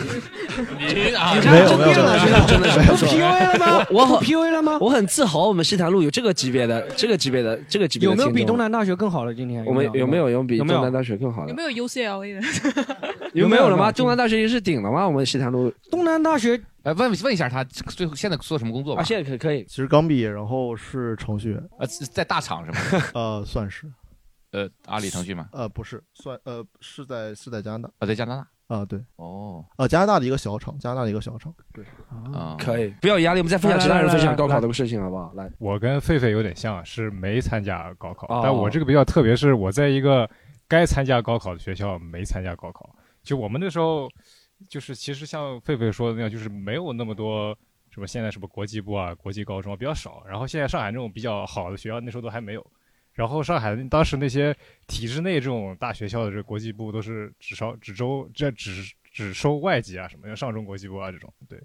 嗯
您
啊
这
没有
真
没有
的
没有
真的真的是
没有
不错
PUA 了吗
我我
PUA 了吗？
我很自豪，我们西坛路有这个级别的、这个级别的、这个级别
有
的
没有比
听众
东？南大学更好的？今天
我们有没有有比
有
东
没有
南大学更好的
有？没有 UCLA 的？
有没有了吗？
有
东南大学也是顶了吗？我们西坛路
东南大学，啊
哎，问问一下他最后现在做什么工作吧？
现在可可以，
其实刚毕业，然后是程序员，
呃，在大厂是吗？
啊
呃，算是，
呃，阿里、腾讯吗？
呃，不是，算呃是在是在加拿大
啊，在加拿大。
啊，对，
哦，
呃，加拿大的一个小厂，加拿大的一个小厂，对，
啊，
可以，不要有压力，我们再分享其他人分享高考的事情好不好？啊来，
我跟狒狒有点像，是没参加高考，
哦
但我这个比较特别，是我在一个该参加高考的学校没参加高考。就我们那时候，就是其实像狒狒说的那样，就是没有那么多什么现在什么国际部啊、国际高中啊比较少。然后现在上海这种比较好的学校，那时候都还没有。然后上海当时那些体制内这种大学校的这个国际部都是只收只收这只只收外籍啊什么的，上中国际部啊这种对。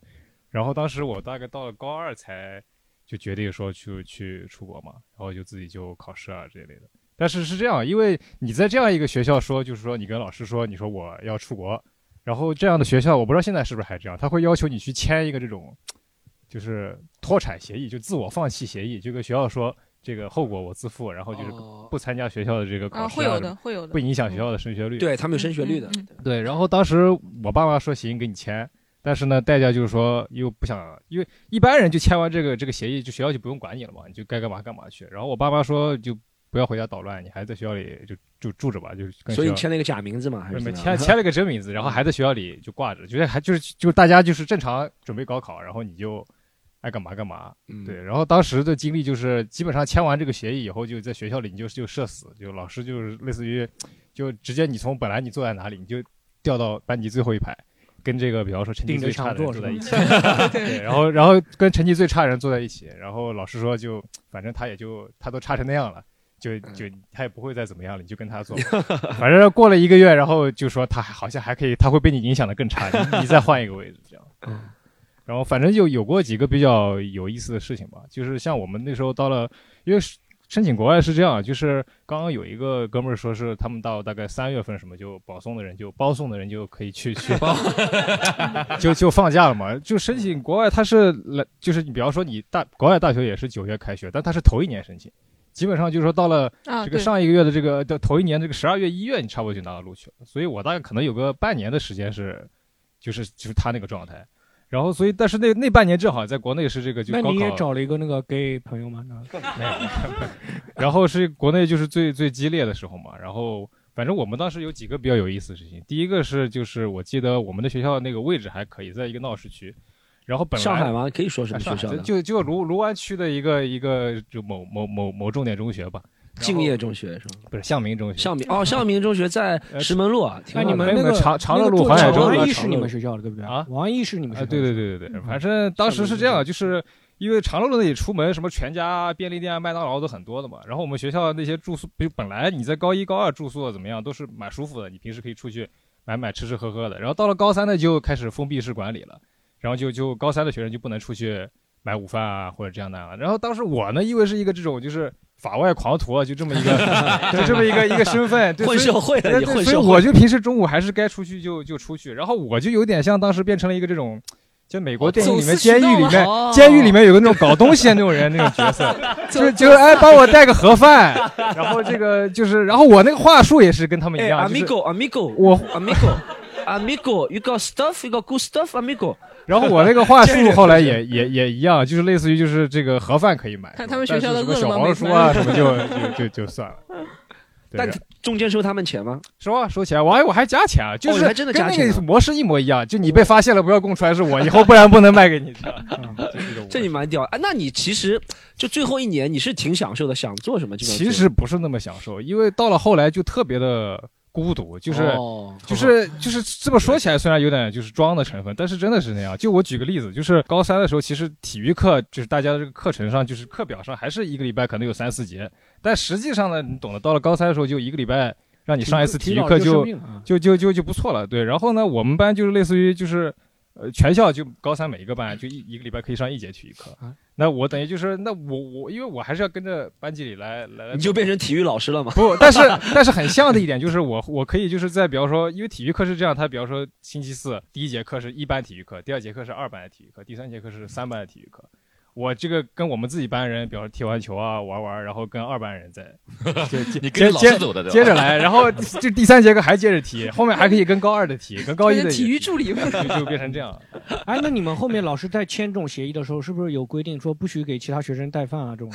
然后当时我大概到了高二才就决定说去去出国嘛，然后就自己就考试啊这一类的。但是是这样，因为你在这样一个学校说，就是说你跟老师说，你说我要出国，然后这样的学校，我不知道现在是不是还这样，他会要求你去签一个这种，就是脱产协议，就自我放弃协议，就跟学校说这个后果我自负，然后就是
哦
不参加学校的这个考
啊
试、
会有的会有的嗯
不影响学校的升学率。
对他们有升学率的，
对，然后当时我爸妈说行，给你签，但是呢，代价就是说又不想，因为一般人就签完这个这个协议，就学校就不用管你了嘛，你就该干嘛干嘛去。然后我爸妈说就不要回家捣乱，你还在学校里就就住着吧，就是跟
所以你
学校
签了一个假名字嘛，啊还是
没
怎
没
么样
签 签了个真名字，然后还在学校里就挂着，就是还就是就是大家就是正常准备高考，然后你就爱干嘛干嘛，
嗯
对。然后当时的经历就是，基本上签完这个协议以后，就在学校里你就就社死，就老师就是类似于，就直接你从本来你坐在哪里，你就调到班级最后一排。跟这个，比方说成绩
顶着
最差的人
墙
坐
坐
在一起
是吧，
对，然后然后跟成绩最差的人坐在一起，然后老师说就反正他也就他都差成那样了，就就
嗯
他也不会再怎么样了，你就跟他做吧， 反正过了一个月，然后就说他好像还可以，他会被你影响的更差， 你你再换一个位置这样。然后反正就有过几个比较有意思的事情吧，就是像我们那时候到了，因为是申请国外是这样，就是刚刚有一个哥们儿说是他们到大概三月份什么就保送的人就包送的人就可以去去包， 就就放假了嘛。就申请国外他是来就是你比方说你大国外大学也是九月开学，但他是头一年申请，基本上就是说到了
啊
这个
对
上一个月的这个的头一年这个十二月一月你差不多就拿到录取了，所以我大概可能有个半年的时间是就是就是他那个状态。然后，所以，但是那那半年正好在国内是这个就
那
高考，
你也找了一个那个 gay 朋友吗？
没有没有没有 然后是国内就是最最激烈的时候嘛。然后反正我们当时有几个比较有意思的事情。第一个是就是我记得我们的学校那个位置还可以，在一个闹市区。然后本来
上海吗可以说什么
啊上海
学校呢
就就卢卢湾区的一个一个就某某某某重点中学吧，
敬业中学是吗？
不是向明中学。
向明哦，向明中学在石门路啊，挺
哎
好的
黄海洲
王安忆是你 们学校的对不对？
啊，
王安忆是你们学校的。嗯
对对对对对，反正当时是这样，就是因为长乐路那里出门，什么全家、啊便利店、麦当劳都很多的嘛。然后我们学校那些住宿，比如本来你在高一、高二住宿怎么样，都是蛮舒服的，你平时可以出去买买吃吃喝喝的。然后到了高三呢，就开始封闭式管理了，然后就就高三的学生就不能出去买午饭啊或者这样那样的。然后当时我呢，因为是一个这种就是。法外狂徒啊，就这么 一个，就这么一个一个身份，对
混
所以
社会的
对
你
对
混
所以
社会
我就平时中午还是该出去就就出去，然后我就有点像当时变成了一个这种，就美
哦
国电影里面监狱里面，监狱里面有个那种搞东西的那种人那种 角色，就就是哎帮我带个盒饭，哎 然后这个就是，然后我那个话术也是 跟他们一
哎
样，就是
，amigo amigo，
我
amigo amigo，you got stuff，you got good stuff，amigo。
然后我那个话
这
术
人
后来也也也一样，就是类似于就是这个盒饭可以买，
看他们学校的
什么
饿
小
了
黄
么
书
没 饭
啊什么就就就就算了。对
但中间收他们钱吗？
收啊，收钱，我还我还加钱啊，就
哦
是
你还真的
跟
加
那
钱
个
啊哦
模式一模一样，就你被发现了不要供出来是我，以后不然不能卖给你。
这你蛮屌啊！那你其实就最后一年你是挺享受的，想做什么就能做
其实不是那么享受，因为到了后来就特别的孤独，就是、
哦
就是就是这么说起来，虽然有点就是装的成分，但是真的是那样。就我举个例子，就是高三的时候，其实体育课就是大家这个课程上，就是课表上还是一个礼拜可能有三四节，但实际上呢，你懂得，到了高三的时候就一个礼拜让你上一次体育课
提早
就
就生病
嗯
了
就就就就不错了。对，然后呢，我们班就是类似于就是。呃，全校就高三每一个班就一一个礼拜可以上一节体育课，
啊
那我等于就是那我我因为我还是要跟着班级里来来来
你就变成体育老师了吗？
不，但是但是很像的一点就是我我可以就是在比方说，因为体育课是这样，他比方说星期四第一节课是一班体育课，第二节课是二班的体育课，第三节课是三班的体育课。我这个跟我们自己班人，比方说踢完球啊玩玩，然后跟二班人在 接接
你跟着老师
接
走的对吧
接着来，然后 就第三节课还接着踢，后面还可以跟高二的 踢，跟高一的也踢
助理
就就变成这样。
哎，那你们后面老师在签这种协议的时候，是不是有规定说不许给其他学生带饭啊？这 种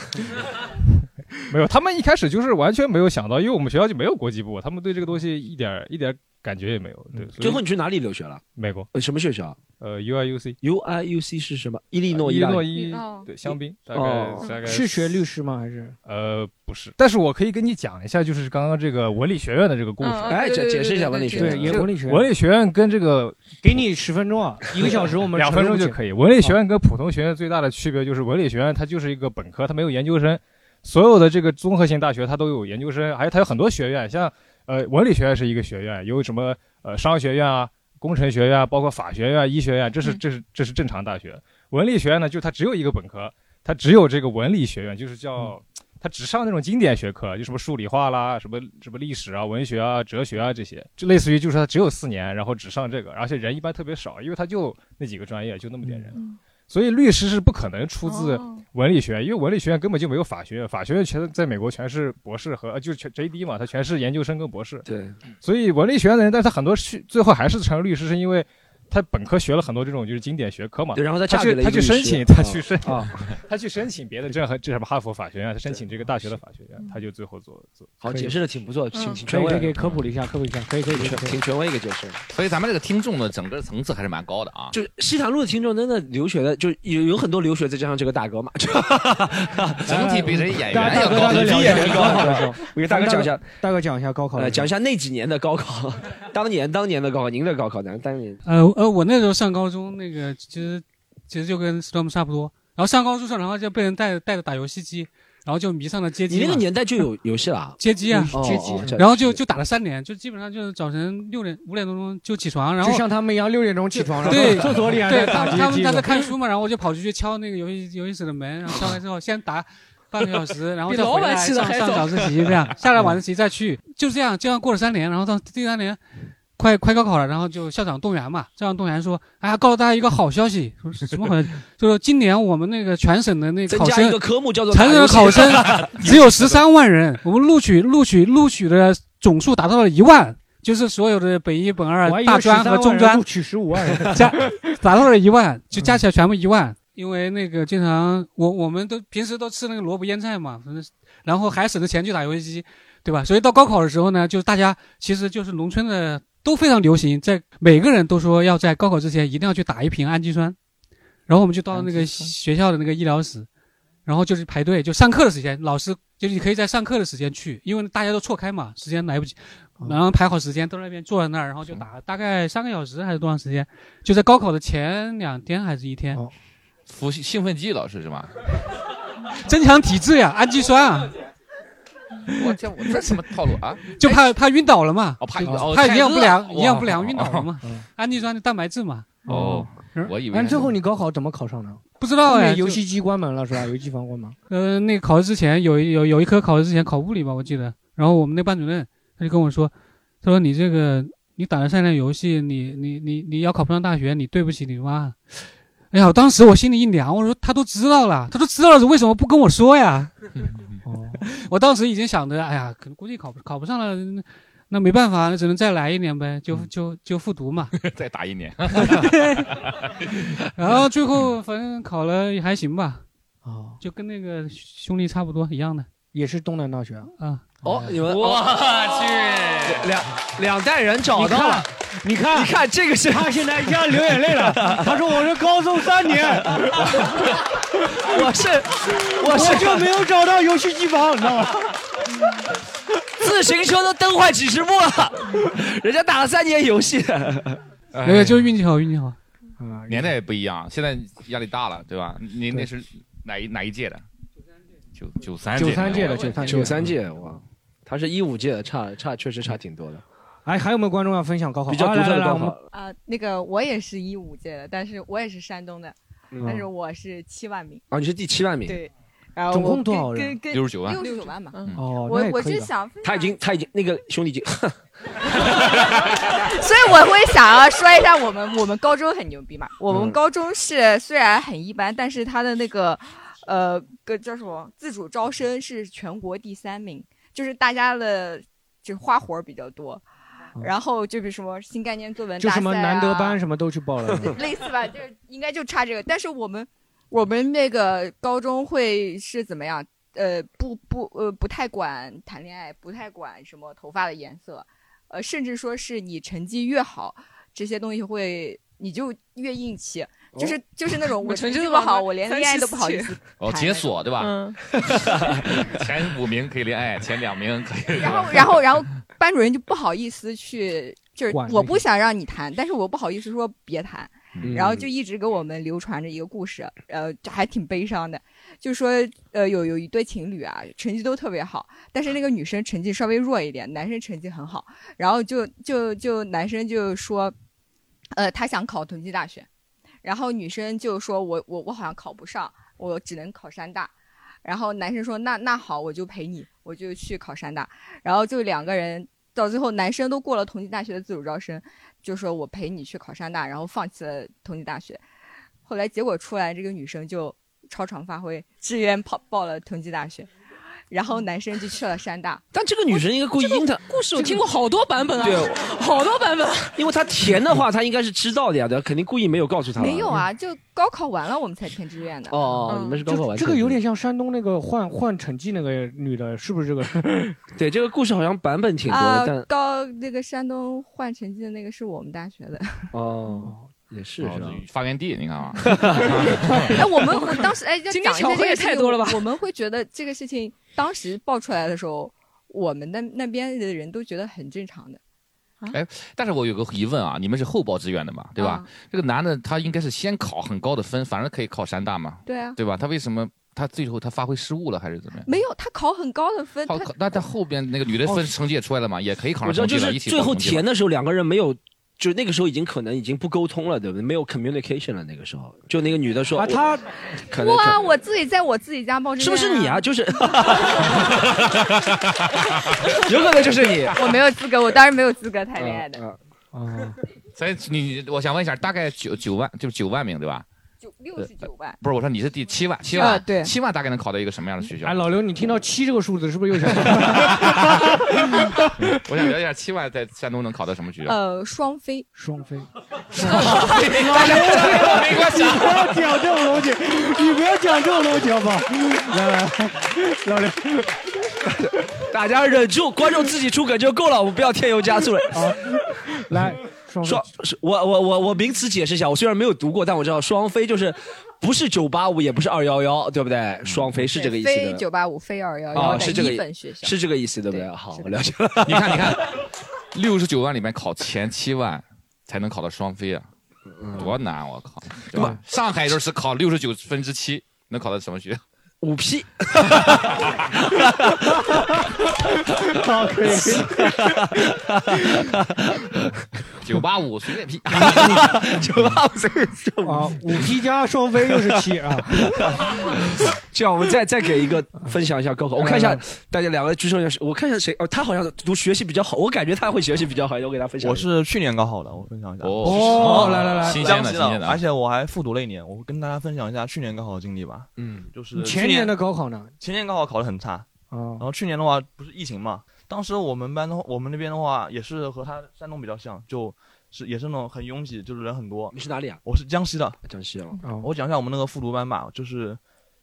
没有，他们一开始就是完全没有想到，因为我们学校就没有国际部，他们对这个东西一点一点感觉也没有。对，所以
嗯最后你去哪里留学了？
美国。
呃，什么学校？
呃，UIUC。
UIUC 是什么？伊利诺
伊利
大
诺
利
伊
哦
对香槟，大概
哦
大概
是学律师吗？还是
呃不是，但是我可以跟你讲一下，就是刚刚这个文理学院的这个故事。
嗯嗯哎对解对解释一下对文理对学院对也文理学院
文理学院跟这个
给你十分 钟啊，一个小时我们
两分
承
钟
认
就
不起
可以。文理学院跟普通学院最大的区别就是，文理学院它就是一个本科，它没有研究生。所有的这个综合性大学它都有研究生，还有它有很多学院，像呃文理学院是一个学院，有什么呃商学院啊、工程学院啊，包括法学院啊、医学院，这是
嗯
这是这是正常大学。文理学院呢，就它只有一个本科，它只有这个文理学院，就是叫。它只上那种经典学科，就什么数理化啦，什么什么历史啊、文学啊、哲学啊这些，就类似于就是它只有四年，然后只上这个，而且人一般特别少，因为它就那几个专业，就那么点人，所以律师是不可能出自文理学院，因为文理学院根本就没有法学院，法学院全在美国全是博士和呃就是全 JD 嘛，它全是研究生跟博士。
对，
所以文理学院的人，但是他很多去最后还是成了律师，是因为他本科学了很多这种就是经典学科嘛。
对然后他嫁
去
给了
他
一个
去
律
申
师
请，他去
啊
申
啊
他去申请别的这和这什么哈佛法学院，他申请这个大学的法学院，他就最后做做。
好，解释的挺不错，挺
嗯
挺
可
权
以可
威的，
以可以科普了一下，科普一下，可以可以可以。可以
挺权威一个解释。
所以咱们这个听众的整个层次还是蛮高的啊。
就是西塘路的听众，真的留学的，就有有很多留学，再加上这个大哥嘛，
整体比人演员大
大哥大哥
比
聊一
演
下
员高。我给大哥讲一下，
大哥讲一下高考的
呃，
事，
讲一下那几年的高考， 当年当年的高考，您的高考，咱当年
呃呃，我那时候上高中，那个其实其实就跟 Storm 差不多。然后上高中上，然后就被人带带着打游戏机，然后就迷上了街机嘛。
你那个年代就有游戏了啊，
街机啊，
哦哦这
然后就就打了三年，就基本上就是早晨六点五点多钟就起床，然后
就像他们一样，六点钟起床，然后
对
厕所里还在
对他
啊打
们
街
他们
机
他在看书嘛，然后我就跑出去敲那个游戏游戏室的门，然后敲开之后先打半个小时，然后再回
比老
来上
板起得还
上
早
早自 习这样，下了晚自习再去，就这样这样过了三年，然后到第三年。快快高考了，然后就校长动员嘛。校长动员说：“哎呀，告诉大家一个好消息，说什么好消息？ 就是今年我们那个全省的那个
增
考
加
生，
一个科目叫做打
全省的考
游戏
生 只有十三万人，我们录取录取录取的总数达到了一万，就是所有的北一本二
我还以为
大专
13
和
万
中
人
专
录取15万人
加达到了一万，就加起来全部一万。因为那个经常我我们都平时都吃那个萝卜腌菜嘛，反正然后还省着钱去打游戏机，对吧？所以到高考的时候呢，就是大家其实就是农村的都非常流行，在每个人都说要在高考之前一定要去打一瓶氨基酸，然后我们就到那个学校的那个医疗室，然后就是排队，就上课的时间，老师就是你可以在上课的时间去，因为大家都错开嘛，时间来不及，
哦
然后排好时间都在那边坐在那儿，然后就打大概三个小时还是多长时间，就在高考的前两天还是一天，
哦服兴奋剂老师是吗？
增强体质呀，氨基酸啊，
我这我这什么套路啊？
就怕怕晕倒了嘛，
哦怕
就
晕倒哦
怕
太
营养不良，
饿了
营养不
哇
良晕倒了嘛， 氨基酸的蛋白质嘛，
哦，我以为
哎，最后你高考怎么考上的？
不知道
后
哎
面
就
游戏机关门了是吧？游 戏房关门。
呃，那个考试之前有一有有一科考试之前考物理吧，我记得。然后我们那班主任他就跟我说，他说你这个你打了三年游戏，你你你你要考不上大学，你对不起你妈。哎呀，我当时我心里一凉，我说他都知道了，他都知道了，为什么不跟我说呀？ 我当时已经想着，哎呀，可能估计考不考不上了，那那没办法，那只能再来一年呗，就就就复读嘛。
嗯 再打一年。
然后最后反正考了也还行吧，哦，就跟那个兄弟差不多一样的，
也是东南大学
啊。
哎
哦，你们
我
去，两两代人找
你
到
看
了，，
你看，
你看这个是
他现在一下流眼泪了。他说我是高中三年，
我是我是
我就没有找到游戏机房，你知道吗？
自的行球都蹬坏几十步 了，人家打了三年游戏了。
哎
没有，就是运气好，运气好。
年代也不一样，现在压力大了，对吧？您那是哪一哪一届的？九九三
九三届的九三
九三届哇，他是一五届的，差差确实差挺多的。
哎，还有没有观众要分享高考？
比较
啊
独特的
来来来
高
我们
考
啊、那个我也是一五届的，但是我也是山东的，
嗯
但是我是七万名。
啊你是第七万名
对，然后
总
我
共多少
跟
人
啊
跟跟
69万
六十万嘛。
哦
我我就想分
他已经他已经那个兄弟已经
所以我会想要说一下我们我们高中很牛逼嘛，我
嗯
们高中是虽然很一般，但是它的那个呃个叫什么自主招生是全国第三名，就是大家的就花活儿比较多。
嗯
然后就比如什么新概念作文
就
大赛、啊、
什么难得班什么都去报了。
类似吧，就是应该就差这个。但是我们我们那个高中会是怎么样？呃，不不呃，不太管谈恋爱，不太管什么头发的颜色，呃，甚至说是你成绩越好，这些东西会你就越硬气。就是、
哦
就是 那种
我
我
成
成
绩
绩
都
不
往
好，
上
我连恋爱都不好意思
37。
哦，解锁对吧？
嗯
前五名可以恋爱，前两名可以。
然后然后然后班主任就不好意思去，就是
管
我
那
不想让你谈，但是我不好意思说别谈，
嗯
然后就一直给我们流传着一个故事，呃，这还挺悲伤的，就说呃有有一对情侣啊，成绩都特别好，但是那个女生成绩稍微弱一点，男生成绩很好，然后就就就男生就说，呃，他想考同济大学，然后女生就说我我我好像考不上，我只能考山大。然后男生说那那好，我就陪你，我就去考山大。然后就两个人到最后，男生都过了同济大学的自主招生，就说我陪你去考山大，然后放弃了同济大学。后来结果出来，这个女生就超常发挥，志愿报报了同济大学，然后男生就去了山大。
但这个女生应该故意阴他。
故事我听过好多版本啊，
对
好多版本。
因为他填的话，他应该是知道的呀，对吧，肯定故意没有告诉他。
没有。
嗯
啊，就高考完了我们才填志 愿的。
哦，你们是高考完
嗯这个有点像山东那个换换成绩那个女的，是不是这 个？
对这个故事好像版本挺多
啊、
呃
的，但
高那个山东换成绩的那个是我们大学 的。
哦，也是是吧？
发源地，你看啊，
哎，我们我当时哎，要
今
讲
天
一
巧
下
合
这
也
个
太多了吧
事情我们会觉得这个事情当时爆出来的时候，我们那那边的人都觉得很正常的。
哎，但是我有个疑问啊，你们是后报志愿的嘛，对吧？
啊
这个男的他应该是先考很高的分，反正可以考山大嘛，
对啊
对吧？他为什么他最后他发挥失误了还是怎么样？
没有，他考很高的分，
好
他，
那他后边那个女的分成绩也出来了嘛，也可以考
哦我
上
知道，就
同济了，
是
一起
最
报
后
同济
填
了
的时候，两个人没有，就那个时候已经可能已经不沟通了，对不对？没有 communication 了。那个时候，就那个女的说，
啊她
可能
哇，
可
我自己在我自己家报志愿、
是不是你？啊？就是，
啊
有可能就是你。
我没有 资格，我当然没有资格谈恋爱的。
啊，
所以你我想问一下，大概九九万就是九万名对吧？
九六十九万，
不是，我说你是第七万，七万，
啊对
七万大概能考到一个什么样的学校？
啊
哎，老刘，你听到七这个数字是不是又想？
我想了解一下七万在山东能考到什么
嗯
学校？
呃，双 飞，
双飞，
大 家没关系
你不要讲这种东西，你不要讲这种东西好不好？来来，老刘，
大家忍住，观众自己出梗就够了，我们不要添油加醋了。
来，双
双，是我我我我名词解释一下，我虽然没有读过，但我知道双飞就是不是九八五，也不是二幺幺，对不对？双飞 是这个意思
非
对
九
吧？
八五，非二幺
啊
幺的
是这个
一
意
本学 校。
是这个意思，对不对？ 好，我了解了。
你看，你看，六十九万里面考前七万才能考到双非啊，
嗯
多难！啊我靠，对吧？上海就是考六十九分之七，能考到什么学？
五 P。
好，可 以。
九八五随便 P，
九八五随便 P。
啊，五 P 加双飞又是七啊。
这样，我们再再给一个分享一下高考。我看一
呃
下大家两个举手一下，我看一下谁哦，他好像读学习比较好，我感觉他会学习比较好，我给他分享一
我
下。
是去年高考的，我分享一下。
哦哦来来来新鲜的
江西
新鲜的
而且我还复读了一年。我跟大家分享一下去年高考的经历吧。
嗯，
就是
你前
去
年的高考呢？
前年高考考得很差，
哦
然后去年的话不是疫情嘛，当时我们班的话我们那边的话也是和他山东比较像，就是也是那种很拥挤，就是人很多。
你是哪里啊？
我是江西的。哦
江西啊。
我讲一下我们那个复读班吧，就是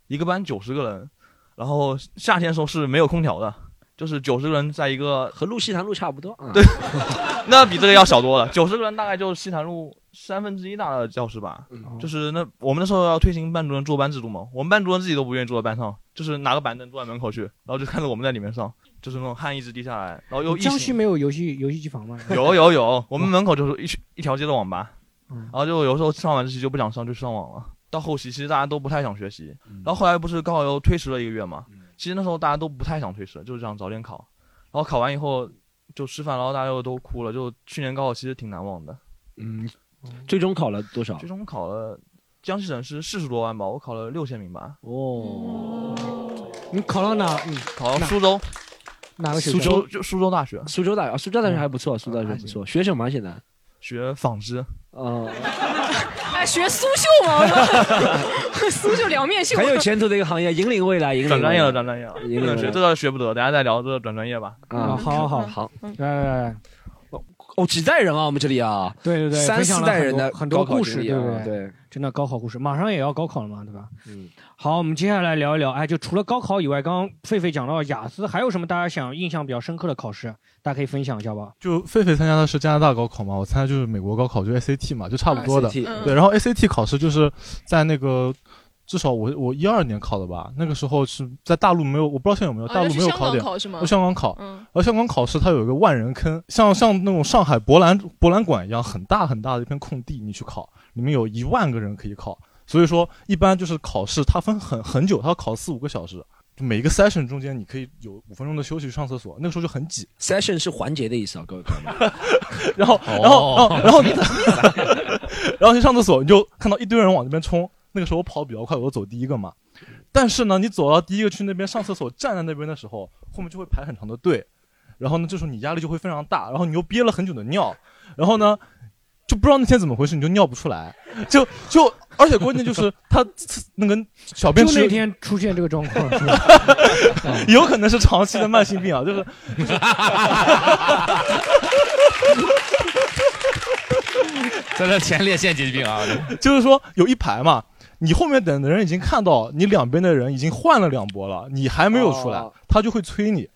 一个班九十个人，然后夏天的时候是没有空调的，就是九十个人在一个
和路西谈路差不多。啊
对， 那比这个要小多了。九十个人大概就是西坛路三分之一大的教室吧。就是那我们那时候要推行班主任坐班制度嘛，我们班主任自己都不愿意坐在班上，就是拿个板凳坐在门口去，然后就看着我们在里面上，就是那种汗一直滴下来，然后又一
江西没有游戏游戏机房吗？
有有有，我们门口就是一区一条街的网吧，然后就有时候上晚自习就不想上，就上网了。到后期其实大家都不太想学习，然后后来不是高考又推迟了一个月嘛，其实那时候大家都不太想推迟，就是想早点考。然后考完以后就吃饭，然后大家又都哭了。就去年高考其实挺难忘的，
嗯，最终考了多少？
最终考了江西省是四十多万吧，我考了六千名吧。
哦，
你考到哪？嗯，
考到苏州。
哪个学
苏
校
州就苏州大学，
苏州大啊，苏州大学还不错，苏州大学不错。学什么啊现在？
学纺织。
哦，
哎，学苏绣嘛，我 说苏绣两面绣，
很有前途的一个行业，引领未来，引领
转专业了，
未来
转专业了，
引
不
领
能
未
学
来
这倒学不得，等下再聊这个转专业吧。
啊，好好好，
来来来，
哦，几代人啊，我们这里啊，
哎对对对，
三
分享
四
了
代人的
很多很多
高考
故
经
事，
历
对
啊
不
对，
真的高考故事，马上也要高考了嘛，对吧？
嗯，
好，我们接下来聊一聊，哎，就除了高考以外，刚刚狒狒讲到雅思，还有什么大家想印象比较深刻的考试，大家可以分享一下吧？
就狒狒参加的是加拿大高考嘛，我参加就是美国高考，就 SAT 嘛，就差不多的。
SAT 嗯
对，然后 SAT 考试就是在那个。至少我我一二年考的吧，那个时候是在大陆没有，我不知道现在有没有，
哦
大陆没有点，哦
那是香港考是吗
我香港考，
嗯
而香港考试它有一个万人坑，像像那种上海博览博览馆一样很大很大的一片空地，你去考，里面有一万个人可以考，所以说一般就是考试它分很很久，它要考四五个小时，就每一个 session 中间你可以有五分钟的休息去上厕所，那个时候就很挤。
session 是环节的意思啊，各位朋友们。 哦
然后，然后，然后，然后你， 然后去上厕所，你就看到一堆人往那边冲。那个时候我跑得比较快，我就走第一个嘛。但是呢，你走到第一个去那边上厕所，站在那边的时候，后面就会排很长的队。然后呢，这时候你压力就会非常大，然后你又憋了很久的尿，然后呢，就不知道那天怎么回事，你就尿不出来，就就，而且关键就是他那个小便
就
池
那天出现这个状况， 是吧
有可能是长期的慢性病啊，就是。
在这前列腺疾病啊，
就是说有一排嘛，你后面等的人已经看到你两边的人已经换了两波了，你还没有出来，他就会催你。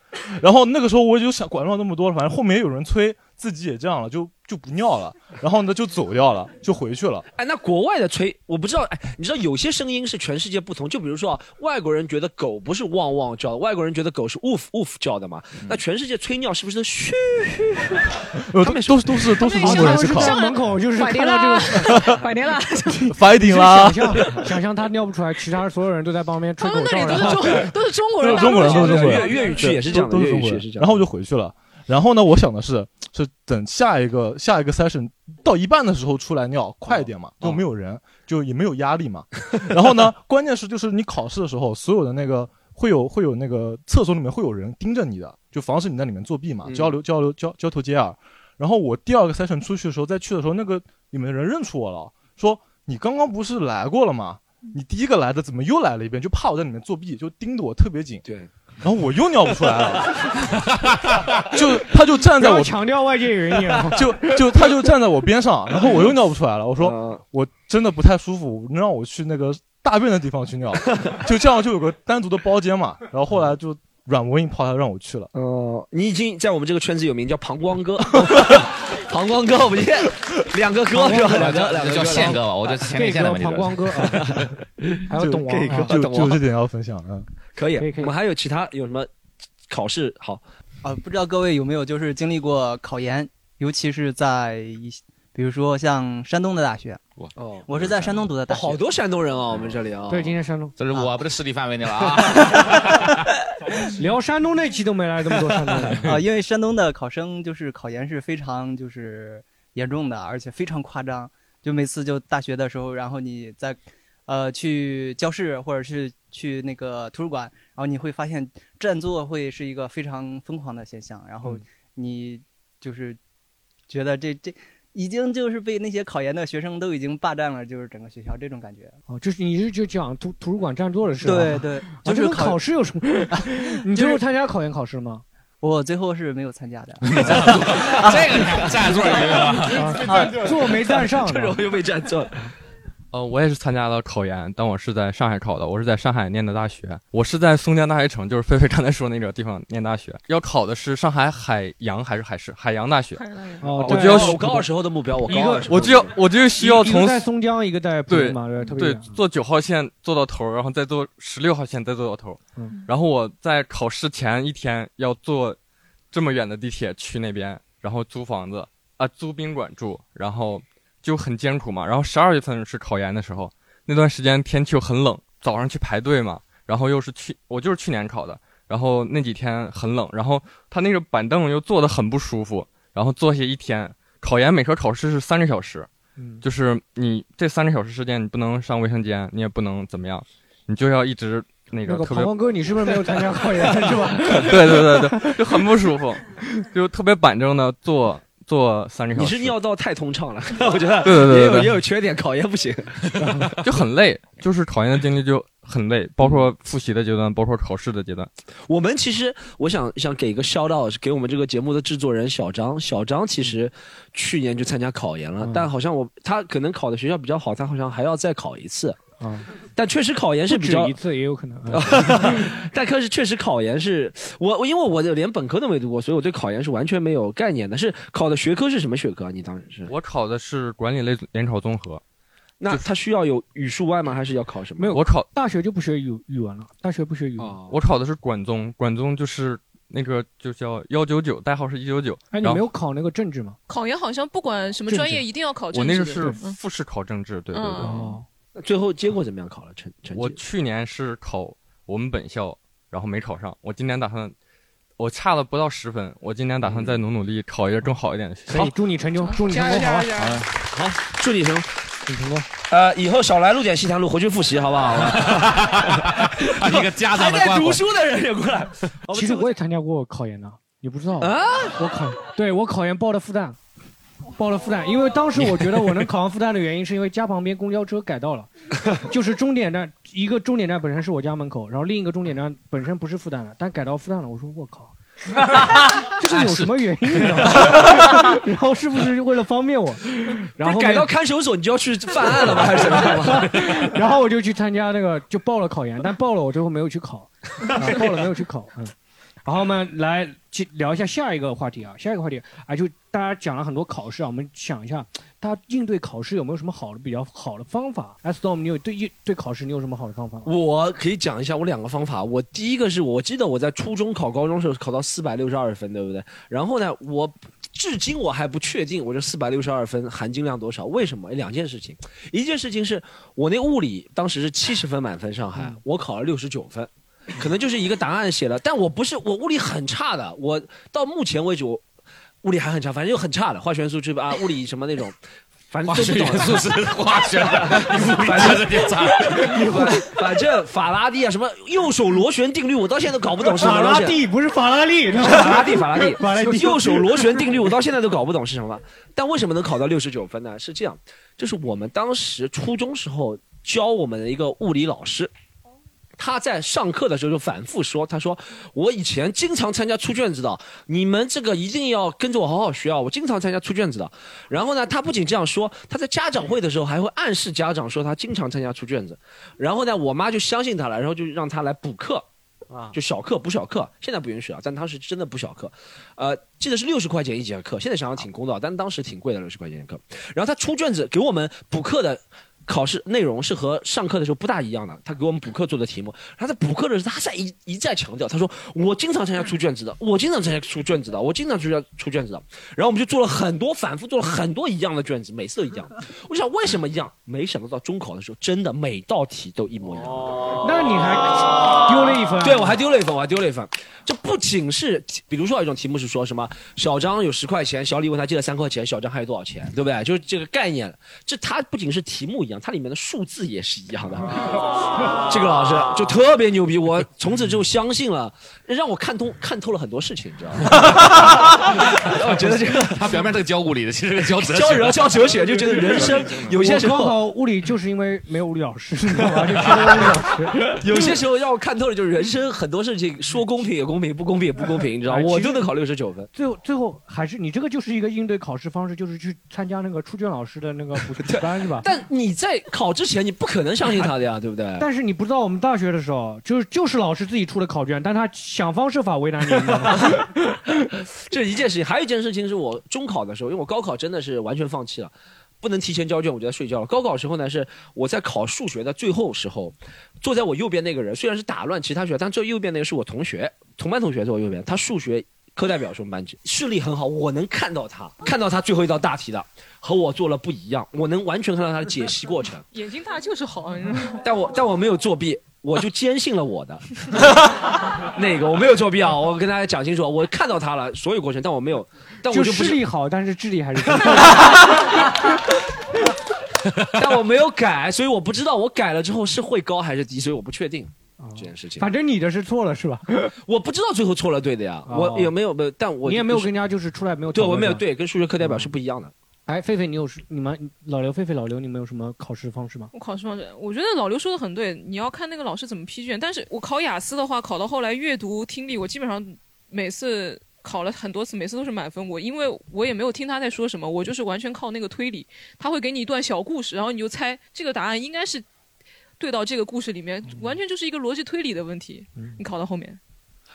然后那个时候我就想管不了那么多了，反正后面也有人催，自己也这样了，就就不尿了，然后呢就走掉了，就回去了。
哎，那国外的吹，我不知道。哎，你知道有些声音是全世界不同，就比如说啊，外国人觉得狗不是汪汪叫的，外国人觉得狗是 woof woof 叫的嘛。
嗯
那全世界吹尿是不是都嘘？
呃，都都是都是都是中国人去考，
上门口就是
快
看
点
到
啦
这个，
快点啦，
白顶啦
想象想象他尿不出来，其他所有人都在旁边吹口哨，然后
都是中
都是中国人，都是中国人，都是中国
粤语区也
人
是这样的
然后我就回去了。然后呢，我想的是，是等下一个下一个 session 到一半的时候出来尿，快一点嘛，
哦
就没有人，就也没有 压力嘛。然后呢，关键是就是你考试的时候，所有的那个会有会有那个厕所里面会有人盯着你的，就防止你在里面作弊嘛，
嗯
交流交流交交头接耳。然后我第二个 session 出去的时候，再去的时候，那个里面的人认出我了，说你刚刚不是来过了吗？
嗯
你第一个来的怎么又来了一遍？就怕我在里面作弊，就盯得我特别紧。
对，
然后我又尿不出来
啊
了，就他就站在
不
我，
要强调外界原因啊
就就他就站在我边上，然后我又尿不出来了。
嗯
我说我真的不太舒服，能让我去那个大便的地方去尿，就这样就有个单独的包间嘛。然后后来就软磨硬泡，他让我去了。
哦，你已经在我们这个圈子有名，叫 膀胱哥。 膀胱哥，我们现在 两个哥是吧？两个两个
叫宪哥吧，我
就
就前列腺的问题。
还有懂王
这个
啊，
就
懂王
就这点要分享啊。
可以，我们还有其他有什么考试好？
啊，不知道各位有没有就是经历过考研，尤其是在一些比如说像山东的大学，
哦，
我是在山东读的大学，
好多山东人啊，我们这里啊。
对，今天山东
这是我不是势力范围内了啊。
聊山东那期都没来这么多山东人
啊，因为山东的考生就是考研是非常就是严重的，而且非常夸张。就每次就大学的时候，然后你在呃去教室或者是去那个图书馆，然后你会发现占座会是一个非常疯狂的现象，然后
嗯
你就是觉得这这已经就是被那些考研的学生都已经霸占了，就是整个学校这种感觉。
哦，就是你是就讲图图书馆占座的事吧，
对对
啊，
就
这
是
跟考试有什 么？你最后参加考研考试吗？
我最后是没有参加 的，
这个占座有一个啊占座没占上
这容易被占座。
呃，我也是参加了考研，但我是在上海考的，我是在上海念的大学，我是在松江大学城，就是菲菲刚才说那个地方念大学。要考的是上海海洋还是海事海洋大学？
哦
我就要
我高二时候的目标，我
一
高
个
二时候
我就要我就需要
一
从
个在松江，一个在浦
对
东嘛，特别
对
远，
坐九号线坐到头，然后再坐十六号线再坐到头。
嗯
然后我在考试前一天要坐这么远的地铁去那边，然后租房子啊，租宾馆住，然后就很艰苦嘛。然后十二月份是考研的时候，那段时间天气又很冷，早上去排队嘛，然后又是去我就是去年考的，然后那几天很冷，然后他那个板凳又坐得很不舒服，然后坐下一天。考研每科考试是三个小时，
嗯
就是你这三个小时时间，你不能上卫生间，你也不能怎么样，你就要一直那个
那个
特别
庞庞哥，你是不是没有参加考研是吧？
对对对对，就很不舒服，就特别板正的坐坐三个小
你
时，
是尿道太通畅了，我觉得
对对对
也
对
有
对
也有缺点，考研不行。
就很累，就是考研的经历就很累，包括复习的阶段，包括考试的阶段。
我们其实我想想给一个 shout out，给我们这个节目的制作人小张。小张其实去年就参加考研了，
嗯
但好像我他可能考的学校比较好，他好像还要再考一次。
啊，
但确实考研是
不
比
止
较
一次也有可能。 嗯
但可是确实考研是我，我因为我连本科都没读过，所以我对考研是完全没有概念的。是考的学科是什么学科啊？你当时是？
我考的是管理类联考综合，
那他需要有语数外吗？还是要考什么？
没有我考
大学就不学语语文了，大学不学语文。
哦
我考的是管综，管综就是那个就叫幺九九，代号是一九九。
哎，你
然后
没有考那个政治吗？
考研好像不管什么专业一定要考
我
政
那
治
个
的。
是
嗯
复试考政治，对对对。
哦
那最后结果怎么样？考了成成绩？
我去年是考我们本校，然后没考上。我今年打算，我差了不到十分，我今年打
嗯
算再努努力，考一个更好一点的学校。
好祝你成功祝你成功加油好吧加油加油
好，祝你成功，
你成功。
呃，以后少来录点西塘路，回去复习好 不好？
啊
一个
家
长的还在关怀读书的人也过来。
其实我也参加过考研的，你不知道
啊？
我考，对我考研报的复旦，报了复旦，因为当时我觉得我能考上复旦的原因，是因为家旁边公交车改道了， 就是终点站一个终点站本身是我家门口，然后另一个终点站本身不是复旦的，但改到复旦了。我说我 靠，这是有什么原因？然后是不是为了方便我？然后
不是改到看守所，你就要去犯案了吗？还是什么样吗？
然后我就去参加那个，就报了考研，但报了我最后没有去考，啊、报了没有去考。嗯，然后我们来去聊一下下一个话题啊，下一个话题啊，就大家讲了很多考试啊，我们想一下，大家应对考试有没有什么好的比较好的方法？哎，Storm，你有对应对考试你有什么好的方法吗？
我可以讲一下我两个方法。我第一个是我记得我在初中考高中的时候考到四百六十二分，对不对？然后呢，我至今我还不确定我这四百六十二分含金量多少。为什么？两件事情，一件事情是我那物理当时是七十分满分，上
嗯
海、我考了六十九分。可能就是一个答案写了，但我不是我物理很差的，我到目前为止我物理还很差，反正就很差的，化学元素之啊，物理什么那种，反正都 不懂。
化学元素是化学的你物理
反正
真的挺差
反正法拉第啊，什么右手螺旋定律，我到现在都搞不懂是什么
法
东
拉
西。
第不是法拉利，
法拉第，法拉第，
法拉第，
右手螺旋定律，我到现在都搞不懂是什么。但为什么能考到六十九分呢？是这样，就是我们当时初中时候教我们的一个物理老师，他在上课的时候就反复说，他说我以前经常参加出卷子的，你们这个一定要跟着我好好学啊！我经常参加出卷子的。然后呢，他不仅这样说，他在家长会的时候还会暗示家长说他经常参加出卷子。然后呢，我妈就相信他了，然后就让他来补课。
啊
就小课补小课，现在不允许啊，但当时真的补小课，呃，记得是六十块钱一节课，现在想想挺公道，但当时挺贵的六十块钱一节课。然后他出卷子给我们补课的考试内容是和上课的时候不大一样的，他给我们补课做的题目，他在补课的时候他在一一再强调，他说我经常参加出卷子的，我经常参加出卷子的，我经常出卷出卷子的。然后我们就做了很多反复做了很多一样的卷子，每次都一样。我想为什么一样？没想到到中考的时候，真的每道题都一模一样。
那你还丢了一分啊、
哦对，我还丢了一分，我还丢了一分。这不仅是，比如说有一种题目是说什么小张有十块钱，小李问他借了三块钱，小张还有多少钱，对不对？就是这个概念。这它不仅是题目一样，它里面的数字也是一 样的。这个老师就特别牛逼，我从此就相信了，让我看通看透了很多事情，你 知道吗？哦我觉得这 个
他表面这个教物理的，其实是教哲学。
教人教哲学，就觉得人生有些时
我高
候。
考物理就是因为没有物理老师， 你知道吗？就缺了物理老师。
有些时候让我看透了，就是人生很多事情说公平也公平，不公平也不公平，你知道吗？
哎
我
其实
就能考六十九分。
最后最后还是你这个就是一个应对考试方式，就是去参加那个出卷老师的那个补习班是吧？
但你在在考之前你不可能相信他的呀，对不对？
但是你不知道，我们大学的时候，就是就是老师自己出的考卷，但他想方设法为难你，你知道吗？
这是一件事情，还有一件事情是我中考的时候，因为我高考真的是完全放弃了，不能提前交卷，我就在睡觉了。高考时候呢，是我在考数学的最后时候，坐在我右边那个人虽然是打乱其他学生，但最右边那个是我同学，同班同学坐我右边，他数学课代表是我们班级，视力很好，我能看到他，看到他最后一道大题的和我做了不一样，我能完全看到他的解析过程，
眼睛大就是好，啊你知道吗？
但我但我没有作弊。我就坚信了我的，那个我没有作弊啊！我跟大家讲清楚，我看到他了所有过程，但我没有，但我
就
就不
视
是
力好，但是智力还 是
但我没有改，所以我不知道我改了之后是会高还是低，所以我不确定这件事情。
哦反正你的是错了是吧？
我不知道最后错了对的呀，
哦
我也没有没有，但我
你也没有
就是
跟人家就是出来没有
对
讨
我
论
没有
是吧
对跟数学课代表是不一样的。
哎，狒狒，你有什你们老刘、狒狒、老刘，你们有什么考试方式吗？
我考试方式，我觉得老刘说的很对，你要看那个老师怎么批卷。但是我考雅思的话，考到后来阅读、听力，我基本上每次考了很多次，每次都是满分过，因为我也没有听他在说什么，我就是完全靠那个推理。他会给你一段小故事，然后你就猜这个答案应该是对到这个故事里
嗯
面，完全就是一个逻辑推理的问题。你考到后面，
嗯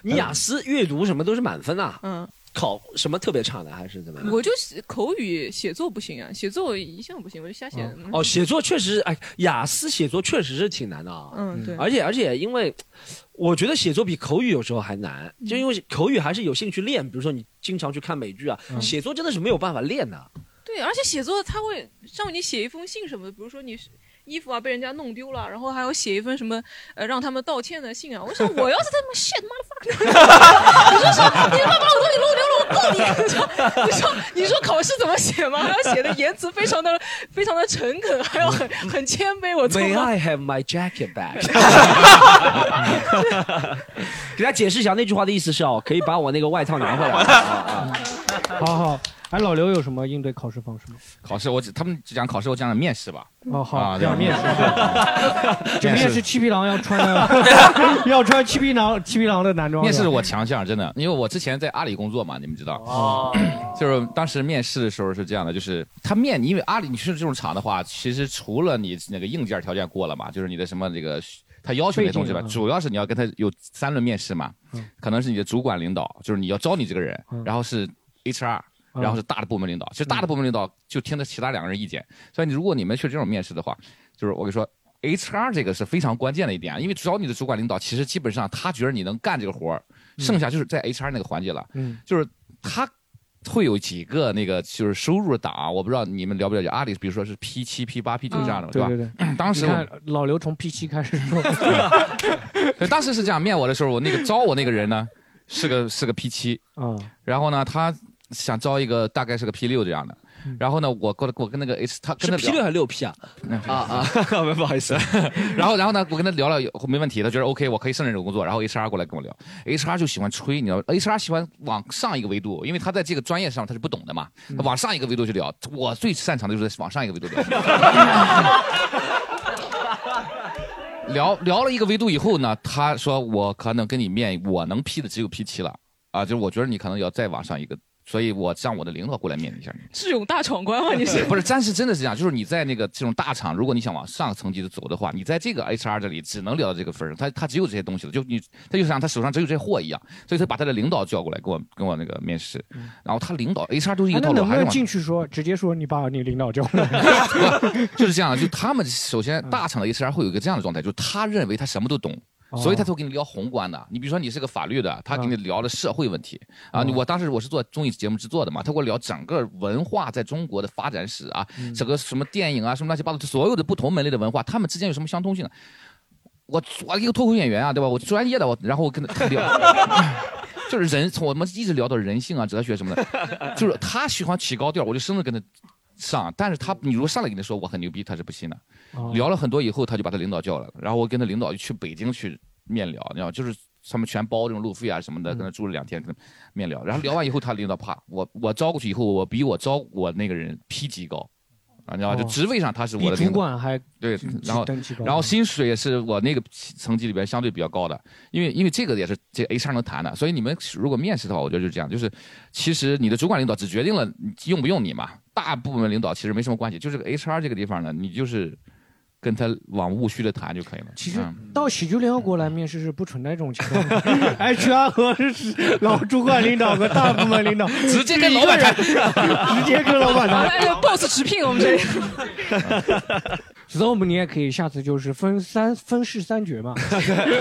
你雅思阅读什么都是满分啊，
嗯，
考什么特别差的还是怎 么样？
我就写口语写作不行啊，写作一向不行，我就瞎写。嗯
哦，写作确实，哎，雅思写作确实是挺难的啊。
嗯对
而且而且，因为我觉得写作比口语有时候还难，
嗯
就因为口语还是有兴趣练，比如说你经常去看美剧啊，
嗯
写作真的是没有办法练 的。
对，而且写作他会让你写一封信什么的，比如说你是衣服啊被人家弄丢了，然后还要写一份什么呃让他们道歉的信啊。我想我要是他 妈 shit 妈的 fuck，你说说你他妈把我东西弄丢了，我告你！你说你说你说考试怎么写吗？还要写的言辞非常的非常的诚恳，还要很很谦卑。我做
May
啊
梦
I have my jacket back？给大家解释一下那句话的意思是哦，可以把我那个外套拿回来。啊
好好，哎，老刘有什么应对考试方式吗？
考试我只他们只讲考试，我讲讲面试吧。
哦好
啊
讲面
试
就面试七匹狼要穿的，要穿七匹狼七匹狼的男装。
面试是
是吧
我强项，真的，因为我之前在阿里工作嘛，你们知道，
哦
就是当时面试的时候是这样的，就是他面你，因为阿里你去这种厂的话，其实除了你那个硬件条件过了嘛，就是你的什么这个他要求你的东西吧
背，景啊
主要是你要跟他有三轮面试嘛，
嗯
可能是你的主管领导，就是你要招你这个人，然后是 HR。
嗯
然后是大的部门领导，其实
嗯
大的部门领导就听着其他两个人意见，所以你如果你们去这种面试的话，就是我跟你说，HR 这个是非常关键的一点啊，因为招你的主管领导其实基本上他觉得你能干这个活儿，剩下就是在 HR 那个环节了，
嗯
就是他会有几个那个就是收入档啊，我不知道你们了不了解阿里，比如说是 P 七、P 八、P 九这样的
嗯
嘛，
对
吧？，
对对
当时
你
我
看老刘从 P 七开始说，
对， 当时是这样面我的时候，我那个招我那个人呢，是个是个 P 七
啊，
然后呢，他想招一个大概是个 P 六这样的，然后呢，我跟我跟那个 H 他跟
是
他
P 六还是六 P 啊？ 啊 啊！ 不好意思。，
然后然后呢，我跟他聊聊没问题，他觉得 OK，我可以胜任这个工作。然后 HR 过来跟我聊，HR 就喜欢吹，你知道吗，HR 喜欢往上一个维度，因为他在这个专业上他是不懂的嘛，他往上一个维度去聊。我最擅长的就是往上一个维度聊。聊聊了一个维度以后呢，他说我可能跟你面，我能 P 的只有 P 七了啊，就是我觉得你可能要再往上一个，所以我让我的领导过来面一下你。
智勇大闯关嘛，你是
不是？但是真的是这样，就是你在那个这种大厂，如果你想往上层级的走的话，你在这个 HR 这里只能聊到这个份儿上，他他只有这些东西了，就你他就像他手上只有这些货一样，所以他把他的领导叫过来跟我跟我那个面试，然后他领导 HR 都是一
哎
个
那
套路，
能不
还是
能
往
进去说直接说你把 你领导叫过来？
就是这样，就他们首先大厂的 HR 会有一个这样的状态，就是他认为他什么都懂。
哦
所以他才会跟你聊宏观的。你比如说你是个法律的，他跟你聊的社会问题啊。你我当时我是做综艺节目制作的嘛，他给我聊整个文化在中国的发展史啊，整个什么电影啊，什么乱七八糟，所有的不同门类的文化，他们之间有什么相通性？我我一个脱口秀演员啊，对吧？我专业的，我然后我跟他聊， 就是人从我们一直聊到人性啊、哲学什 么的，就是他喜欢起高调，我就生的跟他上。但是他你如果上来跟他说我很牛逼，他是不信的。
哦
聊了很多以后，他就把他领导叫来了，然后我跟他领导就去北京去面聊，你知道，就是他们全包这种路费啊什么
嗯
的，跟他住了两天，跟他面聊。然后聊完以后，他领导啪，我我招过去以后，我比我招我那个人 P 级高，啊，你知道吧，就
哦
职位上他是
比
我的
主
领导。
管还
对
只，
然后
只登记高
然后薪水也是我那个层级里边相对比较高的，因为因为这个也是这个 HR 能谈的，所以你们如果面试的话，我觉得就是这样，就是其实你的主管领导只决定了你用不用你嘛，大部分领导其实没什么关系，就是这个 HR 这个地方呢，你就是跟他往务虚的谈就可以了。
其实
嗯
到喜剧联合国来面试是不存在这种情况的，HR 和 是老主管领导和大部门领导
直接跟老板谈
直接跟老板 谈。
哎呦，boss 直聘我们这里。
所以我们你也可以下次就是分三分饰三角 嘛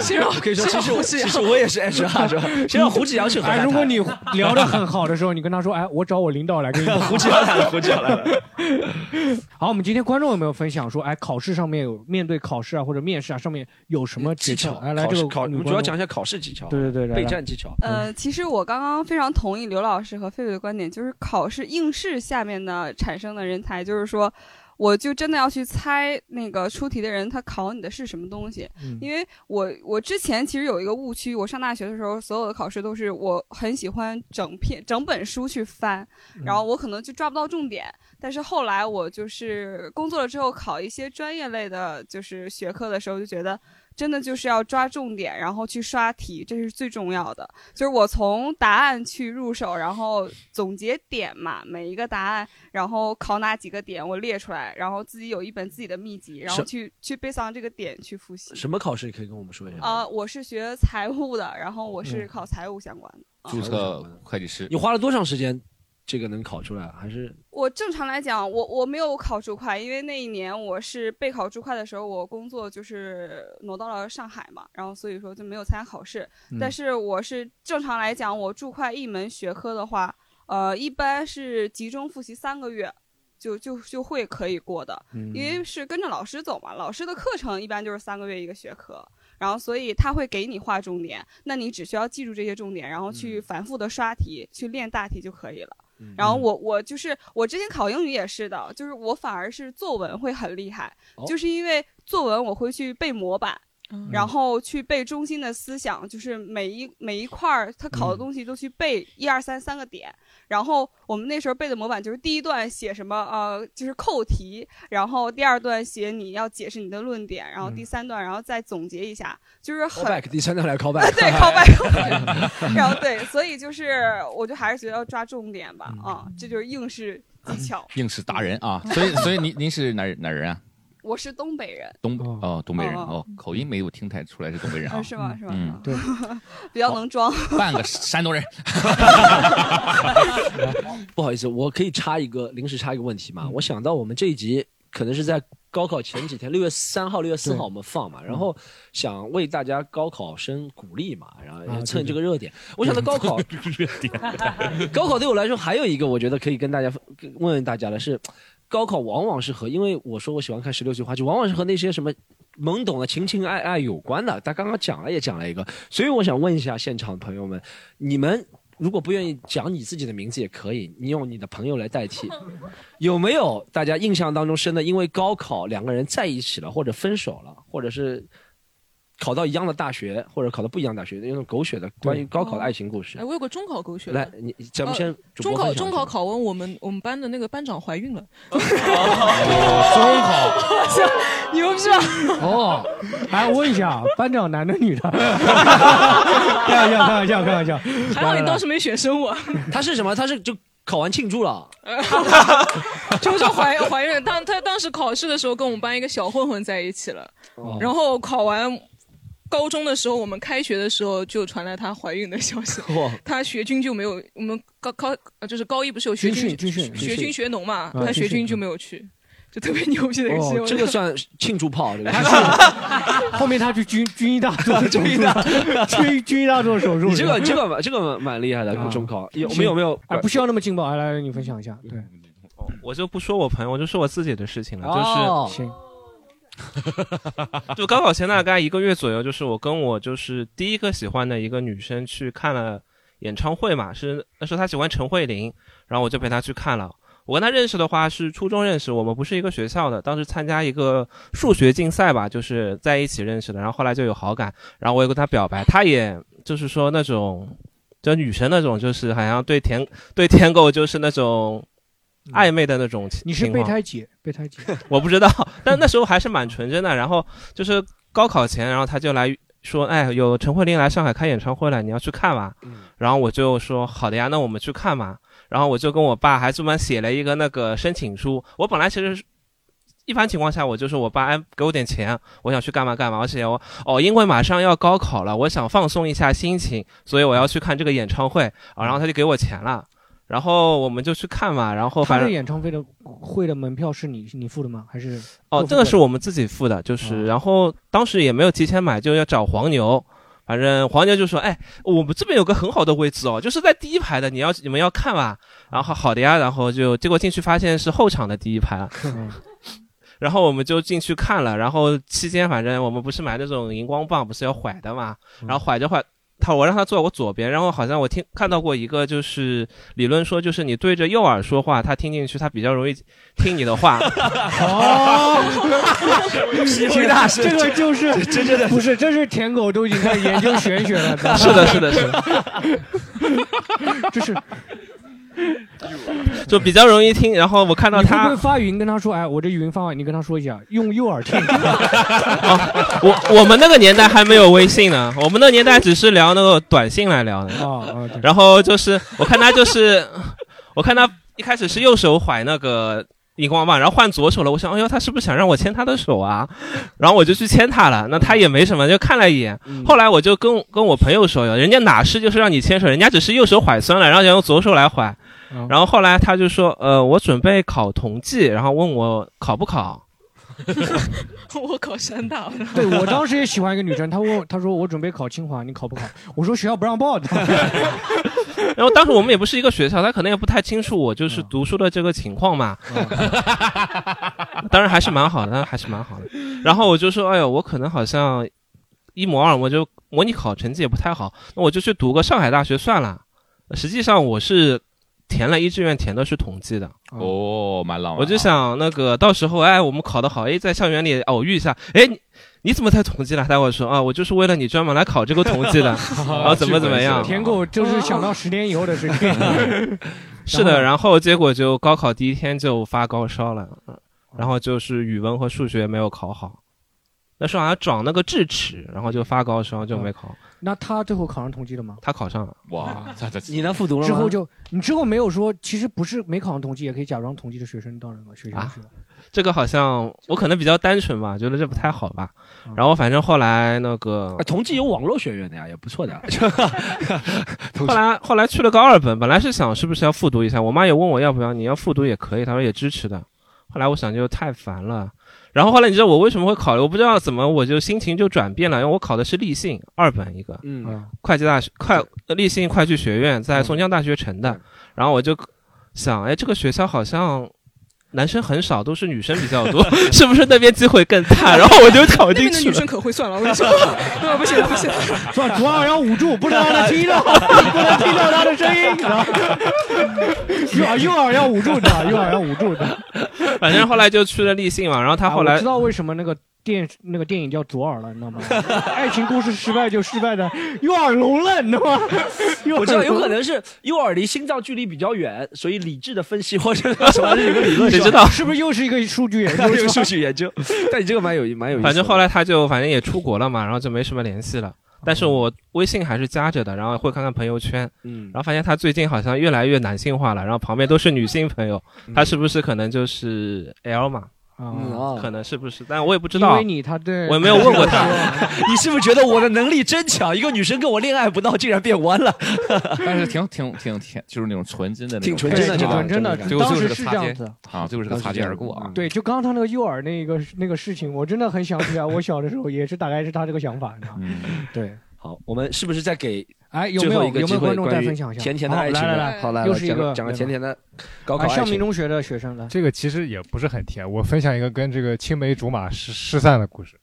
先让可以说先让胡志阳其实我也是 HR 是吧先让胡志阳去和他
哎，
谈
如果你聊得很好的时候，你跟他说，哎，我找我领导来跟你
胡志阳来了胡志阳来
了。 好，我们今天观众有没有分享说，哎，考试上面有面对考试啊或者面试啊上面有什么技
技巧，
哎，来
考
这
试
个
考，我
女
们
观
主
众
要讲一下考试技巧，
对对对来
备
来
战技巧。
嗯
呃，其实我刚刚非常同意刘老师和狒狒的观点，就是考试应试下面呢产生的人才，就是说，我就真的要去猜那个出题的人他考你的是什么东西，
嗯
因为我我之前其实有一个误区，我上大学的时候所有的考试都是我很喜欢整篇整本书去翻，然
嗯
后我可能就抓不到重点，但是后来我就是工作了之后考一些专业类的就是学科的时候，就觉得真的就是要抓重点，然后去刷题，这是最重要的。就是我从答案去入手，然后总结点嘛，每一个答案，然后考哪几个点，我列出来，然后自己有一本自己的秘籍，然后
是
去去背上这个点去复习。
什么考试可以跟我们说一下吗？
啊、我是学财务的，然后我是
嗯
考财务相关的。啊
注册会计师，
你花了多长时间？这个能考出来还是
我正常来讲，我我没有考注会，因为那一年我是备考注会的时候，我工作就是挪到了上海嘛，然后所以说就没有参加考试。
嗯
但是我是正常来讲，我注会一门学科的话，呃，一般是集中复习三个月。就就就会可以过的，
嗯
因为是跟着老师走嘛，老师的课程一般就是三个月一个学科，然后所以他会给你划重点，那你只需要记住这些重点，然后去
嗯
反复的刷题，去练大题就可以了。然后我我就是我之前考英语也是的，就是我反而是作文会很厉害，
哦
就是因为作文我会去背模板。然后去背中心的思想，就是每一每一块儿他
嗯
考的东西都去背一二三三个点。然后我们那时候背的模板就是第一段写什么呃就是扣题，然后第二段写你要解释你的论点，然后第三段然后再总结一下，就是很
callback 嗯第三段 来 callback？
对 callback，然后 对，所以就是我就还是觉得要抓重点吧，
嗯
啊，这就是应试技巧。
应试达人 啊。所以，所以您您是哪哪人啊？
我是东北人，
东哦，东北人
哦
哦，口音没有听太出来是东北人啊？
呃是吗？是吗？
嗯，
对，
比较能装。
半个山东人。
不好意思，我可以插一个临时插一个问题
嗯
嘛？我想到我们这一集可能是在高考前几天，六月三号、六月四号我们放
嗯
嘛，然后想为大家高考生鼓励嘛，然
啊
后
对
蹭这个热点。我想到高考热点，高考对我来说还有一个我觉得可以跟大家分问问大家的是，高考往往是和因为我说我喜欢看《十六句话》，就往往是和那些什么。懵懂的情情爱爱有关的，他刚刚讲了也讲了一个，所以我想问一下现场朋友们，你们如果不愿意讲你自己的名字也可以，你用你的朋友来代替。有没有大家印象当中深的，因为高考两个人在一起了，或者分手了，或者是考到一样的大学，或者考到不一样的大学，那种狗血的关于高考的爱情故事
嗯哎，？我有个中考狗血的。
来，你咱们
呃
先主
中
播
考
分享
中
一下
考考完，我们我们班的那个班长怀孕了。
中考
哎
牛逼吧？
哦，哎，我问一下，班长男的 女的？开 玩笑，开玩笑，开玩笑。
还好你当时
时
没选生我，
啊他是什么？他是就考完庆祝了。
就是怀怀孕。当他当时考试的时候，跟我们班一个小混混在一起了。
哦
然后考完高中的时候，我们开学的时候就传来她怀孕的消息
哇。
她学军就没有，我们高高呃就是高一不是有学
军训军
军
训
学军学农嘛？
嗯
她学军就没有去，就特别牛逼的一个新
哦
闻。，
这个算庆祝炮，这个
后面他去军军医大做 手术
军医大
军军医大做手术。
你这个
是吧
这个蛮这个蛮蛮厉害
啊
的，中考有我们有没有？
哎，不需要那么劲爆，哎，来，来你分享一
嗯
下。对，
我就不说我朋友，我就说我自己的事情了，就是、
哦行
就高考前大概一个月左右，就是我跟我就是第一个喜欢的一个女生去看了演唱会嘛，是那时候她喜欢陈慧琳，然后我就陪她去看了。我跟她认识的话是初中认识，我们不是一个学校的，当时参加一个数学竞赛吧，就是在一起认识的，然后后来就有好感，然后我也跟她表白，她也就是说那种，就女生那种，就是好像对舔对舔狗就是那种暧昧的那种情
嗯你是
情
备
况
胎姐，备胎姐。
我不知道，但那时候还是蛮纯真的。然后就是高考前，然后他就来说：“哎，有陈慧琳来上海开演唱会了，你要去看吗？”然后我就说：“好的呀，那我们去看嘛。”然后我就跟我爸还专门写了一个那个申请书。我本来其实一般情况下，我就是我爸，哎，给我点钱，我想去干嘛干嘛。而且我哦，因为马上要高考了，我想放松一下心情，所以我要去看这个演唱会啊。然后他就给我钱了，然后我们就去看嘛。然后
他
反
的
正
演唱会的会的门票是你你付的吗？还是
哦，这个是我们自己付的，就是然后当时也没有提前买，就要找黄牛。反正黄牛就说：“哎，我们这边有个很好的位置哦，就是在第一排的，你要你们要看吧。”然后好的呀，然后就结果进去发现是后场的第一排，然后我们就进去看了。然后期间反正我们不是买那种荧光棒，不是要拐的嘛，然后拐着拐。他我让他坐我左边，然后好像我听看到过一个就是理论说，就是你对着右耳说话，他听进去，他比较容易听你的话。
哦
屁大神
这个就是真正的不是，这是舔狗都已经开始研究玄学了。
是的是的是 的，
这是
就比较容易听。然后我看到
你会不
他
会，发语音跟他说，哎，我这语音发完，你跟他说一下，用右耳 听。
我我们那个年代还没有微信呢，我们那个年代只是聊那个短信来聊的。
哦哦，
然后就是我看他就是， 我看他一开始是右手怀那个荧光棒，然后换左手了。我想，哎呦，他是不是想让我牵他的手啊？然后我就去牵他了。那他也没什么，就看了一眼。后来我就跟我跟我朋友说，人家哪是就是让你牵手，人家只是右手怀酸了，然后想用左手来怀。然后后来他就说，呃，我准备考同济，然后问我考不考。
我考山大了。
对我当时也喜欢一个女生，她问我，她说我准备考清华，你考不考？我说学校不 让报的。
然后当时我们也不是一个学校，他可能也不太清楚我
嗯
就是读书的这个情况嘛。 当然还是蛮好的，当然还是蛮好的。然后我就说，哎呦，我可能好像一模二，我就模拟考成绩也不太好，那我就去读个上海大学算了。实际上我是填了一志愿，填的是同济的。
哦，蛮浪漫啊。
我就想那个到时候，哎，我们考得好，哎，在校园里偶遇一下，哎，你你怎么才同济了？他跟我说啊，我就是为了你专门来考这个同济 的，然后怎么怎么样。
舔狗就是想到十年以后的事情。
是的，然后结果就高考第一天就发高烧了，嗯然后就是语文和数学没有考好，那时候好像长那个智齿，然后就发高烧就没考，
那他最后考上统计了吗？
他考上了。
哇，
你呢复读了吗
之后就你之后没有说，其实不是没考上统计，也可以假装统计的学生到那个学校
啊
去。
这个好像我可能比较单纯吧，觉得这不太好吧。然后反正后来那个
哎同济有网络学院的呀，也 不错的。
后来后来去了个二本，本来是想是不是要复读一下，我妈也问我要不要，你要复读也可以，她说也支持的。后来我想就太烦了，然后后来你知道我为什么会考，我不知道怎么我就心情就转变了，因为我考的是立信二本一个，
嗯，
会计大学会立信会计学院在松江大学城
嗯
的，然后我就想，哎，这个学校好像。男生很少，都是女生比较 多，是不是那边机会更 大？然后我就考
那
进
边的
去
女
了
生。可会算了，我跟你说， 那不行不行，
算主要要捂住，不能让他听 到，不能听到他的声音，你知道吗？右 耳右耳要捂住的，右耳要捂住的。
反正后来就去了立信嘛，然后他后
啊我
来
知道为什么那个电那个电影叫左耳了，你知道吗？ 爱情故事失败就失败的右耳聋了，你知道吗？ 右耳聋
我知道有可能是右耳离心脏距离比较远，所以理智的分析或者什么有个理论说，
谁知道
是不是又是一个数据研 究？
又是数据研究？但你这个蛮有蛮有意思的。
反正后来他就反正也出国了嘛，然后就没什么联系了。
哦
但是我微信还是加着的，然后会看看朋友圈，
嗯，
然后发现他最近好像越来越男性化了，然后旁边都是女性朋友，他是不是可能就是 L 嘛？
嗯
可能是不是？但我也不知道，
因为你他对
我也没有问过 他。
你是不是觉得我的能力真强？一个女生跟我恋爱不到，竟然变弯 了。
但是挺挺挺挺，就是那种纯真的那
挺
种
纯
感觉
真的
真的
这种
啊最后
当
最后
时
个
是
擦
这样
肩
子
啊，最后是个擦肩而过啊。
嗯对，就刚刚他那个右耳那个那个事情，我真的很想起来，我小的时候也是大概是他这个想法，你知道吗？
嗯
对，
好，我们是不是再给
哎有
最
没有
后一个
有没有
机会
观众
关
再
于
分享一下
甜甜的
好
爱情
来
的
来来
好来，
又是一
讲
个
讲个
对吧
甜甜的高考
啊，
爱
向
情
明中学的学生来，
嗯这个其实也不是很甜，我分享一个跟这个青梅竹马失失散的故事，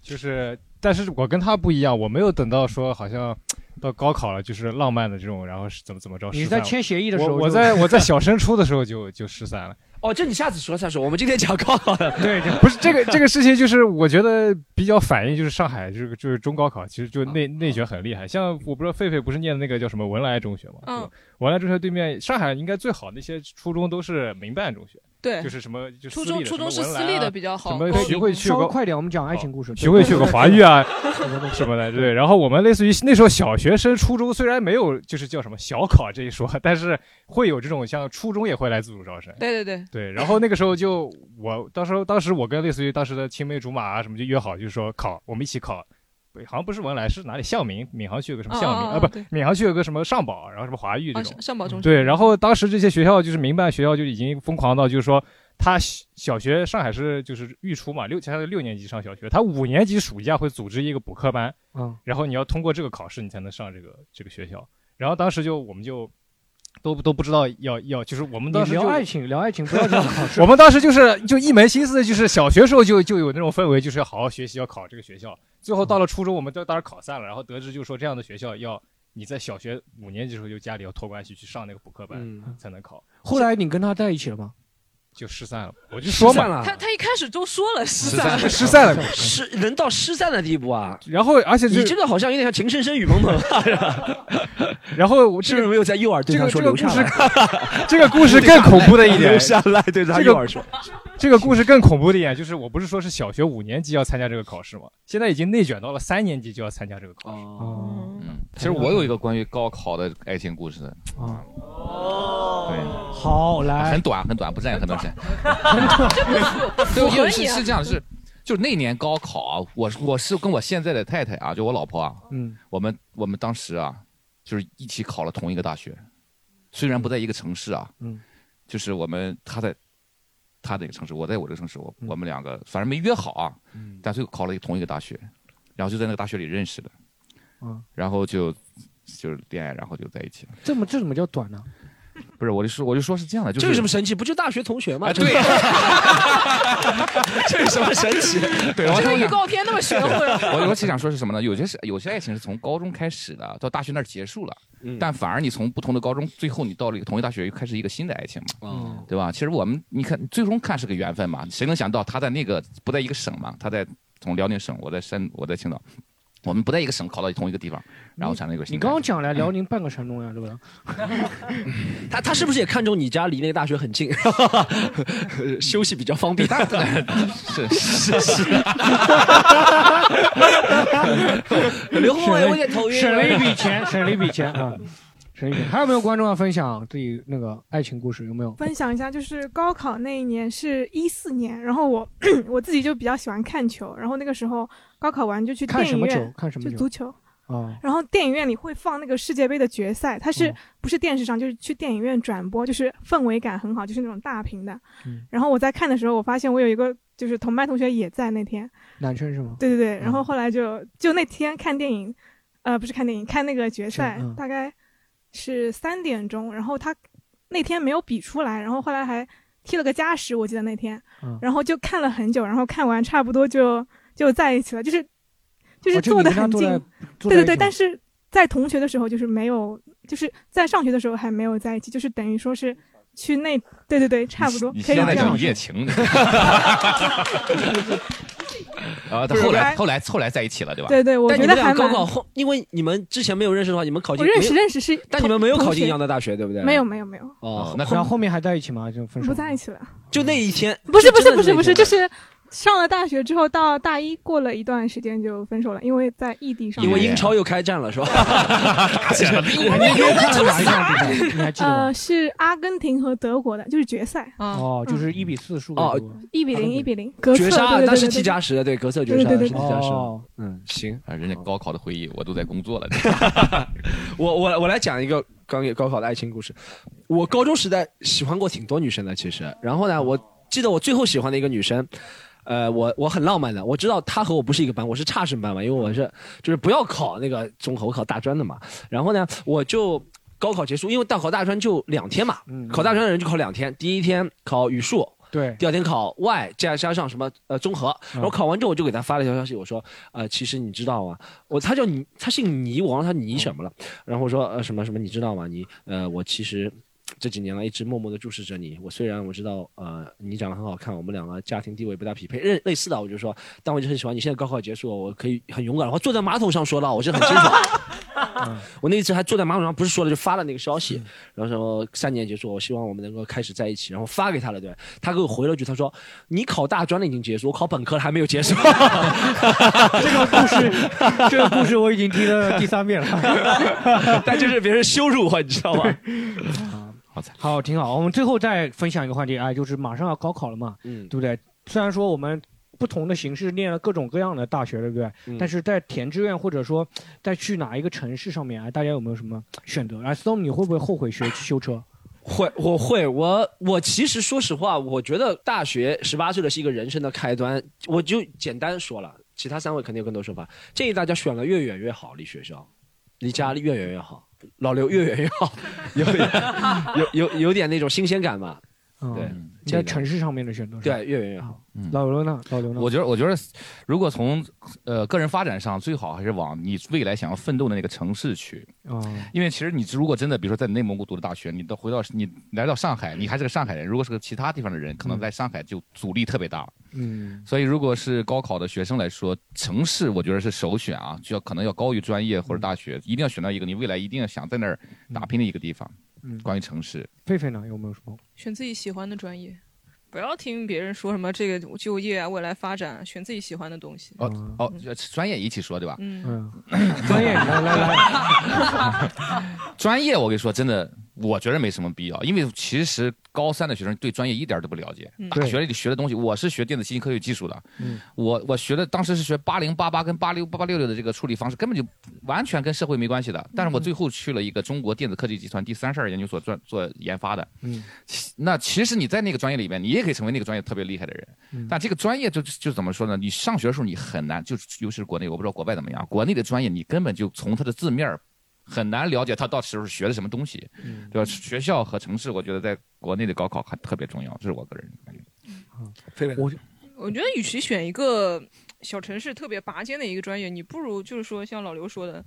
就是，但是我跟他不一样，我没有等到说好像到高考了，就是浪漫的这种，然后是怎么怎么着。
你
失
在
散了
签协议的时候
我我
就
在我在小升初的时候就就失散了。
哦，这你下次说下次说，我们今天讲高考的。
对，不是这个 这个事情，就是我觉得比较反映就是上海这个就是中高考，其实就内内卷很厉害。像我不知道狒狒不是念的那个叫什么文莱中学吗？
嗯，
文莱中学对面，上海应该最好的一些初中都是民办中学。
对
就是什么就
初
私
中
立的
初
什
中
么
是
文
私
莱
立
啊
的比较好
什么
哦
学会去
稍微
个
快点，我们讲爱情故事。
学会去个华 语啊，什么的，对。然后我们类似于那时候小学生、初中，虽然没有就是叫什么小考这一说，但是会有这种像初中也会来自主招生。
对对对
对，然后那个时候就我当时当时我跟类似于当时的青梅竹马啊什么就约好，就是说考我们一起考，不好像不是文莱是哪里校名，闵行区有个什么校
哦
名
哦
啊
哦
不
对，
闵行区有个什么上宝，然后什么华育这
啊，
种。
上上保
嗯
中学
对，然后当时这些学校就是民办学校就已经疯狂到，就是说他小小学上海市就是预出嘛，六他是六年级上小学，他五年级暑假会组织一个补课班，
嗯，
然后你要通过这个考试，你才能上这个这个学校。然后当时就我们就都都不知道要要，就是我们当时
你
就
聊爱情，聊爱情不要这样考试。
我们当时就是就一门心思，就是小学时候就就有那种氛围，就是要好好学习，要考这个学校。最后到了初中，我们都当时考散了，然后得知就说这样的学校要你在小学五年级的时候就家里要托关系去上那个补课
嗯
班才能考，
后来你跟他在一起了吗？
就失散了。我就说嘛，
他他一开始都说了失散了，
失散了
失能到失散的地步啊！
然后而且
你这个好像有点像情深深雨蒙蒙啊。
然后我
是不是没有在幼儿对
这
上
个
说
这
留
个
下
故
来
事？， 这个故事更恐怖的一点，
留下来对他
这
幼
个
儿说。
这个故事更恐怖的一点就是，我不是说是小学五年级要参加这个考试吗？现在已经内卷到了三年级就要参加这个考试。
哦，
嗯，
其实我有一个关于高考的爱情故事的，
啊，
哦
对，
好来，
很短很短，不占用 很多时间。
这
对，
不
因
符合
为是
你啊
是这样，是就是那年高考啊，我是我是跟我现在的太太啊，就我老婆啊，
嗯，
我们我们当时啊，就是一起考了同一个大学，虽然不在一个城市啊，
嗯，
就是我们他在他这个城市，我在我这个城市，我
嗯
我们两个反正没约好啊，但最后考了一个同一个大学，然后就在那个大学里认识的，
嗯，
然后就就是恋爱，然后就在一起了。
这么这怎么叫短呢？
不是，我就说我就说是这样的，就
这
是
有什么神奇？不就大学同学吗？
哎对
这有什么神 奇？
对，然后
这个
他们
预告片那么玄乎的
我我其实想说是什么呢？有些是有些爱情是从高中开始的，到大学那儿结束了。
嗯
但反而你从不同的高中，最后你到了一个同一大学，又开始一个新的爱情嘛，
哦
对吧？其实我们你看，最终看是个缘分嘛。谁能想到他在那个不在一个省嘛？他在从辽宁省，我在山，我在青岛，我们不在一个省，考到同一个地方，然后产生一 个
你
新的
刚
爱
刚
情。
讲了辽宁半个山东呀，对 吧？
他他是不是也看中你家离那个大学很近， 休息比较方便？
是
是是。 刘宏伟，我有点头晕。
省了一笔钱，省了一笔 钱啊，省了一笔。还有没有观众要分享自己那个爱情故事？有没有？
分享一下，就是高考那一年是一四年，然后我嗯我自己就比较喜欢看球，然后那个时候高考完就去
看
电
什
影
么
院
球看什么
就
球
足球。
啊，
然后电影院里会放那个世界杯的决赛，它是不是电视上，就是去电影院转播，就是氛围感很好，就是那种大屏的。
嗯
然后我在看的时候，我发现我有一个就是同班同学也在那天，
男生是吗？
对对对，
嗯
然后后来就就那天看电影，呃，不是看电影，看那个决赛，
嗯
大概是三点钟，然后他那天没有比出来，然后后来还踢了个加时，我记得那天，
嗯
然后就看了很久，然后看完差不多就就在一起了，就是就是
哦就
坐
你
得
跟他
很
坐
近，
在坐
对
在
对对，
一起
但是在同学的时候就是没有，就是在上学的时候还没有在一起，就是等于说是去那，对对对，差不多
你
可以
现
这
在
样
讲一。夜情， 啊，
是
后来
我
后来后来在一起了，对吧？
对对我
但你
觉
们
得
俩
还
高
蛮
考后，因为你们之前没有认识的话，你们考进
我认识
没有
认识是同，
但你们没有考进
同
一
学
样的大学，对不对？
没有没有没有，
哦，
那然后后面还在一起吗？就分手
不？在一起 了。
就那一天，
不是
就
不是
真的
不是
那
不
一
是，就
天
是上了大学之后，到大一过了一段时间就分手了，因为在异地上
因
班。
为英超又开战了，是吧？打起来 了，
你还记得吗
呃，？是阿根廷和德国的，就是决赛。嗯
哦，就是啊一比四输给
哦
德国
一比零，一比零，格
绝
策。
杀，
对对
当
对
时
对
踢
对
加时的，对，格策绝杀，
对对对
是踢加时
哦。
嗯，行，
啊，人家高考的回忆，我都在工作 了。
我我我来讲一个刚高考的爱情故事。我高中时代喜欢过挺多女生的，其实。然后呢，我记得我最后喜欢的一个女生，呃，我我很浪漫的，我知道她和我不是一个班，我是差生班嘛，因为我是就是不要考那个中考，我考大专的嘛。然后呢，我就高考结束，因为大考大专就两天嘛，考大专的人就考两天，第一天考语数，
对，
第二天考外，加加上什么呃综合，
嗯
然后考完之后我就给他发了一条消息，我说呃其实你知道吗？我他叫你，他姓倪，我忘了他倪什么了，
嗯
然后我说呃什么什么你知道吗？你呃我其实。这几年来一直默默的注视着你，我虽然我知道，呃，你长得很好看，我们两个家庭地位不大匹配，类类似的，我就说，但我就很喜欢你。现在高考结束，我可以很勇敢，我坐在马桶上说了，我是很清楚。我那一次还坐在马桶上，不是说了就发了那个消息，然后说三年结束，我希望我们能够开始在一起，然后发给他了，对吧，他给我回了句，他说你考大专的已经结束，我考本科的还没有结束。
这个故事，这个故事我已经听了 第三遍了。
但就是别人羞辱我，你知道吗？
好 好，挺好。我们最后再分享一个话题啊，就是马上要高考了嘛，
嗯，
对不对？虽然说我们不同的形式念了各种各样的大学，对不对？
嗯
但是在填志愿或者说在去哪一个城市上面啊，大家有没有什么选择？啊，Storm，你会不会后悔学修车？
会，我会，我我其实说实话，我觉得大学十八岁的是一个人生的开端，我就简单说了，其他三位肯定有更多说法。建议大家选的越远越好，离学校，离家里越远越好。老刘越远越好，有有有有点那种新鲜感吧？对，
嗯你在城市上面的选择是吧嗯
对，越远越好。嗯
老刘呢？老刘呢？
我觉得，我觉得，如果从呃个人发展上，最好还是往你未来想要奋斗的那个城市去。
啊，
因为其实你如果真的，比如说在内蒙古读的大学，你到回到你来到上海，你还是个上海人，如果是个其他地方的人，可能在上海就阻力特别大了。
嗯
所以，如果是高考的学生来说，城市我觉得是首选啊，就要可能要高于专业或者大
嗯
学，一定要选到一个你未来一定要想在那儿打拼的一个地方。
嗯
关于城市，
狒狒呢？有没有什么？
选自己喜欢的专业，不要听别人说什么这个就业啊、未来发展啊，选自己喜欢的东西。
哦哦，专业一起说对吧？
嗯，
嗯 专业来来来，
专业我跟你说，真的，我觉得没什么必要，因为其实高三的学生对专业一点都不了解
嗯。
大学里学的东西，我是学电子信息科学技术的，
嗯
我我学的当时是学八零八八跟八六八八六六的这个处理方式，根本就完全跟社会没关系的。但是我最后去了一个中国电子科技集团第三十二研究所做做研发的，
嗯
那其实你在那个专业里面，你也可以成为那个专业特别厉害的人。
嗯
但这个专业就就怎么说呢？你上学的时候你很难，就是尤其是国内，我不知道国外怎么样，国内的专业你根本就从它的字面儿很难了解他到时候学的什么东西，
嗯
对吧？学校和城市，我觉得在国内的高考还特别重要，这是我个人感觉。
狒狒，
我
我觉得与其选一个小城市特别拔尖的一个专业，你不如就是说像老刘说的，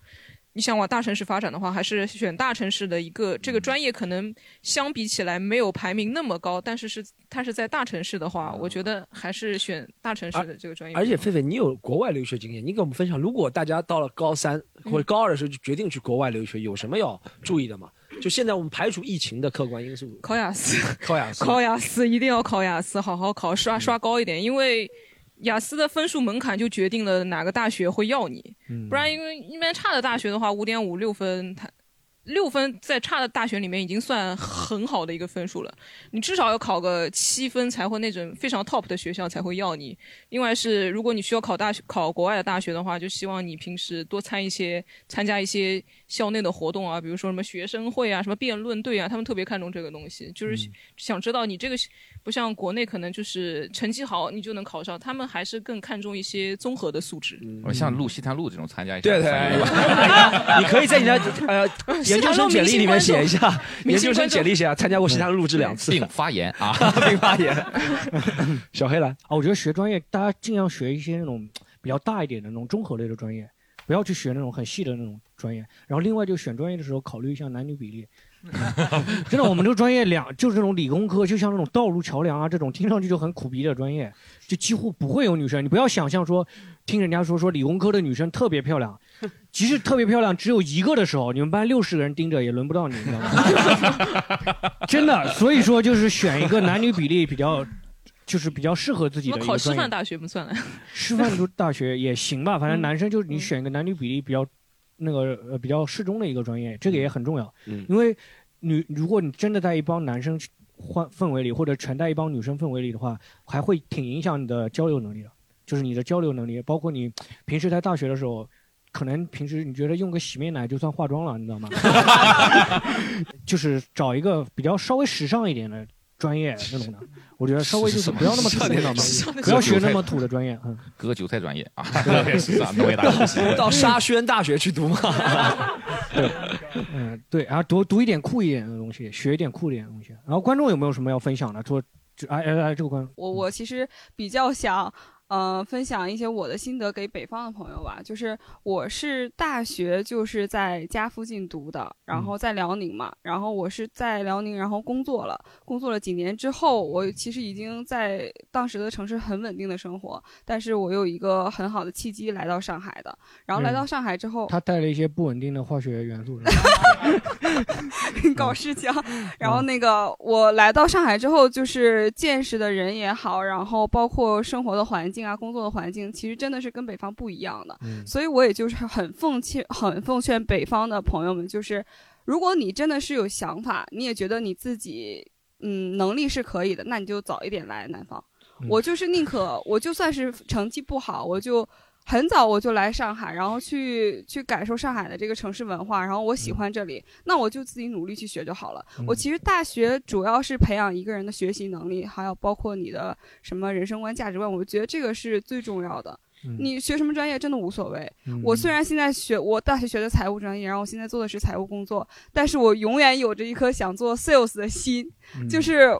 你想往大城市发展的话，还是选大城市的一个这个专业，可能相比起来没有排名那么高，但是是它是在大城市的话，我觉得还是选大城市的这个专业。
而且狒狒，你有国外留学经验，你给我们分享，如果大家到了高三或者高二的时候就决定去国外留学，有什么要注意的吗？就现在我们排除疫情的客观因素，
考雅思，
考雅思，嗯
考雅思一定要考雅思，好好考，刷刷高一点，因为雅思的分数门槛就决定了哪个大学会要你，
嗯
不然因为一般差的大学的话，五点五六分，它六分在差的大学里面已经算很好的一个分数了，你至少要考个七分才会那种非常 top 的学校才会要你。另外是如果你需要考大学考国外的大学的话，就希望你平时多参一些参加一些校内的活动啊，比如说什么学生会啊、什么辩论队啊，他们特别看重这个东西，就是想知道你这个不像国内可能就是成绩好你就能考上，他们还是更看重一些综合的素质。
哦
我像录西坛路这种参加一下，
对对对， 你可以在你的 呃研究生简历里面写一下， 研究生简历写啊，参加过西坛录制两次，
并发言 啊，
并发 言。小黑兰
啊，我觉得学专业大家尽量学一些那种比较大一点的那种综合类的专业，不要去学那种很细的那种专业。然后另外就选专业的时候考虑一下男女比例。 真的，我们这个专业两就是这种理工科，就像那种道路桥梁啊这种听上去就很苦逼的专业，就几乎不会有女生。你不要想象说，听人家说说理工科的女生特别漂亮，即使特别漂亮只有一个的时候，你们班六十个人盯着也轮不到你，你知道吗？ 真的，所以说就是选一个男女比例比较，就是比较适合自己
我
的
们
一
考
个
师
专业
范。大学嗯不算了。
师范就大学也行吧，反正男生就是你选一个男女比例比较那个呃比较适中的一个专业，这个也很重要。
嗯
因为女如果你真的在一帮男生欢氛围里，或者全在一帮女生氛围里的话，还会挺影响你的交流能力的，就是你的交流能力，包括你平时在大学的时候。可能平时你觉得用个洗面奶就算化妆了，你知道吗？ 就是找一个比较稍微时尚一点的专业那种的，我觉得稍微就是不要那么土，你知道吗？不要学那么土的专业，嗯。
割韭菜专业啊，
对
特别 是啊，农业大学
到沙宣大学去读 吗？
嗯，对，然后读读一点酷一点的东西，学一点酷一点的东西。然后观众有没有什么要分享的？做，就哎哎哎，这个观众，
我我其实比较想呃，分享一些我的心得给北方的朋友吧。就是我是大学就是在家附近读的，然后在辽宁嘛，然后我是在辽宁，然后工作了，工作了几年之后，我其实已经在当时的城市很稳定的生活，但是我有一个很好的契机来到上海的，然后来到上海之
哦
后，
他带了一些不稳定的化学元 素。
搞事情。然后那个我来到上海之后，就是见识的人也好，然后包括生活的环境啊、工作的环境，其实真的是跟北方不一样的。
嗯
所以我也就是很奉劝、很奉劝北方的朋友们，就是如果你真的是有想法，你也觉得你自己嗯能力是可以的，那你就早一点来南方。
嗯
我就是 宁可我就算是成绩不好，我就。很早我就来上海，然后去去感受上海的这个城市文化，然后我喜欢这里，那我就自己努力去学就好了。
嗯
我其实大学主要是培养一个人的学习能力，还有包括你的什么人生观、价值观，我觉得这个是最重要的。
嗯
你学什么专业真的无所谓。
嗯
我虽然现在学我大学学的财务专业，然后我现在做的是财务工作，但是我永远有着一颗想做 sales 的心，
嗯
就是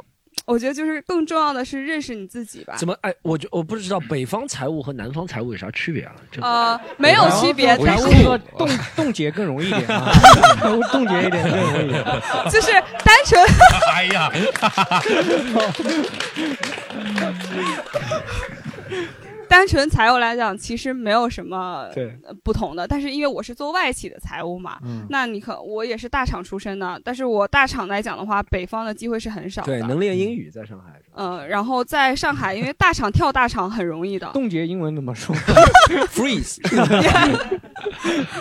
我觉得就是更重要的是认识你自己吧。
怎么？哎，我就我不知道北方财务和南方财务有啥区别啊？这
呃，没有 区别，
财
但
务
是
说冻冻结更容易一点啊，财务冻结一点更容易一 点。
就是单纯。
哎呀，
单纯财务来讲，其实没有什么
对
呃不同的。但是因为我是做外企的财务嘛，
嗯
那你可我也是大厂出身的，但是我大厂来讲的话，北方的机会是很少的。
对，能练英语在上海。
嗯、然后在上海，因为大厂跳大厂很容易的，
冻结英文怎么说
？Freeze。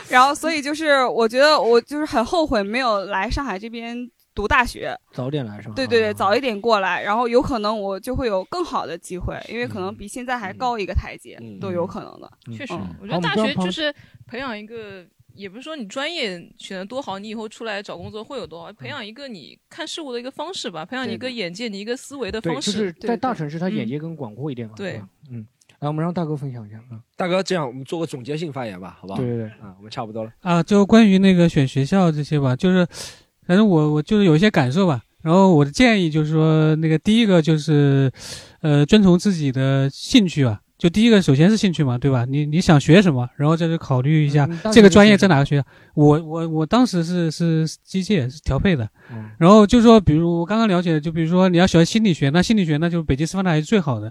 然后所以就是我觉得我就是很后悔没有来上海这边读大学。
早点来是吧？
对对对，早一点过来，然后有可能我就会有更好的机会，因为可能比现在还高一个台阶，都有可能的。
确实
嗯，
我觉得大学就是培养一个，也不是说你专业选的多好，你以后出来找工作会有多好，培养一个你看事物的一个方式吧，培养你一个眼界，你一个思维的
对，
方
就
式。
是在大
对嗯
城市，它眼界更广阔一点嘛。
对
是吧嗯，来，我们让大哥分享一下啊。
大哥，这样我们做个总结性发言吧，好不好？
对对对
啊，我们差不多了。
啊，就关于那个选学校这些吧，就是，反正我我就是有一些感受吧。然后我的建议就是说，那个第一个就是，呃，遵从自己的兴趣吧。就第一个，首先是兴趣嘛，对吧？你你想学什么，然后再去考虑一下
嗯当时
这个专
是
业
学
在哪个学校。我我我当时是是是机械是调配的
嗯，
然后就说，比如我刚刚了解的，就比如说你要学心理学，那心理学那就是北京师范大学最好的，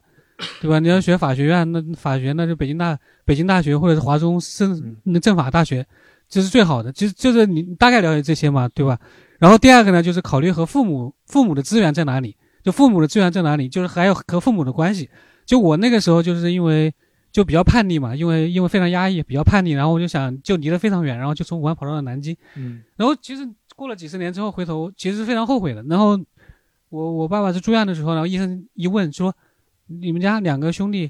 对吧？你要学法学院，那法学院那就北京大北京大学或者是华中政
嗯
那政法大学，这是最好的。就就是你你大概了解这些嘛，对吧？然后第二个呢，就是考虑和父母父母的资源在哪里，就父母的资源在哪里，就是还有和父母的关系。就我那个时候就是因为就比较叛逆嘛，因为因为非常压抑，比较叛逆，然后我就想就离得非常远，然后就从武汉跑到了南京，
嗯，
然后其实过了几十年之后回头，其实是非常后悔的。然后我我爸爸是住院的时候，然后医生一问说，你们家两个兄弟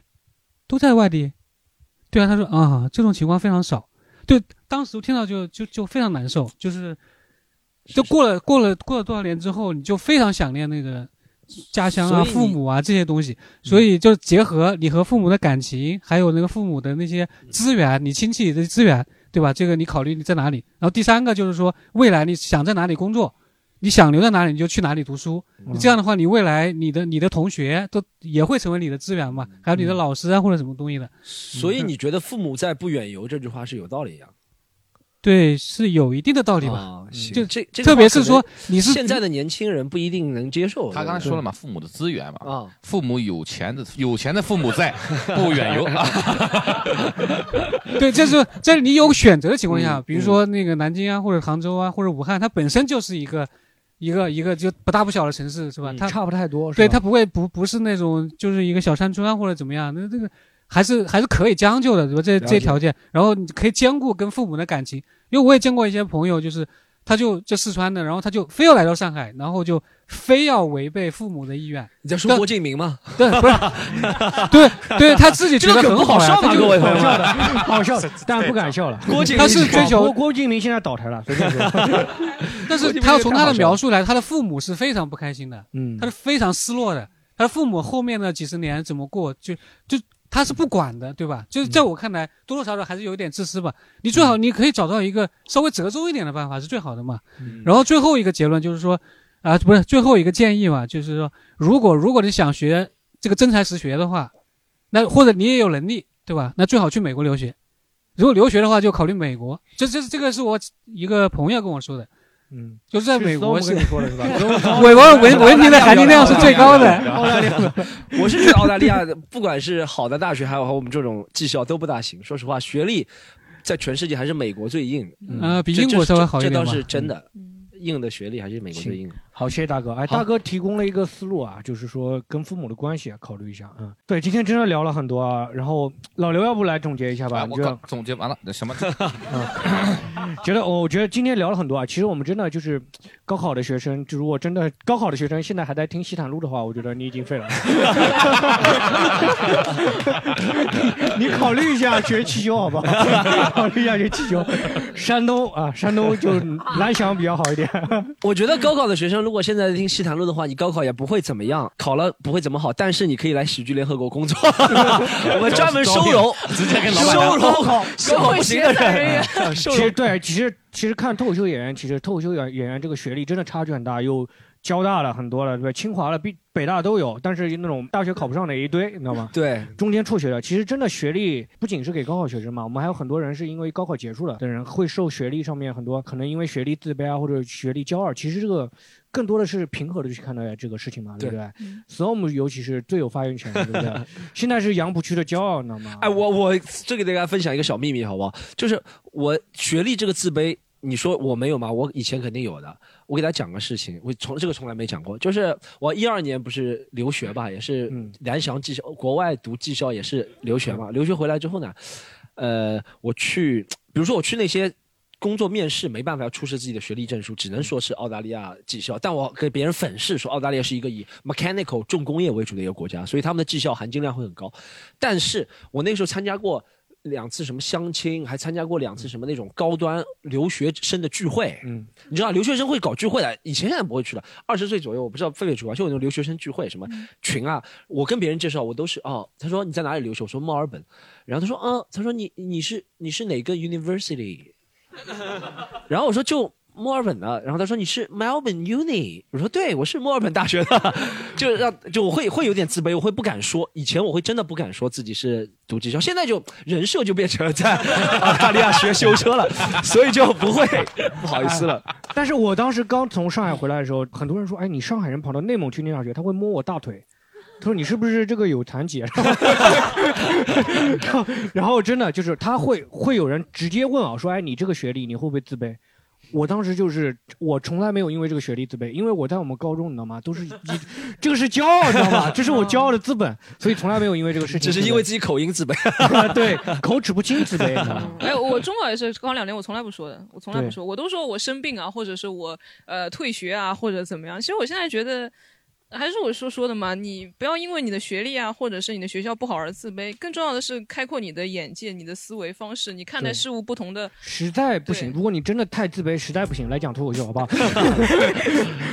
都在外地，对啊，他说啊，这种情况非常少。对，当时听到就就就非常难受，就是就过了过了过了多少年之后，你就非常想念那个家乡啊、
所以你
父母啊这些东西。所以就结合你和父母的感情，还有那个父母的那些
嗯
资源，你亲戚的资源，对吧？这个你考虑你在哪里。然后第三个就是说，未来你想在哪里工作，你想留在哪里你就去哪里读书。
嗯
这样的话，你未来你的你的同学都也会成为你的资源嘛，还有你的老师啊或者什么东西的。
嗯所以你觉得“父母在，不远游”这句话是有道理呀？
嗯
对，是有一定的道理吧？
哦
啊，行
就
这，这个
特别
话可
是说
能
你是
现在的年轻人不一定能接受。
他刚才说了嘛，父母的资源嘛，
啊，
父母有钱的，有钱的父母在，不远游 啊。
对，这是这是你有选择的情况
嗯
下，比如说那个南京啊，或者杭州啊，或者武汉，它本身就是一个一个一个就不大不小的城市，是吧？它
嗯差不太多，是
对，
吧
它不会不不是那种就是一个小山村啊或者怎么样，那这个还是还是可以将就的，对吧？这
了
这
解
些条件，然后你可以兼顾跟父母的感情，因为我也见过一些朋友，就是他就就四川的，然后他就非要来到上海，然后就非要违背父母的意愿。
你在说
但
郭敬明吗？
对，不是， 对对，他自己觉得
这个梗
很好
好
呀，
笑吗
他就
各位朋友们
好笑的，好笑 的，但不敢笑了。他
他
是
是
追
追
求
求郭敬明现在倒台了，随便 说。
但是他要从他的描述来，他的父母是非常不开心的，嗯，他是非常失落的，他的父母后面的几十年怎么过，就就他是不管的，对吧？就是在我看来，多多少少还是有一点自私吧。你最好你可以找到一个稍微折中一点的办法是最好的嘛。然后最后一个结论就是说，啊，不是最后一个建议嘛，就是说，如果如果你想学这个真才实学的话，那或者你也有能力，对吧？那最好去美国留学。如果留学的话，就考虑美国。这这这个是我一个朋友跟我说的，
嗯，
就是在美国
是
是
跟你说的是吧
美国文文凭的含金量是最高的。
澳大利亚，我是觉得澳大利亚的，不管是好的大学，还有我们这种技校都不大行。说实话，学历在全世界还是美国最硬
嗯啊比英
这
国
这
稍微好一
这
点
这倒
吧
是真的，硬的学历还是美国最硬。
好，谢谢大哥。哎，
好
大哥提供了一个思路啊，就是说跟父母的关系啊，考虑一下啊、嗯。对，今天真的聊了很多啊。然后老刘要不来总结一下吧？
哎
你
我
觉得
刚总结完了什么？
觉得哦我觉得今天聊了很多啊。其实我们真的就是高考的学生，就如果真的高考的学生现在还在听西坦路的话，我觉得你已经废了。 你考虑一下学汽修好 不好？考虑一下学汽修，山东啊，山东就蓝翔比较好一点。
我觉得高考的学生如果现在听西谈路的话，你高考也不会怎么样，考了不会怎么好，但是你可以来喜剧联合国工作， 我们专门收容，
直接跟老板
收
聊
容收容不行的人， 收
其
容
实对，其实其实看脱口秀演员，其实脱口秀演演员这个学历真的差距很大，有交大了很多了，对吧？清华了、北北大都有，但是那种大学考不上的也一堆，你知道吗？
对，
中间辍学的，其实真的学历不仅是给高考学生嘛，我们还有很多人是因为高考结束了的人会受学历上面很多，可能因为学历自卑啊或者学历骄傲，其实这个。更多的是平和的去看待这个事情嘛，对不
对
对？Storm 尤其是最有发言权的，对不对？现在是杨浦区的骄傲，你知道吗？
哎，我我这给大家分享一个小秘密，好不好？就是我学历这个自卑，你说我没有吗？我以前肯定有的。我给大家讲个事情，我从这个从来没讲过，就是我一二年不是留学吧，也是蓝翔技校，国外读技校也是留学嘛。留学回来之后呢，呃，我去，比如说我去那些工作面试没办法要出示自己的学历证书，只能说是澳大利亚技校。但我给别人粉饰说，澳大利亚是一个以 mechanical 重工业为主的一个国家，所以他们的技校含金量会很高。但是我那个时候参加过两次什么相亲，还参加过两次什么那种高端留学生的聚会。
嗯，
你知道留学生会搞聚会啊的，以前现在不会去了。二十岁左右，我不知道狒狒去过，就有那种留学生聚会什么群啊。我跟别人介绍，我都是哦，他说你在哪里留学？我说墨尔本。然后他说啊，他说你你是你是哪个 university？然后我说就墨尔本的，然后他说你是 Melbourne Uni，我说对，我是墨尔本大学的， 就让就我会会有点自卑，我会不敢说，以前我会真的不敢说自己是读技校，现在就人设就变成了在 澳大利亚学修车了，所以就不会不好意思了。
但是我当时刚从上海回来的时候，很多人说：“哎，你上海人跑到内蒙去念大学，他会摸我大腿。” 他说：“你是不是这个有残疾？”然后， 然后真的就是他会会有人直接问啊，说：“哎，你这个学历，你会不会自卑？”我当时就是我从来没有因为这个学历自卑，因为我在我们高中你知道吗，都是以 这个是骄傲，你知道吗？这是我骄傲的资本，所以从来没有因为这个事情
只
自卑，
是因为自己口音自卑，
对口齿不清自卑。你知道吗
哎，我中考也是高考两年，我从来不说的，我从来不说，我都说我生病啊，或者是我呃退学啊，或者怎么样。其实我现在觉得，还是我说说的嘛，你不要因为你的学历啊，或者是你的学校不好而自卑，更重要的是开阔你的眼界、你的思维方式，你看待
对
事物不同的。
实在不行，如果你真的太自卑，实在不行，来讲脱口秀好不好？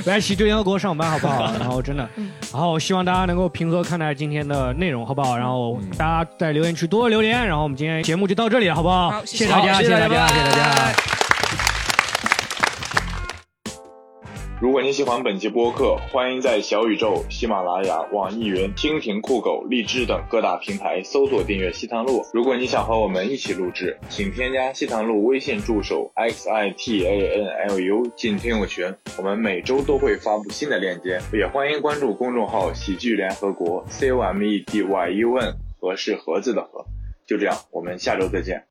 来喜剧联合国上班好不好？然后真的，然后希望大家能够平和看待今天的内容好不好？然后大家在留言区多多留言，然后我们今天节目就到这里好不好？
好谢谢
谢大家，
好
谢
谢谢
大家，
大家
谢谢大家。
如果您喜欢本期播客，欢迎在小宇宙、喜马拉雅、网易云、蜻蜓、酷狗、荔枝等各大平台搜索订阅西塘路。如果你想和我们一起录制，请添加西塘路微信助手 x i t a n l u 进听友群，我们每周都会发布新的链接，也欢迎关注公众号“喜剧联合 E 国 ”c o m e d y u n 和是盒子的盒。就这样，我们下周再见。